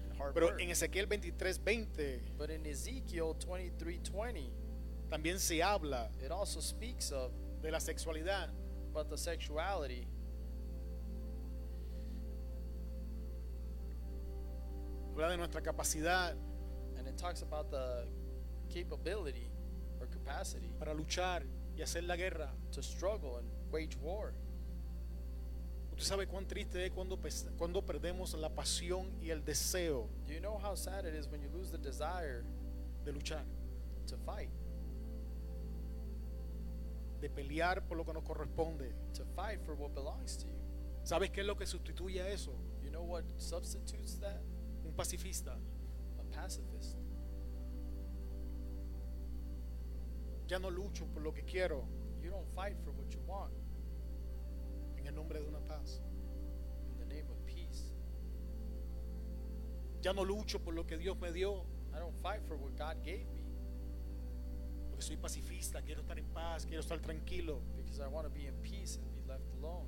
Speaker 3: and hard
Speaker 2: Pero
Speaker 3: work.
Speaker 2: en Ezequiel 23, 20
Speaker 3: but in Ezekiel 23:20,
Speaker 2: también se habla
Speaker 3: it also speaks of
Speaker 2: de la sexualidad.
Speaker 3: but the sexuality.
Speaker 2: habla de nuestra capacidad
Speaker 3: and it talks about the capability or capacity
Speaker 2: para luchar y hacer la guerra.
Speaker 3: to struggle and wage war.
Speaker 2: Usted sabe cuán triste es cuando, pes- cuando perdemos la pasión y el deseo
Speaker 3: Do you know how sad it is when you lose the desire
Speaker 2: de luchar,
Speaker 3: to fight,
Speaker 2: de pelear por lo que nos corresponde.
Speaker 3: to fight for what belongs to you?
Speaker 2: ¿Sabes qué es lo que sustituye a eso?
Speaker 3: You know what substitutes that?
Speaker 2: Un pacifista.
Speaker 3: A pacifist.
Speaker 2: Ya no lucho por lo que quiero
Speaker 3: You don't fight for what you want
Speaker 2: en el nombre de una paz.
Speaker 3: in the name of peace.
Speaker 2: Ya no lucho por lo que Dios me dio
Speaker 3: I don't fight for what God gave me
Speaker 2: porque soy pacifista, quiero estar en paz, quiero estar tranquilo.
Speaker 3: because I want to be in peace and be left alone.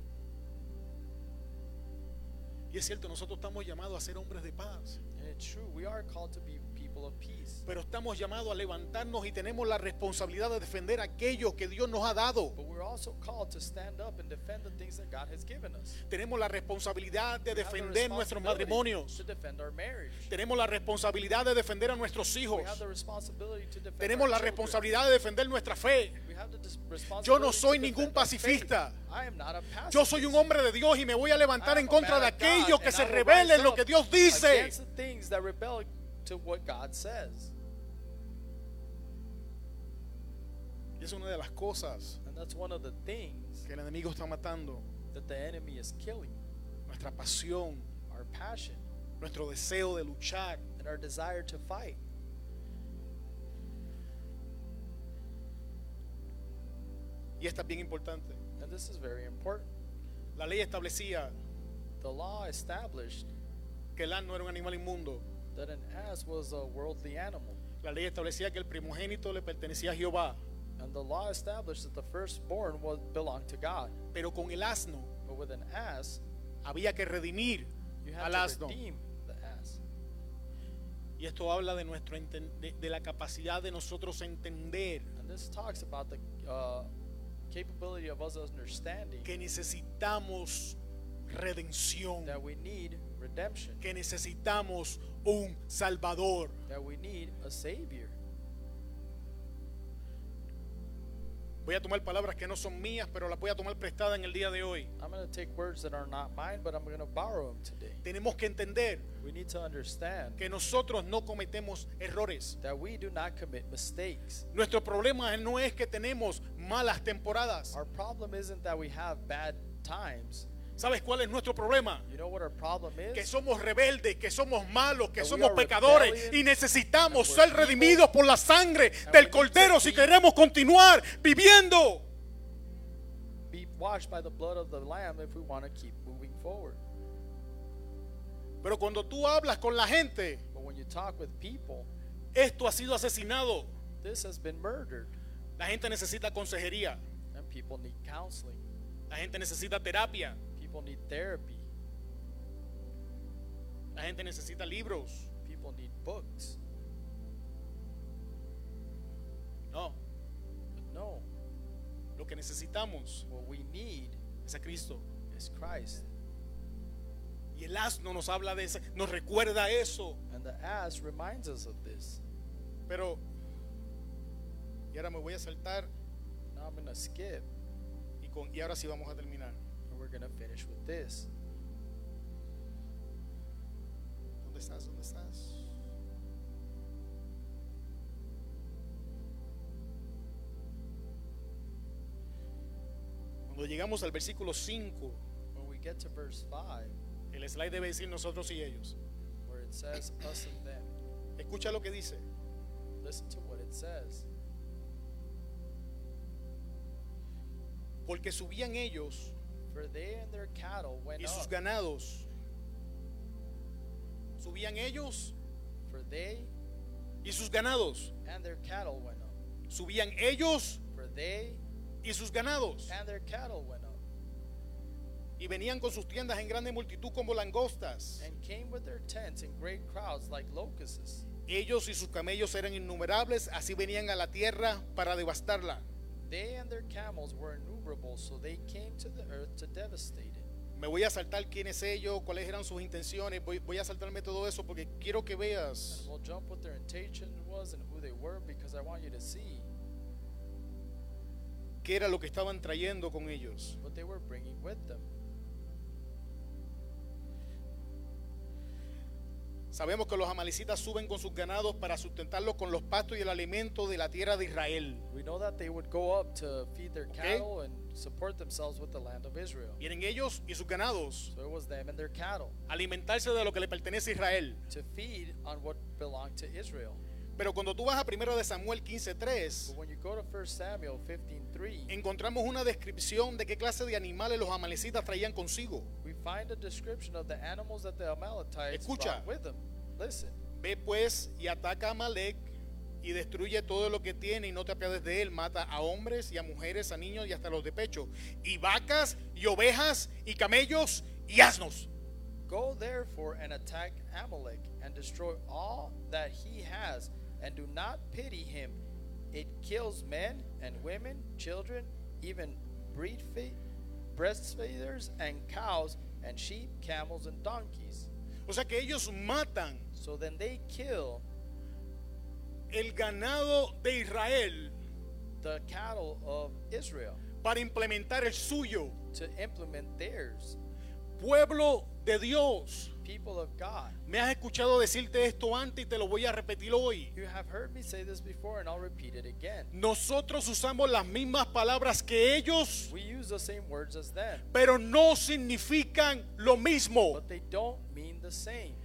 Speaker 2: Y es cierto, nosotros estamos llamados a ser hombres de paz,
Speaker 3: And it's true, we are called to be people of peace.
Speaker 2: pero estamos llamados a levantarnos y tenemos la responsabilidad de defender aquello que Dios nos ha dado.
Speaker 3: But we're also called to stand up and defend the things that God has given us.
Speaker 2: Tenemos la responsabilidad de
Speaker 3: We have the
Speaker 2: defender nuestros
Speaker 3: responsibility
Speaker 2: matrimonios.
Speaker 3: To defend our marriage.
Speaker 2: Tenemos la responsabilidad de defender a nuestros hijos.
Speaker 3: We have the responsibility to defend
Speaker 2: Tenemos
Speaker 3: our
Speaker 2: la
Speaker 3: children.
Speaker 2: responsabilidad de defender nuestra fe.
Speaker 3: We have the dis-
Speaker 2: Yo no
Speaker 3: responsibility
Speaker 2: soy
Speaker 3: to
Speaker 2: ningún
Speaker 3: defend our faith.
Speaker 2: pacifista.
Speaker 3: I am not a pacifist.
Speaker 2: Yo soy un hombre de Dios y me voy a levantar
Speaker 3: Ah,
Speaker 2: en contra de aquellos que se rebelen lo que Dios dice.
Speaker 3: Against the things that rebel to what God says.
Speaker 2: Y es una de las cosas
Speaker 3: And that's one of the things
Speaker 2: que el enemigo está matando.
Speaker 3: that the enemy is killing.
Speaker 2: Nuestra pasión,
Speaker 3: Our passion
Speaker 2: nuestro deseo de luchar.
Speaker 3: and our desire to fight.
Speaker 2: Y esta es bien importante.
Speaker 3: And this is very important.
Speaker 2: La ley establecía
Speaker 3: The law established
Speaker 2: que el asno era un animal inmundo.
Speaker 3: that an ass was a worldly animal.
Speaker 2: La ley establecía que el primogénito le pertenecía a Jehová.
Speaker 3: And the law established that the firstborn was belonged to God.
Speaker 2: Pero con el asno
Speaker 3: But with an ass,
Speaker 2: había que redimir
Speaker 3: you
Speaker 2: al
Speaker 3: have to
Speaker 2: asno.
Speaker 3: redeem the ass.
Speaker 2: Y esto habla de, nuestro enten- de, de la capacidad de nosotros entender
Speaker 3: And this talks about the uh, capability of us understanding
Speaker 2: que necesitamos redención,
Speaker 3: that we need redemption,
Speaker 2: que necesitamos un salvador.
Speaker 3: that we need a savior.
Speaker 2: Voy a tomar palabras que no son mías, pero las voy a tomar prestadas en el día de hoy.
Speaker 3: I'm going to take words that are not mine, but I'm going to borrow them today.
Speaker 2: Tenemos que entender
Speaker 3: We need to understand
Speaker 2: que nosotros no cometemos errores.
Speaker 3: that we do not commit mistakes.
Speaker 2: Nuestro problema no es que tenemos malas temporadas.
Speaker 3: Our problem isn't that we have bad times.
Speaker 2: ¿Sabes cuál es nuestro problema?
Speaker 3: You know what our problem is?
Speaker 2: Que somos rebeldes, que somos malos, que
Speaker 3: That we
Speaker 2: somos
Speaker 3: are
Speaker 2: pecadores
Speaker 3: rebellious,
Speaker 2: y necesitamos
Speaker 3: that
Speaker 2: ser
Speaker 3: we're
Speaker 2: redimidos por la sangre
Speaker 3: and we
Speaker 2: del
Speaker 3: need
Speaker 2: Cordero
Speaker 3: to
Speaker 2: si
Speaker 3: be-
Speaker 2: queremos continuar viviendo.
Speaker 3: Be washed by the blood of the Lamb if we want to keep moving forward.
Speaker 2: Pero cuando tú hablas con la gente,
Speaker 3: But when you talk with people,
Speaker 2: esto ha sido asesinado.
Speaker 3: this has been murdered,
Speaker 2: La gente necesita consejería,
Speaker 3: and people need counseling.
Speaker 2: la gente necesita terapia,
Speaker 3: People need therapy.
Speaker 2: la gente necesita libros.
Speaker 3: People need books.
Speaker 2: No,
Speaker 3: But no,
Speaker 2: lo que necesitamos
Speaker 3: what we need
Speaker 2: es a Cristo.
Speaker 3: is Christ.
Speaker 2: Y el asno nos habla de eso, nos recuerda eso.
Speaker 3: And the ass reminds us of this.
Speaker 2: Pero, y ahora me voy a saltar
Speaker 3: Now I'm going to skip,
Speaker 2: y, con, y ahora sí vamos a terminar.
Speaker 3: and we're going to finish with this.
Speaker 2: ¿Dónde estás? ¿Dónde estás? Cuando llegamos al versículo 5,
Speaker 3: When we get to verse 5,
Speaker 2: el slide debe decir nosotros y ellos.
Speaker 3: where it says us and them,
Speaker 2: Escucha lo que dice.
Speaker 3: Listen to what it says.
Speaker 2: Porque subían ellos
Speaker 3: For they and their cattle went
Speaker 2: y sus
Speaker 3: up.
Speaker 2: ganados. Subían ellos
Speaker 3: For they
Speaker 2: y sus ganados.
Speaker 3: and their cattle went up.
Speaker 2: Subían ellos
Speaker 3: For they
Speaker 2: y sus ganados.
Speaker 3: and their cattle went up.
Speaker 2: Y venían con sus tiendas en grande multitud como langostas.
Speaker 3: And came with their tents in great crowds like locusts.
Speaker 2: Ellos y sus camellos eran innumerables, así venían a la tierra para devastarla.
Speaker 3: They and their camels were innumerable, so they came to the earth to devastate it.
Speaker 2: Me voy a saltar quién es ellos, cuáles eran sus intenciones. Voy, voy a saltarme todo eso porque quiero que
Speaker 3: And
Speaker 2: veas
Speaker 3: we'll jump what their intention was and who they were because I want you to see
Speaker 2: qué era lo que estaban trayendo con ellos.
Speaker 3: what they were bringing with them.
Speaker 2: Sabemos que los amalecitas suben con sus ganados para sustentarlos con los pastos y el alimento de la tierra de Israel.
Speaker 3: We know that they would go up to feed their
Speaker 2: Okay.
Speaker 3: cattle and support themselves with the land of Israel.
Speaker 2: Vienen ellos y sus ganados
Speaker 3: So it was them and their cattle
Speaker 2: a alimentarse de lo que le pertenece a Israel.
Speaker 3: to feed on what belonged to Israel.
Speaker 2: Pero cuando tú vas a primero de Samuel
Speaker 3: But
Speaker 2: 15:3,
Speaker 3: when you go to 1 Samuel 15:3,
Speaker 2: encontramos una descripción de qué clase de animales los amalecitas traían consigo.
Speaker 3: we find a description of the animals that the Amalekites
Speaker 2: Escucha.
Speaker 3: brought with them. Listen.
Speaker 2: Ve pues y ataca a Amalek y destruye todo lo que tiene y no te apiades de él. Mata a hombres y a mujeres, a niños y hasta los de pecho. Y vacas y ovejas y camellos y asnos.
Speaker 3: Go therefore and attack Amalek and destroy all that he has, and do not pity him. It kills men and women, children, even breed fe- breastfeeders and cows, and sheep, camels, and donkeys.
Speaker 2: O sea que ellos matan
Speaker 3: So then they kill
Speaker 2: el ganado de Israel
Speaker 3: the cattle of Israel
Speaker 2: para implementar el suyo.
Speaker 3: to implement theirs.
Speaker 2: Pueblo de Dios.
Speaker 3: People of God,
Speaker 2: Me has escuchado decirte esto antes y te lo voy a repetir hoy.
Speaker 3: you have heard me say this before, and I'll repeat it again.
Speaker 2: Nosotros usamos las mismas palabras que ellos,
Speaker 3: We use the same words as them,
Speaker 2: pero no significan lo mismo.
Speaker 3: but they don't mean the same.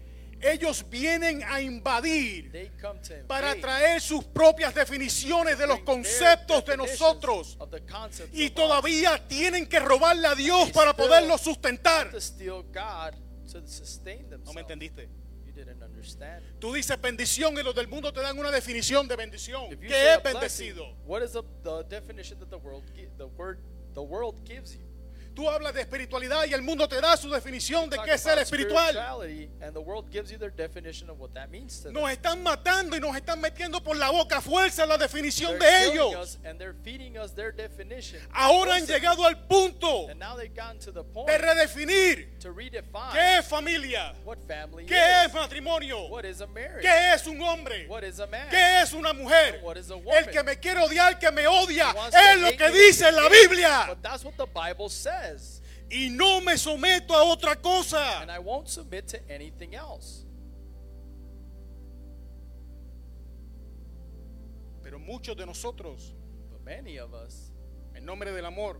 Speaker 2: Ellos vienen a invadir
Speaker 3: They come to
Speaker 2: para
Speaker 3: invade,
Speaker 2: traer sus propias definiciones de los
Speaker 3: bring their
Speaker 2: conceptos de
Speaker 3: definitions
Speaker 2: nosotros
Speaker 3: of the concepts
Speaker 2: y
Speaker 3: of
Speaker 2: todavía tienen que robarle a Dios
Speaker 3: Y
Speaker 2: para
Speaker 3: still
Speaker 2: poderlos
Speaker 3: us
Speaker 2: sustentar.
Speaker 3: to steal God to sustain
Speaker 2: No
Speaker 3: themselves.
Speaker 2: me entendiste.
Speaker 3: You didn't understand.
Speaker 2: Tú dices bendición y los del mundo te dan una definición de bendición.
Speaker 3: If you
Speaker 2: ¿Qué
Speaker 3: say
Speaker 2: es
Speaker 3: a blessing,
Speaker 2: bendecido?
Speaker 3: what is the, the definition that the world gi- the word the world gives you?
Speaker 2: Tú hablas de espiritualidad y el mundo te da su definición de
Speaker 3: Talk
Speaker 2: qué es ser
Speaker 3: about
Speaker 2: espiritual.
Speaker 3: spirituality, and the world gives you their definition of what that means to them.
Speaker 2: Nos están matando y nos están metiendo por la boca a fuerza la definición de
Speaker 3: They're killing
Speaker 2: ellos.
Speaker 3: us, and they're feeding us their definition.
Speaker 2: Ahora han
Speaker 3: Listen,
Speaker 2: llegado al punto
Speaker 3: and now they've gotten to the point
Speaker 2: de redefinir
Speaker 3: to redefine
Speaker 2: ¿Qué es familia?
Speaker 3: what family
Speaker 2: ¿Qué
Speaker 3: is.
Speaker 2: es matrimonio?
Speaker 3: What is a marriage?
Speaker 2: ¿Qué es un hombre?
Speaker 3: What is a man?
Speaker 2: ¿Qué es una mujer?
Speaker 3: What is a woman?
Speaker 2: El que me quiere odiar, que me odia,
Speaker 3: wants to
Speaker 2: es lo
Speaker 3: hate
Speaker 2: que
Speaker 3: you with
Speaker 2: dice
Speaker 3: your
Speaker 2: la
Speaker 3: hate,
Speaker 2: Biblia.
Speaker 3: But that's what the Bible says.
Speaker 2: Y no me someto a otra cosa.
Speaker 3: And I won't submit to anything else.
Speaker 2: Pero muchos de nosotros,
Speaker 3: But many of us,
Speaker 2: en nombre del amor,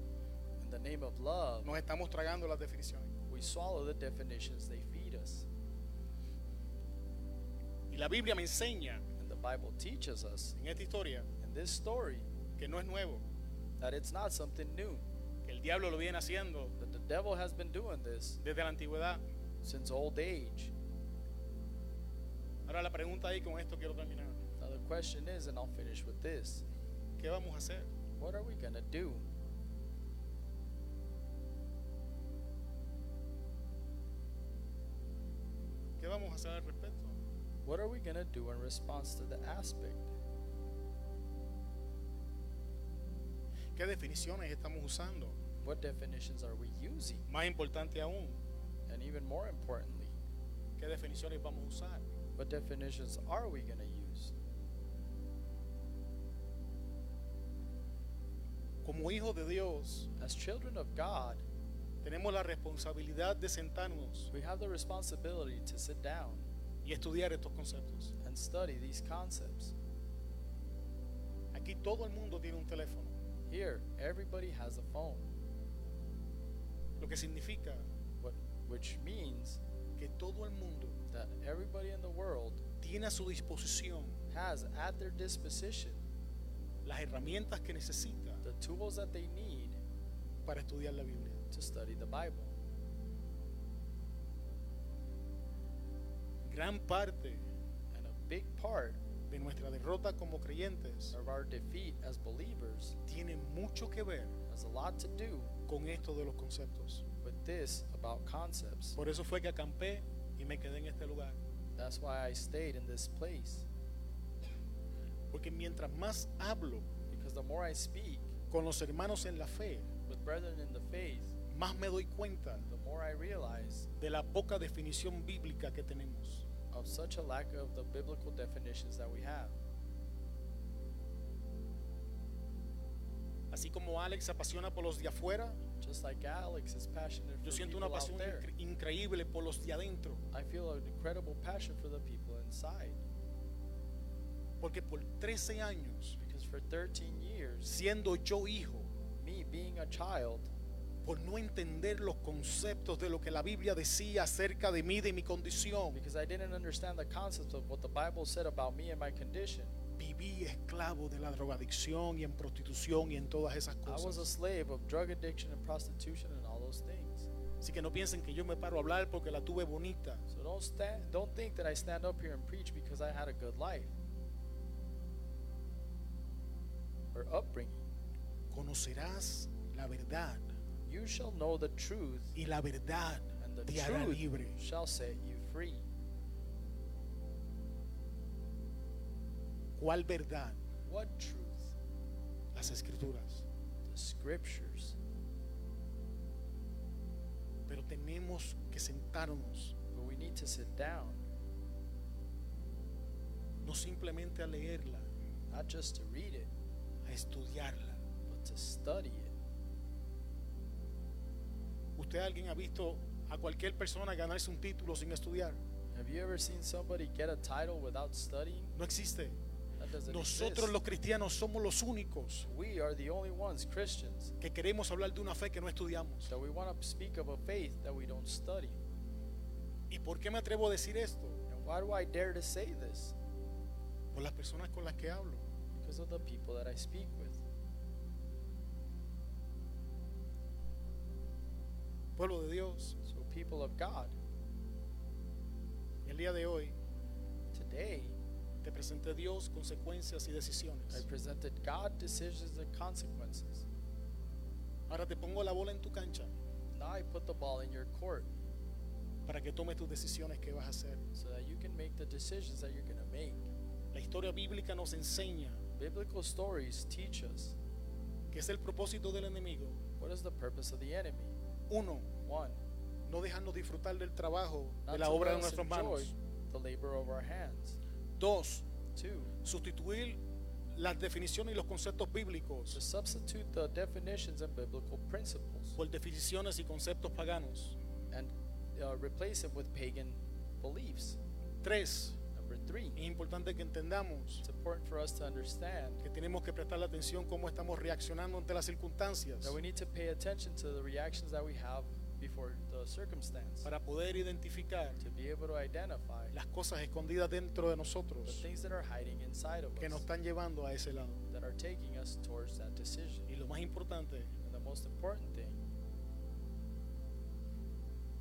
Speaker 3: in the name of love,
Speaker 2: nos estamos tragando las definiciones.
Speaker 3: we swallow the definitions they feed us.
Speaker 2: Y la Biblia me enseña
Speaker 3: And the Bible teaches us
Speaker 2: en esta historia
Speaker 3: in this story
Speaker 2: que no es nuevo,
Speaker 3: that it's not something new,
Speaker 2: que el diablo lo viene haciendo
Speaker 3: that the devil has been doing this
Speaker 2: desde la antigüedad.
Speaker 3: since old age.
Speaker 2: Ahora la pregunta ahí, con esto quiero terminar.
Speaker 3: Now, the question is, and I'll finish with this
Speaker 2: ¿Qué vamos a hacer?
Speaker 3: what are we going to do?
Speaker 2: ¿Qué vamos a hacer al respecto?
Speaker 3: What are we going to do in response to the aspect?
Speaker 2: ¿Qué definiciones estamos usando?
Speaker 3: What definitions are we using?
Speaker 2: Más importante aún,
Speaker 3: And even more importantly,
Speaker 2: ¿qué definiciones vamos a usar?
Speaker 3: what definitions are we going to use?
Speaker 2: Como hijos de Dios,
Speaker 3: As children of God,
Speaker 2: tenemos la responsabilidad de sentarnos
Speaker 3: we have the responsibility to sit down
Speaker 2: y estudiar estos conceptos.
Speaker 3: and study these concepts.
Speaker 2: Aquí todo el mundo tiene un teléfono,
Speaker 3: Here, everybody has a phone,
Speaker 2: lo que significa
Speaker 3: what, which means
Speaker 2: que todo el mundo
Speaker 3: that everybody in the world
Speaker 2: tiene a su disposición
Speaker 3: has at their disposition
Speaker 2: las herramientas que necesita
Speaker 3: the tools that they need
Speaker 2: para estudiar la Biblia.
Speaker 3: to study the Bible.
Speaker 2: Gran parte
Speaker 3: And a big part
Speaker 2: de nuestra derrota como creyentes
Speaker 3: of our defeat as believers
Speaker 2: tiene mucho que ver
Speaker 3: has a lot to do
Speaker 2: con esto de los conceptos.
Speaker 3: with this about concepts.
Speaker 2: Por eso fue que acampé y me quedé en este lugar.
Speaker 3: That's why I stayed in this place.
Speaker 2: Porque mientras más hablo
Speaker 3: Because the more I speak
Speaker 2: con los hermanos en la fe,
Speaker 3: with brethren in the faith,
Speaker 2: más me doy cuenta
Speaker 3: the more I realize
Speaker 2: de la poca definición bíblica que tenemos.
Speaker 3: of such a lack of the biblical definitions that we have.
Speaker 2: Así como Alex se apasiona por los de afuera,
Speaker 3: Just like Alex is passionate
Speaker 2: yo
Speaker 3: for
Speaker 2: siento una
Speaker 3: people out
Speaker 2: pasión
Speaker 3: there,
Speaker 2: incre- increíble por los de adentro.
Speaker 3: I feel an incredible passion for the people inside.
Speaker 2: Porque por 13 años,
Speaker 3: Because for 13 years,
Speaker 2: siendo yo hijo,
Speaker 3: me being a child,
Speaker 2: por no entender los conceptos de lo que la Biblia decía acerca de mí, de mi condición,
Speaker 3: because I didn't understand the concept of what the Bible said about me and my condition,
Speaker 2: viví esclavo de la drogadicción y en prostitución y en todas esas
Speaker 3: I was a
Speaker 2: cosas.
Speaker 3: slave of drug addiction and prostitution and all those things.
Speaker 2: Así que no piensen que yo me paro a hablar porque la tuve bonita.
Speaker 3: So don't stand, don't think that I stand up here and preach because I had a good life or upbringing.
Speaker 2: Conocerás la verdad
Speaker 3: You shall know the truth,
Speaker 2: y la verdad
Speaker 3: and the
Speaker 2: te hará
Speaker 3: truth
Speaker 2: libre.
Speaker 3: shall set you free.
Speaker 2: ¿Cuál verdad?
Speaker 3: What truth?
Speaker 2: Las escrituras.
Speaker 3: The scriptures.
Speaker 2: Pero tenemos que sentarnos,
Speaker 3: But we need to sit down,
Speaker 2: no simplemente a leerla,
Speaker 3: not just to read it,
Speaker 2: a estudiarla.
Speaker 3: but to study it.
Speaker 2: ¿Usted alguien ha visto a cualquier persona ganarse un título sin estudiar?
Speaker 3: Have you ever seen somebody get a title without studying?
Speaker 2: No existe.
Speaker 3: That doesn't
Speaker 2: Nosotros
Speaker 3: exist.
Speaker 2: los cristianos somos los únicos
Speaker 3: we are the only ones, Christians,
Speaker 2: que queremos hablar de una fe que no estudiamos.
Speaker 3: that we want to speak of a faith that we don't study.
Speaker 2: ¿Y por qué me atrevo a decir esto?
Speaker 3: And why do I dare to say this?
Speaker 2: Por las personas con las que hablo.
Speaker 3: Because of the people that I speak with.
Speaker 2: Pueblo de Dios,
Speaker 3: So, people of God,
Speaker 2: el día de hoy
Speaker 3: today
Speaker 2: te presenté Dios, consecuencias y
Speaker 3: I
Speaker 2: decisiones.
Speaker 3: presented God decisions and consequences.
Speaker 2: Ahora te pongo la bola en tu cancha
Speaker 3: Now I put the ball in your court
Speaker 2: para que tomes tus decisiones que vas a hacer.
Speaker 3: so that you can make the decisions that you're going to make.
Speaker 2: La historia bíblica nos enseña
Speaker 3: Biblical stories teach us
Speaker 2: que es el propósito del enemigo.
Speaker 3: what is the purpose of the enemy.
Speaker 2: Uno,
Speaker 3: One,
Speaker 2: no dejarnos disfrutar del trabajo, de la
Speaker 3: to
Speaker 2: obra de
Speaker 3: let us
Speaker 2: nuestras
Speaker 3: enjoy
Speaker 2: manos.
Speaker 3: the labor of our hands.
Speaker 2: Dos,
Speaker 3: Two,
Speaker 2: sustituir las definiciones y los conceptos
Speaker 3: to
Speaker 2: bíblicos
Speaker 3: substitute the definitions and biblical principles
Speaker 2: por definiciones y conceptos paganos.
Speaker 3: and uh, replace them with pagan beliefs.
Speaker 2: Tres,
Speaker 3: Number three,
Speaker 2: es importante que entendamos
Speaker 3: it's important for us to understand
Speaker 2: que tenemos que prestar la atención cómo estamos reaccionando ante las circunstancias
Speaker 3: that we need to pay attention to the reactions that we have before the circumstance
Speaker 2: para poder identificar
Speaker 3: to be able to identify
Speaker 2: las cosas escondidas dentro de
Speaker 3: the
Speaker 2: nosotros
Speaker 3: things that are hiding inside of
Speaker 2: que nos
Speaker 3: us
Speaker 2: están llevando a ese lado.
Speaker 3: that are taking us towards that decision.
Speaker 2: Y lo más importante
Speaker 3: And the most important thing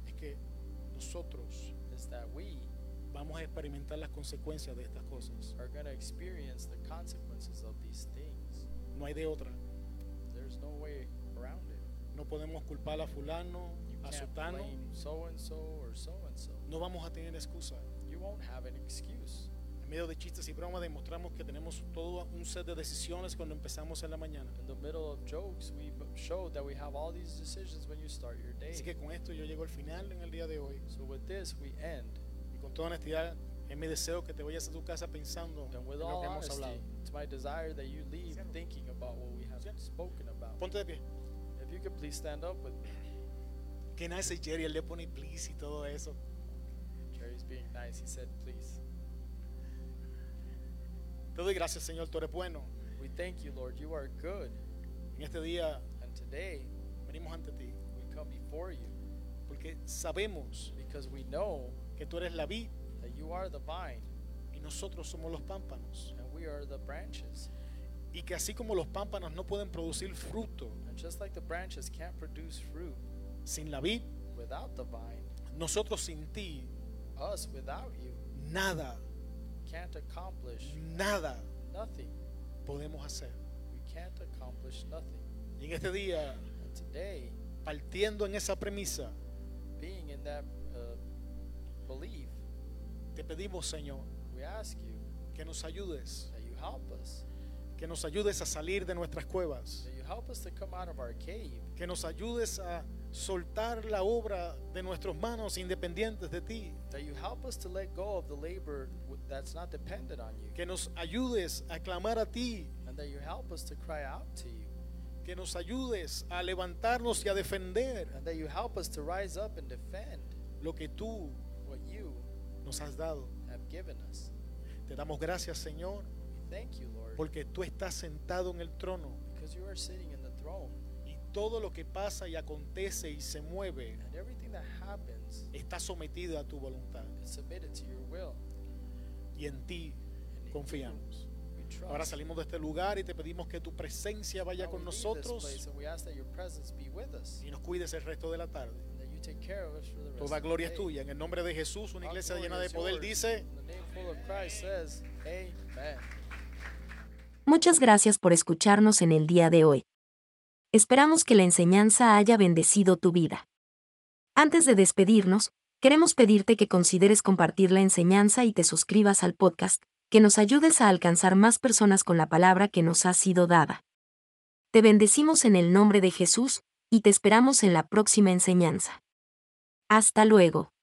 Speaker 2: es que nosotros
Speaker 3: is that we
Speaker 2: vamos a experimentar las consecuencias de estas cosas.
Speaker 3: are going to experience the consequences of these things.
Speaker 2: No hay de otra.
Speaker 3: There's no way around it.
Speaker 2: No podemos culpar a fulano,
Speaker 3: You
Speaker 2: a
Speaker 3: can't
Speaker 2: sotano.
Speaker 3: blame so and so or so and so.
Speaker 2: No vamos a tener excusa.
Speaker 3: You won't have an excuse.
Speaker 2: En medio de chistes y bromas demostramos que tenemos todo un set de decisiones cuando empezamos en la mañana.
Speaker 3: In the middle of jokes, we b- showed that we have all these decisions when you start your
Speaker 2: Así
Speaker 3: day.
Speaker 2: que con esto yo llego al final en el día de hoy.
Speaker 3: So with this, we end.
Speaker 2: Y con toda honestidad, es mi deseo que te vayas a tu casa pensando en
Speaker 3: And with
Speaker 2: lo
Speaker 3: all
Speaker 2: que hemos
Speaker 3: honesty,
Speaker 2: hablado.
Speaker 3: it's my desire that you leave thinking about what we have spoken about.
Speaker 2: Ponte de pie.
Speaker 3: If you could please stand up with me.
Speaker 2: Que nadie se Jerry, él le pone please y todo eso.
Speaker 3: Jerry's being nice. He said, please.
Speaker 2: Te doy gracias, Señor, tú eres bueno.
Speaker 3: We thank you, Lord. You are good.
Speaker 2: En este día
Speaker 3: And today,
Speaker 2: venimos ante ti
Speaker 3: we come before you
Speaker 2: porque sabemos
Speaker 3: because we know
Speaker 2: que tú eres la vid
Speaker 3: that you are the vine
Speaker 2: y nosotros somos los pámpanos.
Speaker 3: and we are the branches.
Speaker 2: Y que así como los pámpanos no pueden producir fruto
Speaker 3: And just like the branches can't produce fruit
Speaker 2: sin la vid,
Speaker 3: without the vine,
Speaker 2: nosotros sin ti
Speaker 3: us without you
Speaker 2: nada,
Speaker 3: can't accomplish
Speaker 2: nada
Speaker 3: nothing.
Speaker 2: podemos hacer.
Speaker 3: We can't accomplish nothing.
Speaker 2: Y en este día,
Speaker 3: And today,
Speaker 2: partiendo en esa premisa,
Speaker 3: being in that uh, belief,
Speaker 2: te pedimos, Señor,
Speaker 3: we ask you
Speaker 2: que nos ayudes,
Speaker 3: that you help us,
Speaker 2: que nos ayudes a salir de nuestras cuevas,
Speaker 3: that you help us to come out of our cave,
Speaker 2: que nos ayudes a soltar la obra de nuestras manos independientes de ti,
Speaker 3: that you help us to let go of the labor w- that's not dependent on you,
Speaker 2: que nos ayudes a clamar a ti,
Speaker 3: and that you help us to cry out to you,
Speaker 2: que nos ayudes a levantarnos y a defender
Speaker 3: and that you help us to rise up and defend
Speaker 2: lo que tú
Speaker 3: what you
Speaker 2: nos has dado.
Speaker 3: have given us.
Speaker 2: Te damos gracias, Señor,
Speaker 3: We thank you, Lord,
Speaker 2: porque tú estás sentado en el trono
Speaker 3: because you are sitting in the throne,
Speaker 2: y todo lo que pasa y acontece y se mueve
Speaker 3: and everything that happens
Speaker 2: está sometido a tu voluntad
Speaker 3: is submitted to your will.
Speaker 2: y en ti
Speaker 3: And in
Speaker 2: confiamos.
Speaker 3: you we trust.
Speaker 2: Ahora salimos de este lugar y te pedimos que tu presencia vaya
Speaker 3: Now
Speaker 2: con
Speaker 3: we leave this place
Speaker 2: nosotros
Speaker 3: and we ask that your presence be with us,
Speaker 2: y nos cuides el resto de la tarde.
Speaker 3: and that you take care of us for the rest
Speaker 2: Toda
Speaker 3: of the
Speaker 2: gloria es
Speaker 3: day.
Speaker 2: tuya. En el nombre de Jesús, una
Speaker 3: All
Speaker 2: iglesia
Speaker 3: glory
Speaker 2: llena de
Speaker 3: is
Speaker 2: poder
Speaker 3: yours.
Speaker 2: dice...
Speaker 3: In the name full of Christ says, Amen.
Speaker 1: Muchas gracias por escucharnos en el día de hoy. Esperamos que la enseñanza haya bendecido tu vida. Antes de despedirnos, queremos pedirte que consideres compartir la enseñanza y te suscribas al podcast, que nos ayudes a alcanzar más personas con la palabra que nos ha sido dada. Te bendecimos en el nombre de Jesús, y te esperamos en la próxima enseñanza. Hasta luego.